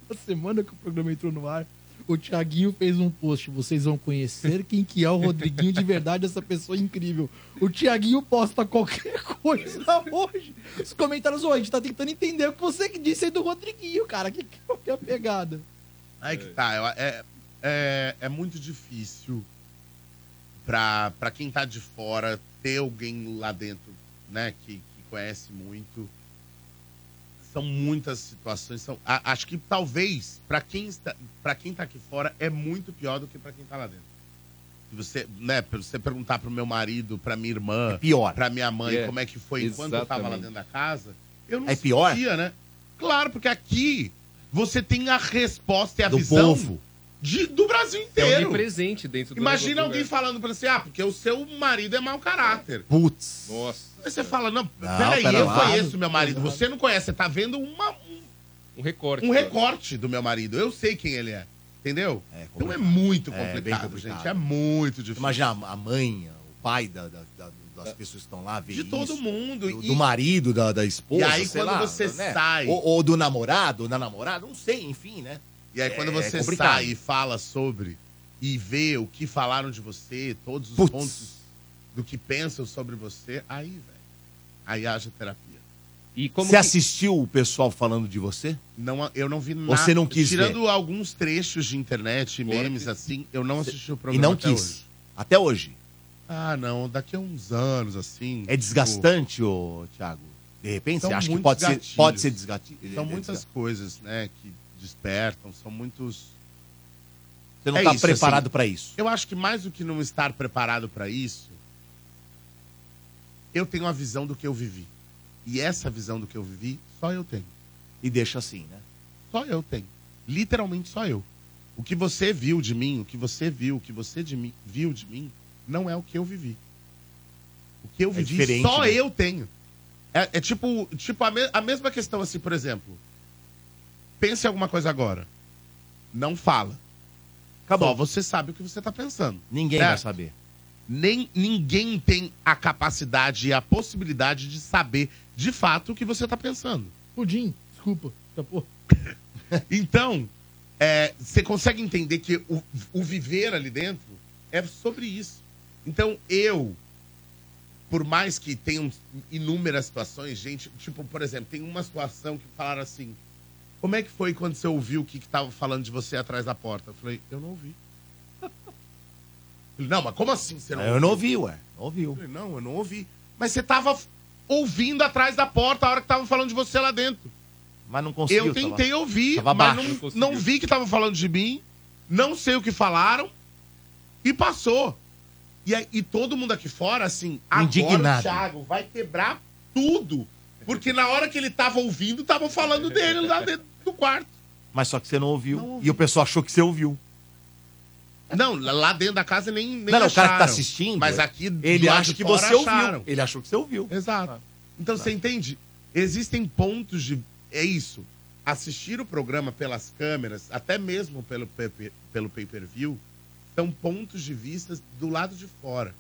Na semana que o programa entrou no ar, o Thiaguinho fez um post. Vocês vão conhecer quem que é o Rodriguinho de verdade, essa pessoa incrível. O Thiaguinho posta qualquer coisa hoje. Os comentários, "Ô, a gente tá tentando entender o que você que disse aí do Rodriguinho, cara. Que que que é a pegada? Aí que tá. eu- É, é, é muito difícil pra, pra quem tá de fora ter alguém lá dentro, né, que, que conhece muito. São muitas situações. São, a- acho que talvez, pra quem, está, pra quem tá aqui fora, é muito pior do que pra quem tá lá dentro. Se você, né, pra você perguntar pro meu marido, pra minha irmã, pior. pra minha mãe, É, como é que foi enquanto eu tava lá exatamente. dentro da casa, eu não É pior? sentia, né? Claro, porque aqui você tem a resposta e a Do visão povo. de- do Brasil É inteiro. onipresente dentro do Imagina negócio, alguém né? falando pra você, ah, porque o seu marido é mau caráter. Putz. Nossa. Aí você fala, não, peraí, pera eu lá. conheço meu marido. Você não conhece, você tá vendo uma- um, Um recorte. um recorte do meu marido. Eu sei quem ele é, entendeu? então é muito É, bem complicado, complicado. gente. É muito difícil. Imagina a a mãe, o pai da- da- da- das pessoas que estão lá, ver De todo isso. mundo. Do, e- do marido, da, da esposa. E aí, sei quando lá, você né? sai- Ou, ou do namorado, da namorada, não sei, enfim, né? E aí, quando É você complicado. sai e fala sobre e vê o que falaram de você, todos os pontos do que pensam sobre você, aí, velho. Aí haja terapia. E você assistiu o pessoal falando de você? Não, eu não vi nada. Você não quis ver? Tirando alguns trechos de internet, memes assim, eu não assisti o E programa. não até quis. hoje. Até hoje. Ah, não, daqui a uns anos, assim. É desgastante, ô, Thiago? De repente, São você acha que muitos pode ser, gatilhos. pode ser desgatilho? São muitas coisas, né, que despertam, são muitos. Você não É está isso, preparado assim. para isso. Eu acho que mais do que não estar preparado para isso, eu tenho a visão do que eu vivi. E essa visão do que eu vivi, só eu tenho. E deixa assim, né? Só eu tenho. Literalmente só eu. O que você viu de mim, o que você viu, o que você de mim- viu de mim, não é o que eu vivi. O que eu vivi, diferente, só né? eu tenho. É, é tipo, tipo a, me- a mesma questão, assim, por exemplo. Pense em alguma coisa agora. Não fala. Acabou. Só você sabe o que você tá pensando. Ninguém vai Certo? saber. nem ninguém tem a capacidade e a possibilidade de saber de fato o que você tá pensando. Pudim, desculpa. tá Capô. Então, é, você consegue entender que o, o viver ali dentro é sobre isso. Então, eu, por mais que tenham inúmeras situações, gente, tipo, por exemplo, tem uma situação que falaram assim: como é que foi quando você ouviu o que, que tava falando de você atrás da porta? Eu falei, eu não ouvi. Ele, não, mas como assim você não Eu não ouvi, ué. Não ouviu. Falei, não, eu não ouvi. Mas você tava f- ouvindo atrás da porta a hora que tava falando de você lá dentro. Mas não conseguiu. eu tentei tava- ouvir, tava mas baixo. não, Não não vi que tava falando de mim, não sei o que falaram e passou. E, aí- e todo mundo aqui fora, assim, agora o Indignado. Thiago vai quebrar tudo. Porque na hora que ele tava ouvindo, estavam falando dele lá dentro do quarto. Mas só que você não ouviu. E o pessoal achou que você ouviu. Não, lá dentro da casa nem, nem não, não, o cara que tá acharam. assistindo. Mas aqui do ele lado acha de que fora você acharam. ouviu. Ele achou que você ouviu. Exato. Então você entende? Existem pontos de. É isso. assistir o programa pelas câmeras, até mesmo pelo, pe- pe- pelo pay-per-view, são pontos de vista do lado de fora.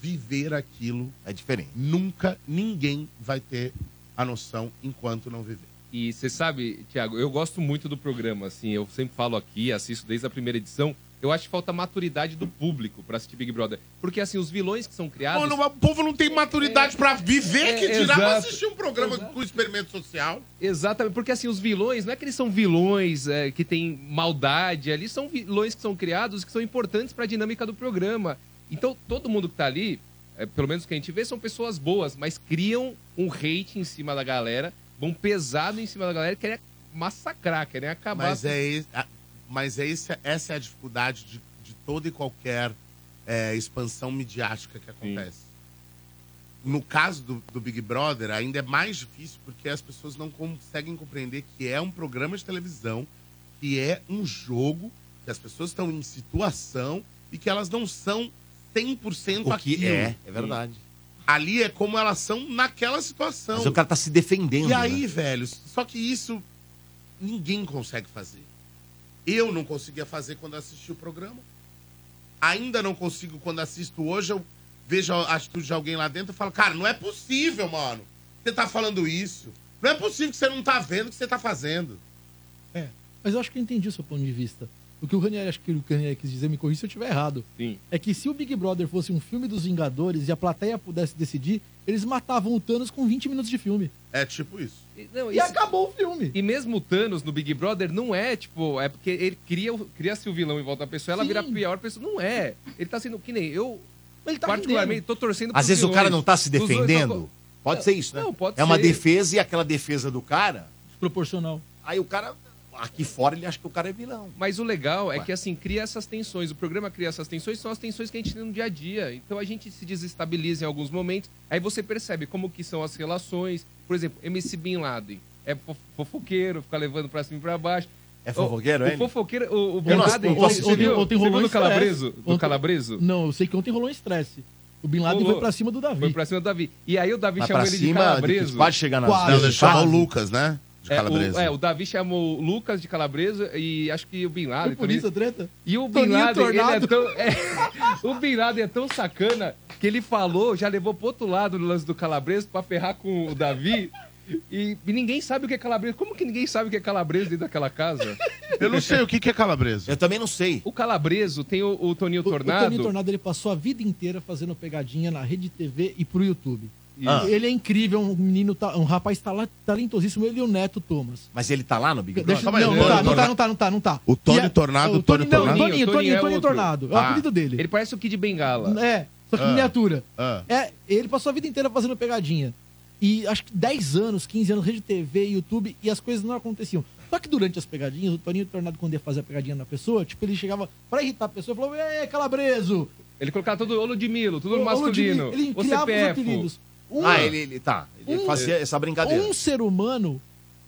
Viver aquilo é diferente. Nunca ninguém vai ter a noção enquanto não viver. E você sabe, Thiago, eu gosto muito do programa, assim, eu sempre falo aqui, assisto desde a primeira edição. Eu acho que falta maturidade do público pra assistir Big Brother. Porque, assim, os vilões que são criados. Mano, o povo não tem maturidade pra viver, que dirá pra assistir um programa com experimento social. Exatamente, porque assim, os vilões, não é que eles são vilões é, que têm maldade ali, são vilões que são criados, que são importantes pra dinâmica do programa. Então, todo mundo que tá ali, é, pelo menos que a gente vê, são pessoas boas, mas criam um hate em cima da galera, vão pesado em cima da galera, querem massacrar, querem acabar. Mas é, esse- a- mas é esse, essa é a dificuldade de, de toda e qualquer é, expansão midiática que acontece. No caso do, do Big Brother, ainda é mais difícil porque as pessoas não conseguem compreender que é um programa de televisão, que é um jogo, que as pessoas estão em situação e que elas não são 100% O que aquilo. é, é verdade. Ali é como elas são naquela situação. Mas o cara tá se defendendo. E aí, né? velho, só que isso ninguém consegue fazer. Eu não conseguia fazer quando assisti o programa. Ainda não consigo quando assisto hoje. Eu vejo a atitude de alguém lá dentro e falo, cara, não é possível, mano. Você tá falando isso. Não é possível que você não tá vendo o que você tá fazendo. É. Mas eu acho que eu entendi o seu ponto de vista. O que o Ranieri, acho que o Ranieri quis dizer, me corrija se eu estiver errado. Sim. É que se o Big Brother fosse um filme dos Vingadores e a plateia pudesse decidir, eles matavam o Thanos com 20 minutos de filme. É tipo isso. E acabou o filme. E mesmo o Thanos no Big Brother não é, tipo, é porque ele cria, o- cria-se o vilão em volta da pessoa, ela vira a pior pessoa. Não é. Ele tá sendo que nem eu. Ele tá particularmente, rendendo. tô torcendo Às pros vezes o cara vilões. não tá se Dos dois, defendendo. só- Pode ser isso, né? Não, pode é uma ser. defesa e aquela defesa do cara. Proporcional. Aí o cara, aqui fora, ele acha que o cara é vilão. Mas o legal é Ué. que, assim, cria essas tensões. O programa cria essas tensões, são as tensões que a gente tem no dia a dia. Então a gente se desestabiliza em alguns momentos. Aí você percebe como que são as relações. Por exemplo, MC Bin Laden. É fo- fofoqueiro, fica levando pra cima e pra baixo. É fofoqueiro, o, é O ele? fofoqueiro, o, o Bin Ontem- Laden. ontem- você ontem- viu? Você ontem rolou viu um do estresse. calabreso? Do Ontem- calabreso? Não, eu sei que ontem rolou um estresse. O Bin Laden Rolou. foi pra cima do Davi. Foi pra cima do Davi. E aí o Davi Mas chamou pra ele cima, de calabreso. quase chegar nas- Quase. Não, ele chamou Quase. o Lucas, né? De É, calabreso. o, é, o Davi chamou o Lucas de calabreso e acho que o Bin Laden Foi por também. isso a treta? E o Bin Toninho Laden, ele é Tornado. tão, é, o Bin Laden é tão sacana que ele falou, já levou pro outro lado no lance do calabreso pra ferrar com o Davi. E, e ninguém sabe o que é calabreso. Como que ninguém sabe o que é calabreso dentro daquela casa? Eu não sei o que é calabreso. Eu também não sei. O calabreso tem o, o Toninho Tornado. O Toninho Tornado ele passou a vida inteira fazendo pegadinha na rede TV e pro YouTube. Isso. Ah. Ele é incrível, um menino, ta- um rapaz tala- talentosíssimo, ele e o Neto Thomas. Mas ele tá lá no Big Brother? Deixa, não, não, tá, não tá, não tá, não tá, não tá. O Tony Tornado, o Tony, não, Toninho, Toninho, Toninho, Toninho é Toninho outro. Tornado. É o Ah. apelido dele. Ele parece o Kid Bengala. É, só que Ah. miniatura. Ah. É, ele passou a vida inteira fazendo pegadinha. E acho que 10 anos, 15 anos, rede TV, YouTube, e as coisas não aconteciam. Só que durante as pegadinhas, o Toninho Tornado, quando ia fazer a pegadinha na pessoa, tipo, ele chegava pra irritar a pessoa e falou: Ê, calabreso! Ele colocava tudo ô Ludmilo, tudo Ô, ô, masculino. Ludmilo, ele Ô, criava os CPF. apelidos. Um- Ah, ele, ele tá. Ele um- fazia essa brincadeira. Um ser humano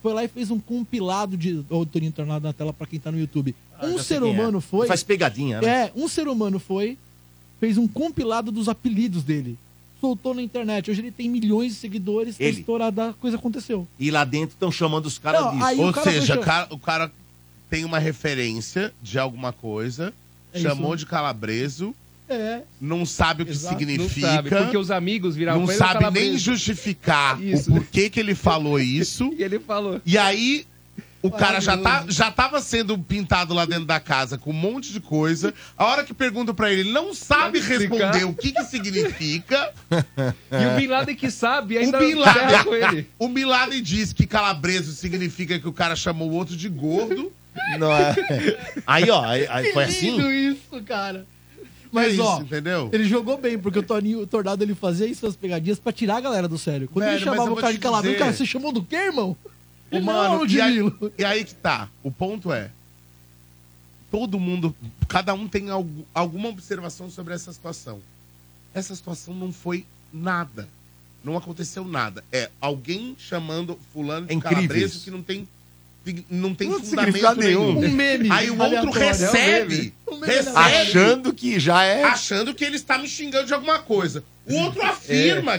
foi lá e fez um compilado de. Ó, o Toninho Tornado na tela pra quem tá no YouTube. um já sei ser quem é. humano foi. Ele faz pegadinha, né? É, um ser humano foi, fez um compilado dos apelidos dele. Soltou na internet. Hoje ele tem milhões de seguidores, tá Ele. estourado, a coisa aconteceu. E lá dentro estão chamando os caras Não, disso. aí o Ou cara seja, deixa- cara- o cara tem uma referência de alguma coisa, É chamou isso. de calabreso, É. não sabe o que Exato. significa. Não sabe, porque os amigos viravam Não pra ele, o sabe nem calabreso. justificar o porquê que ele falou isso. e ele falou. E aí. O cara já, tá, já tava sendo pintado lá dentro da casa com um monte de coisa. A hora que pergunta pra ele, ele não sabe explicar. responder o que que significa. E o Bin Laden que sabe ainda É. O Bin ferra com ele. Laden, o Bin Laden diz que calabreso significa que o cara chamou o outro de gordo. Não é. Aí, ó, aí, aí Que foi assim. lindo isso, cara. Mas, É isso, ó, entendeu? ele jogou bem, porque o Toninho o Tornado ele fazia isso nas pegadinhas pra tirar a galera do sério. Quando Velho, ele mas eu chamava o vou cara te de calabreso, dizer. cara, você chamou do quê, irmão? Ô, Ele, mano, não, e, aí, Ludmilo. e aí que tá. O ponto é. Todo mundo, cada um tem algu- alguma observação sobre essa situação. Essa situação não foi nada. Não aconteceu nada. É alguém chamando fulano de É incrível calabreso isso. que não tem, não tem Não tem fundamento significado nenhum. nenhum. Um meme Aí o outro aleatório, é um recebe. meme. Um meme recebe aleatório. Achando que já é- Hum. Achando que ele está me xingando de alguma coisa. O outro É. afirma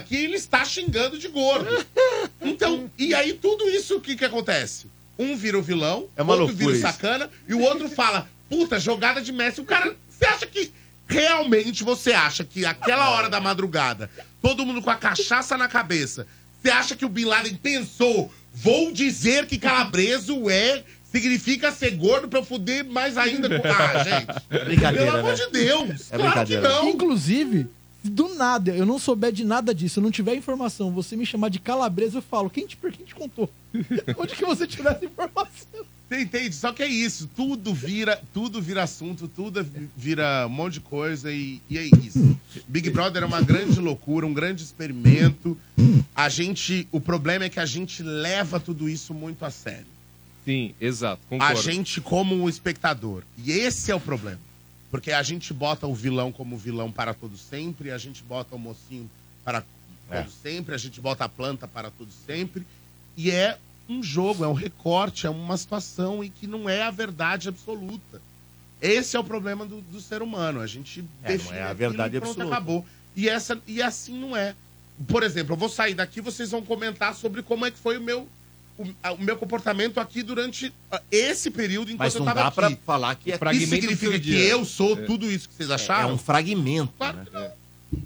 que ele está xingando de gordo. Então, e aí tudo isso o que que acontece? Um vira o vilão, É uma outro loucura vira o isso. sacana, e o outro fala, puta, jogada de Messi. O cara, você acha que... Realmente você acha que aquela hora da madrugada, todo mundo com a cachaça na cabeça, você acha que o Bin Laden pensou, vou dizer que calabreso é... Significa ser gordo pra eu fuder mais ainda com... Ah, gente. Brincadeira, Pelo amor né? de Deus. É claro que brincadeira. Então, não. Inclusive, do nada, eu não souber de nada disso, eu não tiver informação, você me chamar de calabresa, eu falo, quem te, por quem te contou? Onde que você tirou essa informação? Você entende? Só que é isso. Tudo vira, tudo vira assunto, tudo vira um monte de coisa e, e é isso. Big Brother é uma grande loucura, um grande experimento. A gente, o problema é que a gente leva tudo isso muito a sério. Sim, exato. A Concordo. gente como um espectador. E esse é o problema. Porque a gente bota o vilão como vilão para todo sempre, a gente bota o mocinho para É. todo sempre, a gente bota a planta para todo sempre. E é um jogo, é um recorte, é uma situação em que não é a verdade absoluta. Esse é o problema do, do ser humano. A gente É, não é a aquilo verdade e pronto, absoluta. acabou. E, essa, e assim não é. Por exemplo, eu vou sair daqui vocês vão comentar sobre como é que foi o meu, o, a- o meu comportamento aqui durante ah, esse período enquanto Mas eu não tava dá pra aqui. falar que é Isso significa que eu sou tudo isso que vocês acharam? É um fragmento. né?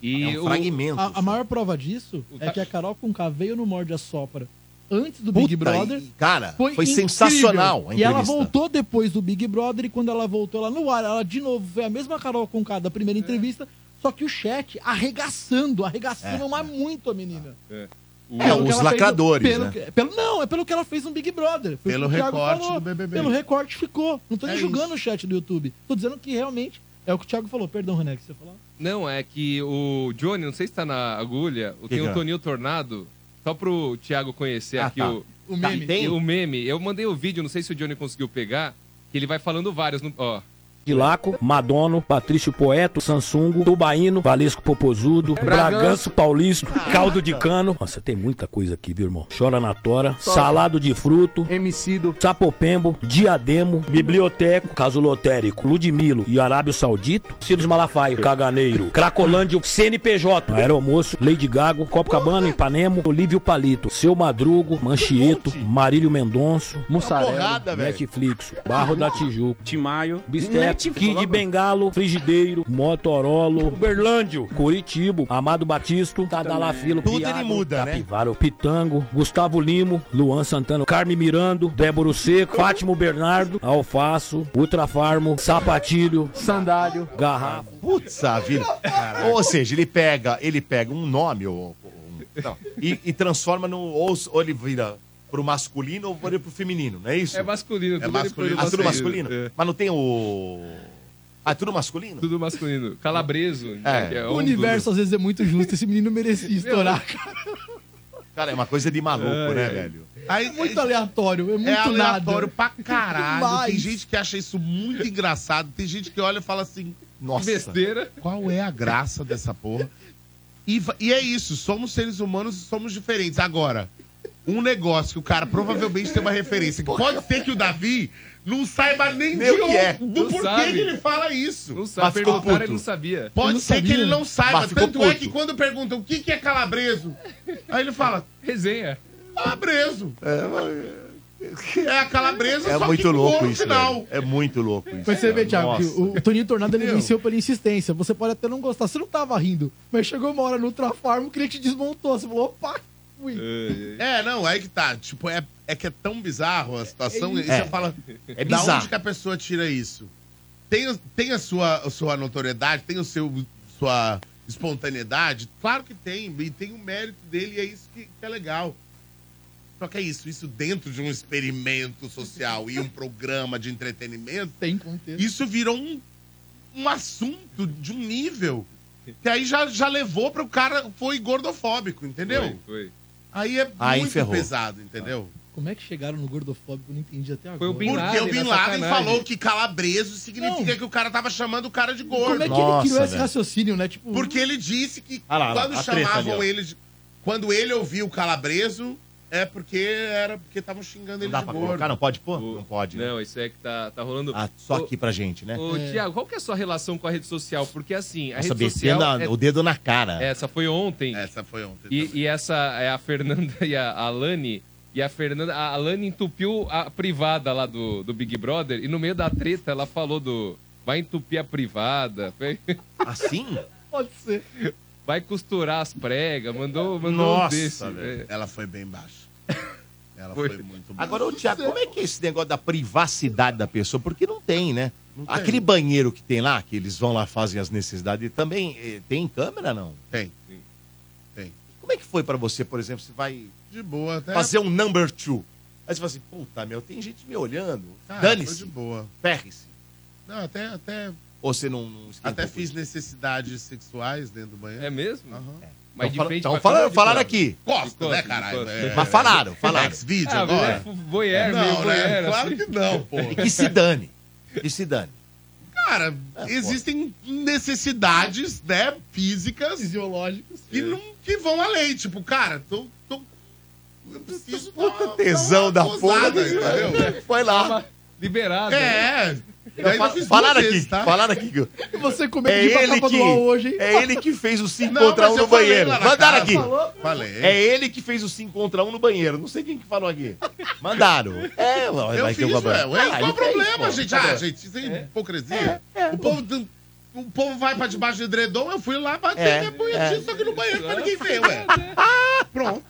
E É um fragmento. A, a maior prova disso é que a Carol com veio no Morde a Sopra antes do Big Puta, Brother. e, cara, foi incrível. sensacional a E ela entrevista. voltou depois do Big Brother, e quando ela voltou lá no ar, ela de novo foi a mesma Carol com da primeira É. entrevista, só que o chat arregaçando, arregaçando mas muito a menina. É. Pelo que os ela fez- lacradores, pelo né? que- pelo- não, é pelo que ela fez no Big Brother. Foi Pelo o que o Thiago recorte do BBB. Pelo recorte ficou. Não tô nem É julgando o chat do YouTube. Tô dizendo que realmente é o que o Thiago falou. Perdão, René, que você falou. Não, é que o Johnny, não sei se tá na agulha, o- Que tem que o é? Toninho Tornado. Só pro Thiago conhecer Ah, aqui tá. o, O meme. E Tem? o meme. Eu mandei o vídeo, não sei se o Johnny conseguiu pegar, que ele vai falando vários. não- Ó. Quilaco, Madono, Patrício Poeto, Sansungo, Tubaíno, Valesco Popozudo, Braganço Paulista, Caldo de Cano. Nossa, tem muita coisa aqui, viu, irmão? Chora na tora, Salado de Fruto, Emicido, Sapopembo, Diademo, Biblioteco, Casulotérico, Ludmilo e Arábio Saudito, Círios Malafaia, Caganeiro, Cracolândio, CNPJ, Aeromoço, Lady Gago, Copacabana, Ipanemo, Olívio Palito, Seu Madrugo, Manchieto, Marílio Mendonço, Mussarela, porrada, velho. Netflix, Barro da Tijuca, Timaio, Bistec, Netflix. Kid Bengalo, Frigideiro, Motorolo, Uberlândio, Curitibo, Amado Batisto, Tadalafilo, Tudo Piago, ele muda, né? Capivaro, Pitango, Gustavo Limo, Luan Santana, Carme Mirando, Débora Seco, Fátimo Bernardo, Alfaço, Ultrafarmo, Sapatilho, Sandálio, Garrafa. Putz, a vida. Ou seja, ele pega, ele pega um nome ou, ou- um- não, e, e transforma no. Ou, ou ele vira pro masculino ou vira pro feminino, não é isso? É masculino, É tudo masculino. ele- Ah, tudo masculino? É. Mas não tem o. Ah, tudo masculino? Tudo masculino. Calabreso. É. que um o universo às vezes é muito justo. Esse menino merecia estourar. Cara, é uma coisa de maluco, Ai, né, ai. velho? Aí, muito aleatório. É muito é aleatório nada. pra caralho. Demais. Tem gente que acha isso muito engraçado. Tem gente que olha e fala assim: Nossa, besteira. Qual é a graça dessa porra? E, va- e é isso, somos seres humanos e somos diferentes. Agora, um negócio que o cara provavelmente tem uma referência, que pode ser que o Davi não saiba nem Nem o de que é. onde- do Não porquê sabe. que ele fala isso. Não sabe, perguntaram, ele não sabia. Pode Ele não ser sabia. que ele não saiba. Mas ficou Tanto é puto. que quando perguntam o que, que é calabreso, aí ele fala: Resenha. Calabreso. É, a calabresa, É só muito que com louco ouro isso, final. velho. É muito louco isso. Mas você cara. vê, Thiago, que Nossa. o o Toninho Tornado ele venceu pela insistência. Você pode até não gostar. Você não tava rindo, mas chegou uma hora no Ultrafarm, o cliente desmontou. Você falou, opa, fui. É, não, aí que tá. Tipo, é, é que é tão bizarro a situação. É. e você fala. É Da bizarro. onde que a pessoa tira isso? Tem, o- tem a, sua, a sua notoriedade, tem o seu sua espontaneidade? Claro que tem, e tem o mérito dele, e é isso que, que é legal. Só que é isso, isso dentro de um experimento social e um programa de entretenimento. Tem contexto. Isso virou um, um assunto de um nível que aí já, já levou para o cara, foi gordofóbico, entendeu? Foi, foi. Aí é Aí muito ferrou. pesado, entendeu? Como é que chegaram no gordofóbico? Eu não entendi até agora. Porque o Bin Laden falou que calabreso significa que o cara tava chamando o cara de gordo. Como é que ele criou esse raciocínio, né? Tipo, Porque ele disse que Ah lá, lá, quando a treta ali, chamavam ó. ele de... Quando ele ouviu o calabreso, é porque era porque estavam xingando Não ele dá de pra gordo. colocar? Não pode pôr? Não pode. né? Não, isso é que tá, tá rolando. Ah, só aqui pra gente, né? Ô, Tiago, qual que é a sua relação com a rede social? Porque assim, a Essa rede besteira, É. social. na- é- o dedo na cara. Essa foi ontem. Essa foi ontem. E, e essa é a Fernanda e a Alane E a Fernanda, a Alane entupiu a privada lá do, do Big Brother e no meio da treta ela falou do vai entupir a privada. Assim? Pode ser. Vai costurar as pregas, mandou, mandou um Nossa, desse, velho. é. tá Ela foi bem baixa. Ela Foi. foi, muito baixa. Agora, ô Thiago, como é que é esse negócio da privacidade da pessoa? Porque não tem, né? Aquele banheiro que tem lá, que eles vão lá, fazem as necessidades, também eh, tem câmera, não? Tem. Tem. Como é que foi pra você, por exemplo, você vai De boa, até. fazer um number two? Aí você fala assim, puta, meu, tem gente me olhando. Cara, Dane-se. foi de boa. Ferre-se. Não, até, até, Ou você não, não esquenta até o fiz necessidades sexuais dentro do banheiro. É mesmo? Mas Então de frente pra câmera ou de falaram lado? De aqui. Costa, costas, né, de caralho? costas. Mas falaram, falaram. Ex-vídeo Ah, mas agora? é fu- voyeur, não, meio né? voyeur, Claro assim. que não, pô. E que se dane. E se dane. É Cara, existem necessidades, né, físicas, fisiológicas, que, não, que vão além. Tipo, cara, tô. tô eu preciso Puta é tesão da porra, né? Foi lá. Liberado. né? É. Daí eu fiz falaram duas aqui, vezes, tá? falaram aqui. Gu. E você comeu É de ele, batata que, do UOL hoje, hein? é ele que fez o 5 Não, contra mas 1 eu no falei banheiro. lá na Mandaram casa. aqui. Falou. Falei. É ele que fez o 5 contra 1 no banheiro. Não sei quem que falou aqui. Mandaram. É, vai eu vai fiz, que eu vou- ué. Ué, Ah, qual ele o problema, fez, pô. gente? Ah, gente, isso é, hipocrisia. é, o, povo, do- o povo vai pra debaixo do edredom, eu fui lá bater É, minha punhetinha é. só que no banheiro pra ninguém ver, ué. Pronto.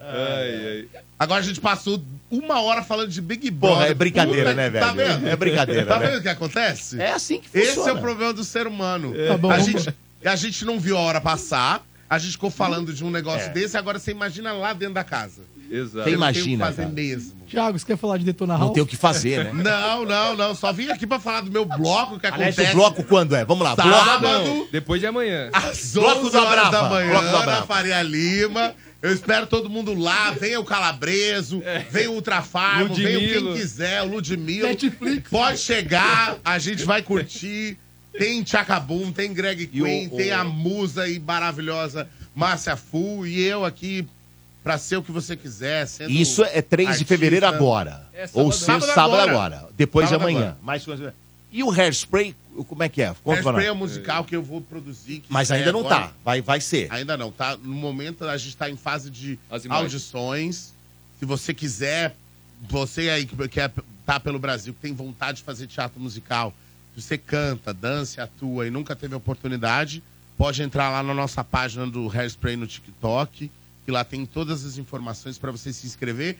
Ai, ai. Agora a gente passou uma hora falando de Big Brother. Porra, é brincadeira, Puta né, que- velho? Tá vendo? É brincadeira, Tá né? vendo o que acontece? É assim que Esse é funciona. o problema do ser humano. Tá bom, a, vamos- gente, a gente não viu a hora passar, a gente ficou falando de um negócio É. desse, agora você imagina lá dentro da casa. Exato. Você Eu não tenho o que imagina, fazer cara. mesmo. Thiago, você quer falar de detonar Não tem o que fazer, né? Não, não, não. Só vim aqui pra falar do meu bloco que Aliás, acontece. o bloco quando é? Vamos lá. Sábado. Bloco. Depois de amanhã. Às Bloco 11 da horas Brava. da manhã, Bloco da na Brava. Faria Lima. Eu espero todo mundo lá. Venha o Calabreso, É. venha o Ultrafarmo, venha o quem Ludmilo. quiser, o Ludmilo. Netflix. Pode chegar, a gente vai curtir. Tem Chacabum, tem Greg E o- Queen, o- tem a musa e maravilhosa Márcia Fu e eu aqui pra ser o que você quiser. sendo E Isso é 3 de artista. fevereiro agora. É, sábado. Ou seja, Sábado sábado é agora. agora. Depois de Sábado amanhã. agora. Mais coisa. E o hairspray, como é que é? Conta pra Hairspray é um nós. musical que eu vou produzir. que Mas sai ainda não agora. tá. Vai, vai ser. Ainda não, tá? No momento a gente tá em fase de As imagens. audições. Se você quiser, você aí que que é- tá pelo Brasil, que tem vontade de fazer teatro musical, se você canta, dança, e atua e nunca teve oportunidade, pode entrar lá na nossa página do Hairspray no TikTok, que lá tem todas as informações para você se inscrever.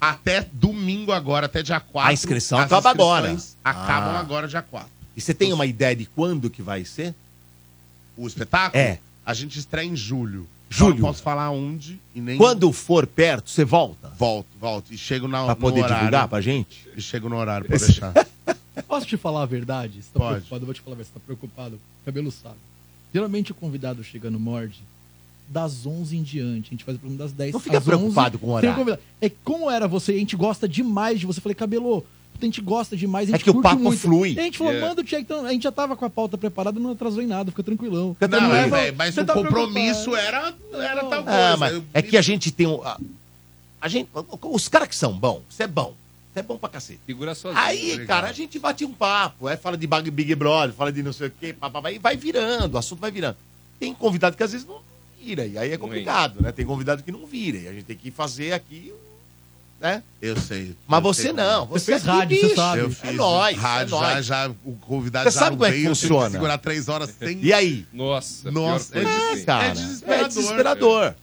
Até domingo agora, até dia 4. A inscrição as acaba agora. inscrições Acabam Ah. agora, dia 4. E você tem uma ideia de quando que vai ser? O espetáculo? É. A gente estreia em julho. Então Julho. Eu não posso falar onde e nem. Quando for perto, você volta? Volto, volto. E chego na, Pra no poder horário. divulgar pra gente? E chego no horário pra deixar. Posso te falar a verdade? Você tá Pode. preocupado? Eu vou te falar a verdade. Você tá preocupado? Cabelo sabe. Geralmente o convidado chega no morde das 11 em diante. A gente faz o programa das 10 Não fica às preocupado com o horário. Tem um convidado. É que como era você, a gente gosta demais de você. Eu Falei, cabelo, a gente gosta demais, É a gente que o curte papo muito. flui. E a gente falou, Yeah. manda o Tiago. Então, a gente já tava com a pauta preparada, não atrasou em nada, fica tranquilão. Fica Não, tranquilo. velho, Ah, mas Você o tá compromisso era, era tal coisa. Ah, mas Eu- é que a gente tem um. A, a gente, os caras que são bons, você é bom. Você é bom pra cacete. Segura sozinho. tá Aí, cara, a gente bate um papo, aí fala de Big Big Brother, fala de não sei o quê, papapá, e vai virando, o assunto vai virando. Tem convidado que às vezes não vira, e aí é complicado, né? Tem convidado que não vira, e a gente tem que fazer aqui, né? Eu sei. Mas Eu você sei. não, Você você fez aqui, rádio, você bicho, sabe. Eu é fiz né? um nóis, rádio, é nóis. Já, já, o convidado Você já sabe não como é que veio, eu tive funciona? segurar três horas sem... E é aí? Nossa, Nossa, pior é, coisa que des- tem. cara. é desesperador. É desesperador.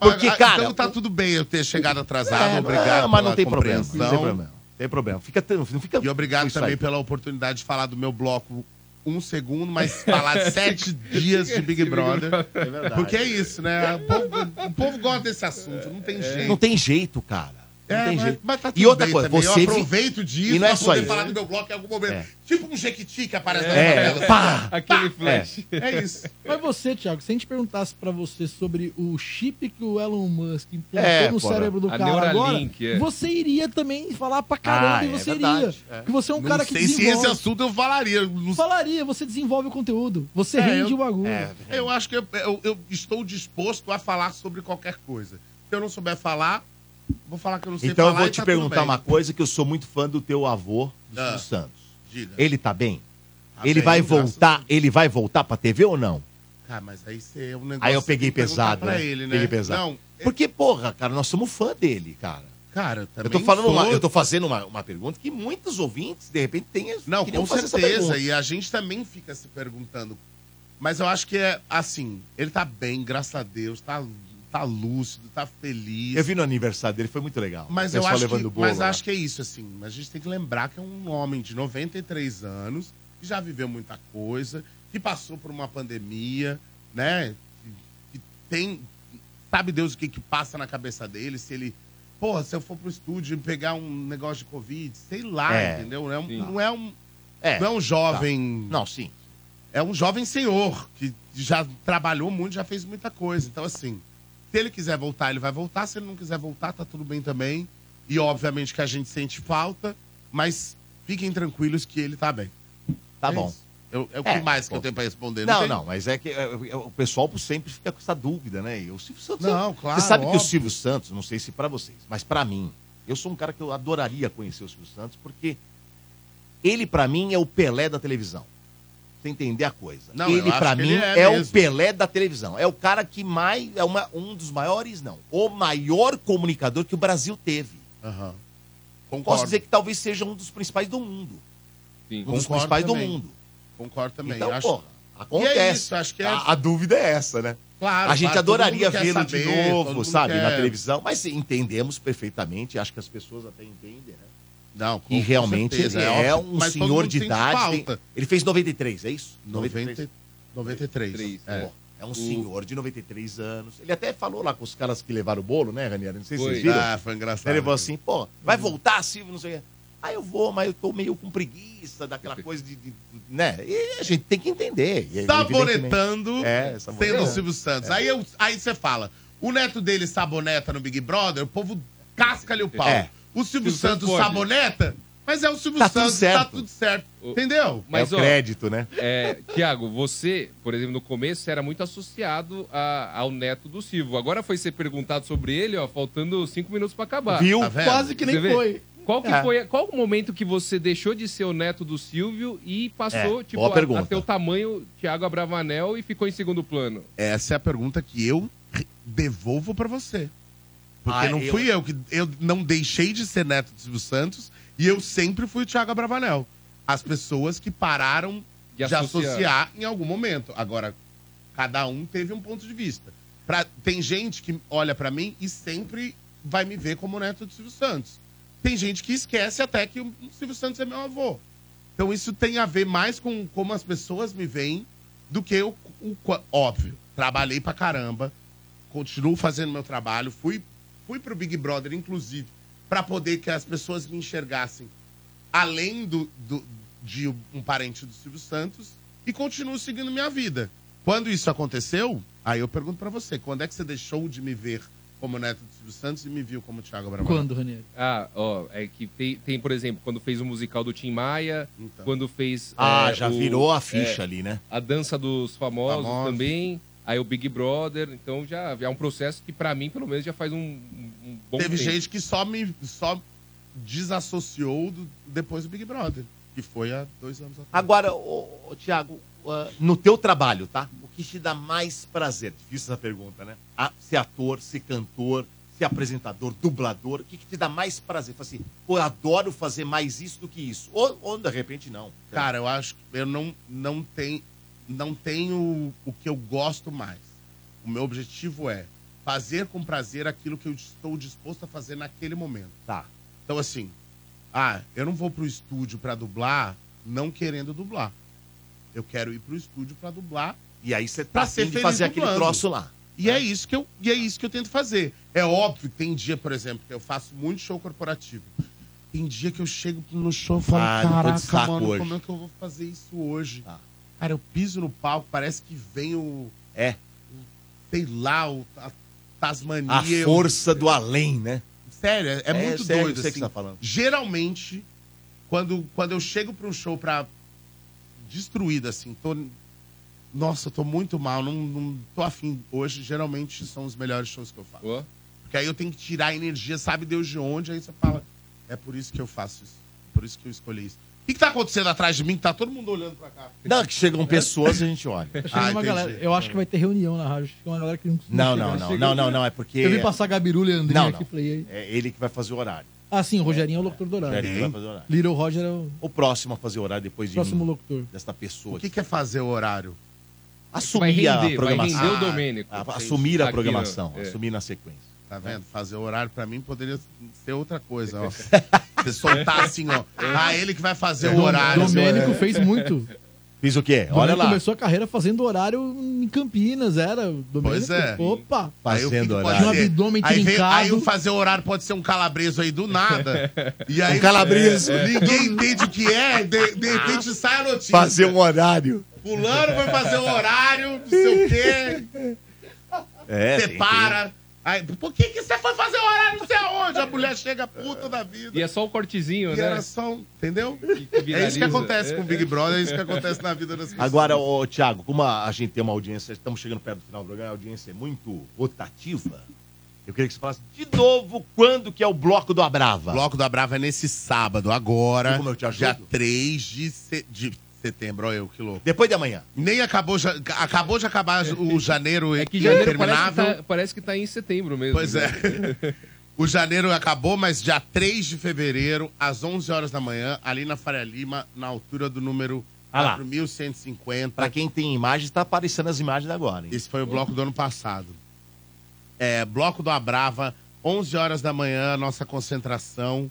Porque, Ah, cara, Então tá tudo bem eu ter chegado atrasado, é, Tá, obrigado não, mas não pela tem problema, compreensão. não tem problema. Não tem problema. Fica, tran- não fica E obrigado Isso também aí. pela oportunidade de falar do meu bloco um segundo, mas falar de sete dias de Big Brother. É verdade. Porque é isso, né? O povo, o povo gosta desse assunto, não tem jeito. É. Não tem jeito, cara. Não É, tem mas- jeito. mas tá tudo e outra bem coisa, também. você. Eu vi- aproveito disso E não é pra só poder isso. falar do meu bloco em algum momento. É. Tipo um jequiti que aparece na É, novela. pá! Aquele flash. É isso. Mas você, Thiago, se a gente perguntasse pra você sobre o chip que o Elon Musk implantou É, no porra. cérebro do A cara agora, Neuralink, é. você iria também falar pra caramba Ah, e é você iria. verdade, é. Porque você é um não cara que sei se esse desenvolve. assunto eu falaria. Eu não- Falaria, você desenvolve o conteúdo, você É, rende eu- o bagulho. É, Eu acho que eu, eu- eu estou disposto a falar sobre qualquer coisa. Se eu não souber falar, vou falar que eu não sei Então eu falar. vou e te tá tudo perguntar bem. uma coisa que eu sou muito fã do teu avô, do Ah. Silvio Santos. Diga. Ele tá bem? Tá ele bem, vai graças a voltar, ele vai voltar pra TV ou não? Ah, mas aí você é um negócio. Aí eu peguei que tem que pesado, perguntar Pra né? ele, né? Peguei pesado. Não, Porque, porra, cara, nós somos fã dele, cara. Cara, eu também tô, falando sou. uma- eu tô fazendo uma, uma pergunta que muitos ouvintes, de repente, tenham. Não, queriam com fazer essa certeza. é pergunta. E a gente também fica se perguntando. Mas eu acho que é assim, ele tá bem, graças a Deus, tá, tá lúcido, tá feliz. Eu vi no aniversário dele, foi muito legal. Mas O eu pessoal acho, que, levando né? bolo mas lá. acho que é isso, assim. A gente tem que lembrar que é um homem de 93 anos, que já viveu muita coisa, que passou por uma pandemia, né? Que, que tem. Sabe Deus o que, que passa na cabeça dele, se ele. Porra, se eu for pro estúdio e pegar um negócio de Covid, sei lá, É, entendeu? É um- sim. não é um. É, Tá. não é um jovem. Não, sim. É um jovem senhor que já trabalhou muito, já fez muita coisa. Então, assim, se ele quiser voltar, ele vai voltar. Se ele não quiser voltar, tá tudo bem também. E, obviamente, que a gente sente falta, mas fiquem tranquilos que ele tá bem. Tá É bom. isso. Eu- é o que mais que eu tenho pra responder. Não, tem? não, mas é que é, é, o pessoal sempre fica com essa dúvida, né? E o Silvio Santos. Não, claro, Você sabe que óbvio. o Silvio Santos, não sei se pra vocês, mas pra mim, eu sou um cara que eu adoraria conhecer o Silvio Santos, porque ele pra mim é o Pelé da televisão. Você entender a coisa. Não, eu ele acho pra que mim ele é é, o mesmo. Pelé da televisão. É o cara que mais é uma- um dos maiores, não, o maior comunicador que o Brasil teve. Posso Aham. Concordo. dizer que talvez seja um dos principais do mundo. Sim. Um dos Concordo principais também. do mundo. Concordo também. Então, acho... porra, acontece. E é isso, acho que é- a, a dúvida é essa, né? Claro, a gente claro, todo adoraria mundo quer vê-lo de saber, todo novo, mundo sabe, na quer. televisão, mas sim, entendemos perfeitamente, acho que as pessoas até entendem, né? Não, E realmente certeza, ele é, óbvio. um Mas todo senhor mundo de sente idade. tem- falta. Ele fez 93, é isso? 90, 93. É. Bom, é um senhor de 93 anos. Ele até falou lá com os caras que levaram o bolo, né, Ranieri? Não sei se Foi. vocês viram. Ah, foi engraçado. Ele falou assim, pô, vai voltar, Silvio, não sei o quê. Ah, eu vou, mas eu tô meio com preguiça daquela coisa de... de- de- né? E a gente tem que entender. assim, e saboretando evidentemente- É, sendo saboretando. o Tá Silvio Santos. É. Aí eu- aí você fala, o neto dele saboneta no Big Brother, o povo casca-lhe o pau. É. O Silvio Silvio Santos Santos pode. saboneta, mas é o Silvio Tá tudo Santos, tá certo. tudo certo. Entendeu? Mas, é ó, o crédito, né? É, Tiago, você, por exemplo, no começo era muito associado a- ao neto do Silvio. Agora foi ser perguntado sobre ele, ó, faltando cinco minutos pra tá, acabar. Viu? vendo? Quase que nem Você vê? foi. Qual que É. foi? Qual o momento que você deixou de ser o neto do Silvio e passou, É, tipo, boa a, pergunta. a ter o tamanho Tiago Abravanel e ficou em segundo plano? Essa é a pergunta que eu re- devolvo pra você. Porque Ah, não eu- fui eu que. Eu não deixei de ser neto do Silvio Santos e eu sempre fui o Thiago Abravanel. As pessoas que pararam de, De associar. associar. em algum momento. Agora, cada um teve um ponto de vista. Pra- tem gente que olha pra mim e sempre vai me ver como neto do Silvio Santos. Tem gente que esquece até que o Silvio Santos é meu avô. Então isso tem a ver mais com como as pessoas me veem do que o, o qua- óbvio. Trabalhei pra caramba, continuo fazendo meu trabalho, fui fui pro Big Brother inclusive pra poder que as pessoas me enxergassem além do, do- de um parente do Silvio Santos e continuo seguindo minha vida. Quando isso aconteceu, aí eu pergunto pra você, quando é que você deixou de me ver como neto do Silvio Santos e me viu como Thiago Bravanel? Quando, Ranieri? Ah, ó, é que tem, tem, por exemplo, quando fez o musical do Tim Maia, Então, quando fez. Ah, é, já o- virou a ficha é, ali, né? A dança dos famosos, Famosos. também. Aí o Big Brother. Então já já é um processo que, pra mim, pelo menos, já faz um, um bom Teve tempo. gente que só me só desassociou do- depois do Big Brother, que foi há dois anos atrás. Agora, ô, ô, Tiago, ah, no teu trabalho, tá? O que te dá mais prazer? Difícil essa pergunta, né? Ah, ser ator, ser cantor, ser apresentador, dublador, o que, que te dá mais prazer? Fala assim, pô, eu adoro fazer mais isso do que isso. Ou, ou de repente, não. Cara, eu acho que eu não, não, tem, não tenho o que eu gosto mais. O meu objetivo é fazer com prazer aquilo que eu estou disposto a fazer naquele momento. Tá. Então, assim, ah, eu não vou pro estúdio pra dublar não querendo dublar. Eu quero ir pro estúdio pra dublar. E aí você pra tá afim de fazer aquele dublando. troço lá. E é isso que eu e é isso que eu tento fazer. É óbvio que tem dia, por exemplo, que eu faço muito show corporativo. Tem dia que eu chego no show e falo, Ah, eu tô de caraca, saco mano, hoje." Tá. como é que eu vou fazer isso hoje? Cara, eu piso no palco, parece que vem o... É. Sei lá, o, a Tasmania. A eu- força do além, né? Sério, é, é É, muito sério, doido, eu sei assim. o que você tá falando. Geralmente, quando, quando eu chego pra um show pra... Destruído, assim, tô... Nossa, eu tô muito mal, não, não tô afim. Hoje, geralmente, são os melhores shows que eu faço. Porque aí eu tenho que tirar a energia, sabe Deus de onde, aí você fala, é por isso que eu faço isso, por isso que eu escolhi isso. que, que tá acontecendo atrás de mim que tá todo mundo olhando pra cá? Não, é que chegam pessoas e a gente olha. Chega uma galera, eu acho que vai ter reunião na rádio. Chega uma galera que não conseguiu Ah, Não, chegar. não, não, Chega- não, não, não, é porque- Eu vi passar Gabiru Leandrinho Não, aqui não. falei. aí. É ele que vai fazer o horário. Ah, sim, o Rogerinho é o locutor do horário. Rogerinho vai fazer o horário. Little Roger é o O próximo a fazer o horário depois de próximo mim, locutor. desta pessoa. O que, que é fazer o horário? Assumir a programação. Ah, Ah, entendi. assumir a Aqui, programação. ó, é. Assumir na sequência. Tá vendo? Fazer o horário pra mim poderia ser outra coisa, ó. Você soltar assim, ó. Ah, ele que vai fazer o Dom- horário. É, é. Domênico fez muito. Fiz o quê? Olha Olha lá. começou a carreira fazendo horário em Campinas, era. o Domênico, Pois é. Opa! Aí o que que Fazendo pode horário. ser? Um abdômen aí, vem, trincado. aí o fazer o horário pode ser um calabreso aí do nada. E aí, É, Um calabreso. Ninguém entende o que é, de, de repente sai a notícia. Fazer um horário. Fulano vai fazer o horário, não sei o quê. É, Você tem- para. Aí, por que, que você foi fazer o horário não sei aonde? A mulher chega puta da vida. E é só o cortezinho, E né? era só um- Entendeu? É isso que viraliza. acontece com o Big É. Brother, é isso que acontece na vida das pessoas. Agora, ô, Thiago, como a, a gente tem uma audiência, estamos chegando perto do final do programa, a audiência é muito rotativa. Eu queria que você falasse de novo quando que é o bloco do Abrava. O Bloco da Brava é nesse sábado, agora. E como eu te ajudo? Dia 3 de, se- de setembro, olha eu que louco. Depois de amanhã. Nem acabou, já, acabou de acabar o janeiro é Que janeiro parece que, tá, parece que tá em setembro mesmo. né? Pois é. O janeiro acabou, mas dia 3 de fevereiro, às 11 horas da manhã, ali na Faria Lima, na altura do número Ah lá. 4150. Pra quem tem imagens, tá aparecendo as imagens agora, hein? Esse foi o bloco do ano passado. É, bloco do Abrava, 11 horas da manhã, nossa concentração.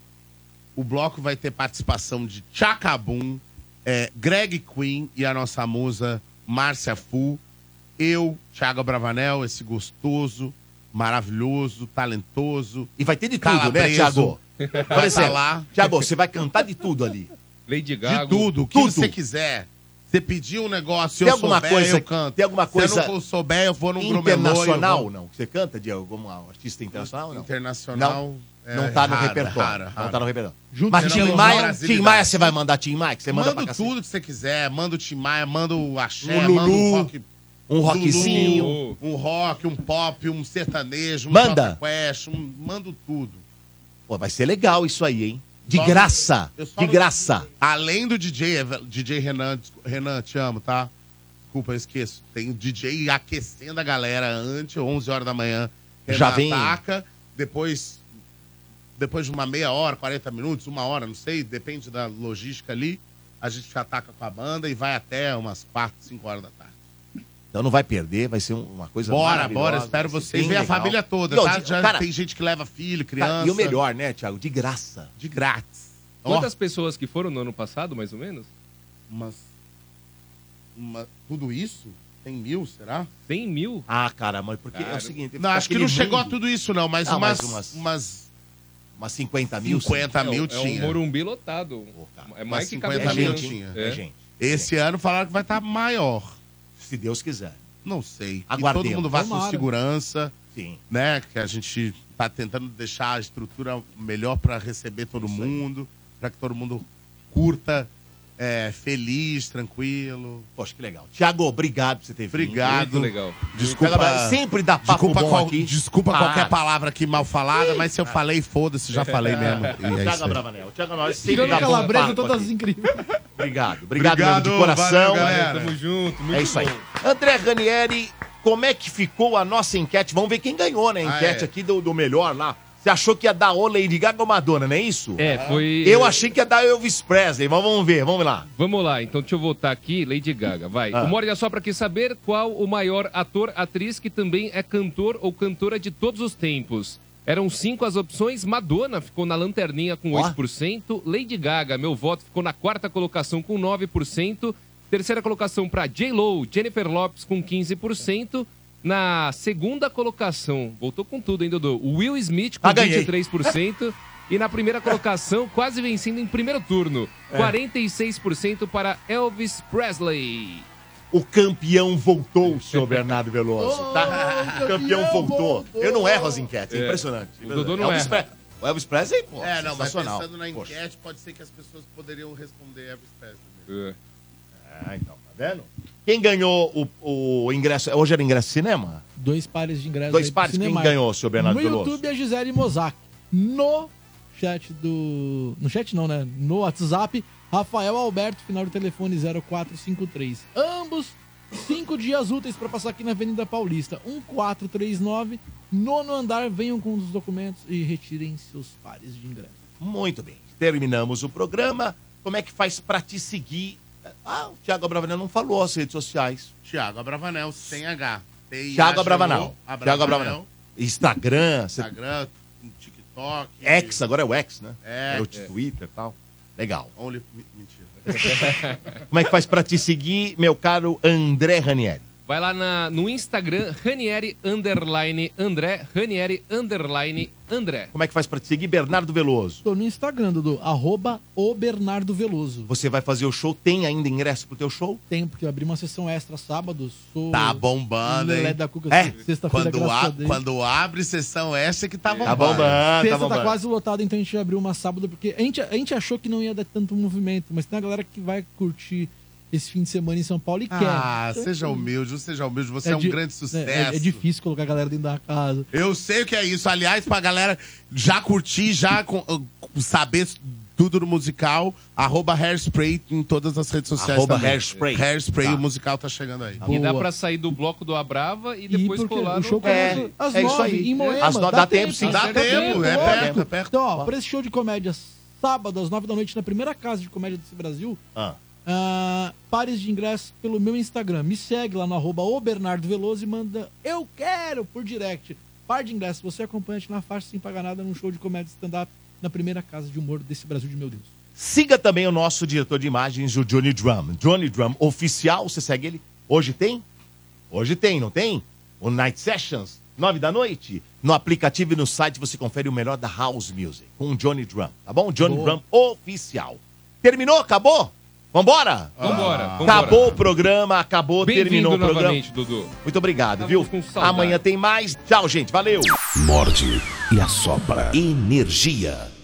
O bloco vai ter participação de Chacabum, é, Greg Queen e a nossa musa Márcia Fu. Eu, Thiago Bravanel, esse gostoso, maravilhoso, talentoso. E vai ter de tudo, né, calabreso. Thiago? Por Vai tá exemplo, falar Thiago, você vai cantar de tudo ali. Lady é. de Gaga. tudo, o que Tudo. você quiser. Você pedir um negócio, se Tem eu alguma souber, coisa- eu canto. tem alguma coisa Se eu não souber, eu vou num internacional, Gromelô, eu vou- não? Você canta de algum artista internacional, não? Internacional, Não, é, não tá no rara, repertório. rara, Não rara. tá no repertório. Junto Mas com Tim Leonor Maia, Brasilidade. Tim Maia você vai mandar Tim Maia? Que você manda Manda pra cacete? tudo que você quiser. Manda o Tim Maia, manda o axé, O Lulu, manda o rock. um rockzinho. Lulu, Um rock, um pop, um sertanejo, um Manda. Jota Quest, um, manda tudo. Pô, vai ser legal isso aí, hein? De Só- graça. eu só De não- graça. Além do DJ, Eva- DJ Renan, descu- Renan, te amo, tá? Desculpa, eu esqueço. Tem o DJ aquecendo a galera antes, 11 horas da manhã. Renan Já vem. Ataca, depois, depois de uma meia hora, 40 minutos, uma hora, não sei, depende da logística ali. A gente ataca com a banda e vai até umas 4, 5 horas da tarde. Então não vai perder, vai ser um- uma coisa Bora, maravilhosa, bora, espero vai ser vocês. bem Vem a legal. família toda, E, ó, tá? de- Já cara, tem gente que leva filho, cara, criança. E o melhor, né, Thiago? De graça. De grátis. Ó, Quantas pessoas que foram no ano passado, mais ou menos? umas, uma- tudo isso? Tem mil, será? 100 mil? Ah, cara, mas porque é Cara, o seguinte... Não, acho que não aquele chegou a mundo, tudo isso, não, mas Ah, umas, mas umas- umas, Umas 50 mil. 50 É, mil é um tinha. Morumbi lotado. é umas mais que 50 50 mil mil. tinha. É, É. gente. Esse ano falaram que vai estar maior. Se Deus quiser. Não sei. Que Aguardemos. todo mundo vá Tomara. com segurança, Sim. né? Que a gente tá tentando deixar a estrutura melhor para receber todo mundo, para que todo mundo curta, é, feliz, tranquilo. Poxa, que legal. Thiago, obrigado por você ter vindo. Obrigado. Muito legal. Desculpa. Sempre dá papo desculpa bom qual- aqui. Tá. desculpa Para. qualquer palavra aqui mal falada, mas se eu falei, foda-se, já falei mesmo. E é isso Thiago aí. Abravanel. Thiago Abravanel sempre Tirando dá tá bom calabresa, papo todas aqui. incríveis. Obrigado. Obrigado, Obrigado, mesmo, de coração. valeu, galera. Tamo junto, muito É isso aí. bom. André Ranieri, como é que ficou a nossa enquete? Vamos ver quem ganhou na enquete é. aqui do, do melhor lá. Você achou que ia dar ou Lady Gaga ou Madonna, não é isso? É, foi. Eu achei que ia dar Elvis Presley, mas vamos ver, vamos lá. Vamos lá, então deixa eu voltar aqui, Lady Gaga, vai. Ah. O Morde só pra quem saber qual o maior ator, atriz que também é cantor ou cantora de todos os tempos. Eram cinco as opções, Madonna ficou na lanterninha com Ó. 8%, Lady Gaga, meu voto, ficou na quarta colocação com 9%, terceira colocação pra J-Lo, Jennifer Lopes com 15%, na segunda colocação, voltou com tudo, hein, Dodô? Will Smith com Ah, ganhei. 23%. E na primeira colocação, quase vencendo em primeiro turno. 46% para Elvis Presley. O campeão voltou, senhor Bernardo Veloso, tá? O campeão voltou. Eu não erro as enquetes, é impressionante. O Dodô não Elvis erra. Pre- O Elvis Presley, pô, É, não, mas sensacional. pensando na Poxa. enquete, pode ser que as pessoas poderiam responder Elvis Presley. É. Ah, então, tá vendo? Quem ganhou o, o ingresso? Hoje era ingresso de cinema? Dois pares de ingressos. Dois aí pro pares, quem Cinemark. ganhou, senhor Bernardo No Veloso? YouTube é Gisele Mozak. é No chat do. No chat não, né? No WhatsApp, Rafael Alberto, final do telefone 0453. Ambos, cinco dias úteis para passar aqui na Avenida Paulista. 1439, nono andar, venham com os documentos e retirem seus pares de ingresso. Muito bem. Terminamos o programa. Como é que faz pra te seguir? Ah, o Thiago Abravanel não falou as redes sociais. Thiago Abravanel, sem H. T-I-A-G-O, Thiago Abravanel. Thiago Abravanel. Abravanel. Instagram, você- Instagram, um TikTok. X, agora é o X, né? É, Era o é. Twitter e tal. Legal. Only... me- Mentira. Como é que faz pra te seguir, meu caro André Ranieri? Vai lá na- no Instagram, Ranieri Underline André, Ranieri Underline André. Como é que faz pra te seguir, Bernardo Veloso? Tô no Instagram, Dudu, arroba o Bernardo Veloso. Você vai fazer o show? Tem ainda ingresso pro teu show? Tem, porque eu abri uma sessão extra sábado, sou... Tá bombando, hein? Lelé da Cuca, É, sexta-feira, quando, graças a a- Deus. quando abre sessão essa que tá bombando. É. Sexta tá, quase lotada, então a gente abriu uma sábado, porque a gente, a gente achou que não ia dar tanto movimento, mas tem a galera que vai curtir esse fim de semana em São Paulo e quer. Ah, seja humilde, seja humilde. Você é, um di- grande sucesso. É, é difícil colocar a galera dentro da casa. Eu sei o que é isso. Aliás, pra galera já curtir, já com- com- saber tudo no musical, arroba hairspray em todas as redes sociais. Arroba também. Hairspray. Hairspray, Tá. o musical tá chegando aí. E dá pra sair do bloco do Abrava e depois porque colar o show no... começa às É, nove, em Moema. Às nove- dá tempo, sim. Dá tempo, é lógico. perto, é perto. Então, ó, pra esse show de comédia, sábado, às 9 da noite, na primeira casa de comédia desse Brasil, Ah. ah, pares de ingressos pelo meu Instagram. Me segue lá no arroba o Bernardo Veloso e manda eu quero por direct. Par de ingressos, você é acompanhante na faixa sem pagar nada num show de comédia stand-up na primeira casa de humor desse Brasil de meu Deus. Siga também o nosso diretor de imagens, o Johnny Drum. Johnny Drum oficial, você segue ele? Hoje tem? Hoje tem, não tem? O Night Sessions, nove da noite. No aplicativo e no site você confere o melhor da House Music com o Johnny Drum, tá bom? Johnny Drum oficial. Terminou? Acabou? Vambora? Vambora, vambora. Acabou o programa, acabou, terminou o Bem-vindo programa. novamente, Dudu. Muito obrigado, viu? Amanhã tem mais. Tchau, gente. Valeu. Morde e assopra. Energia.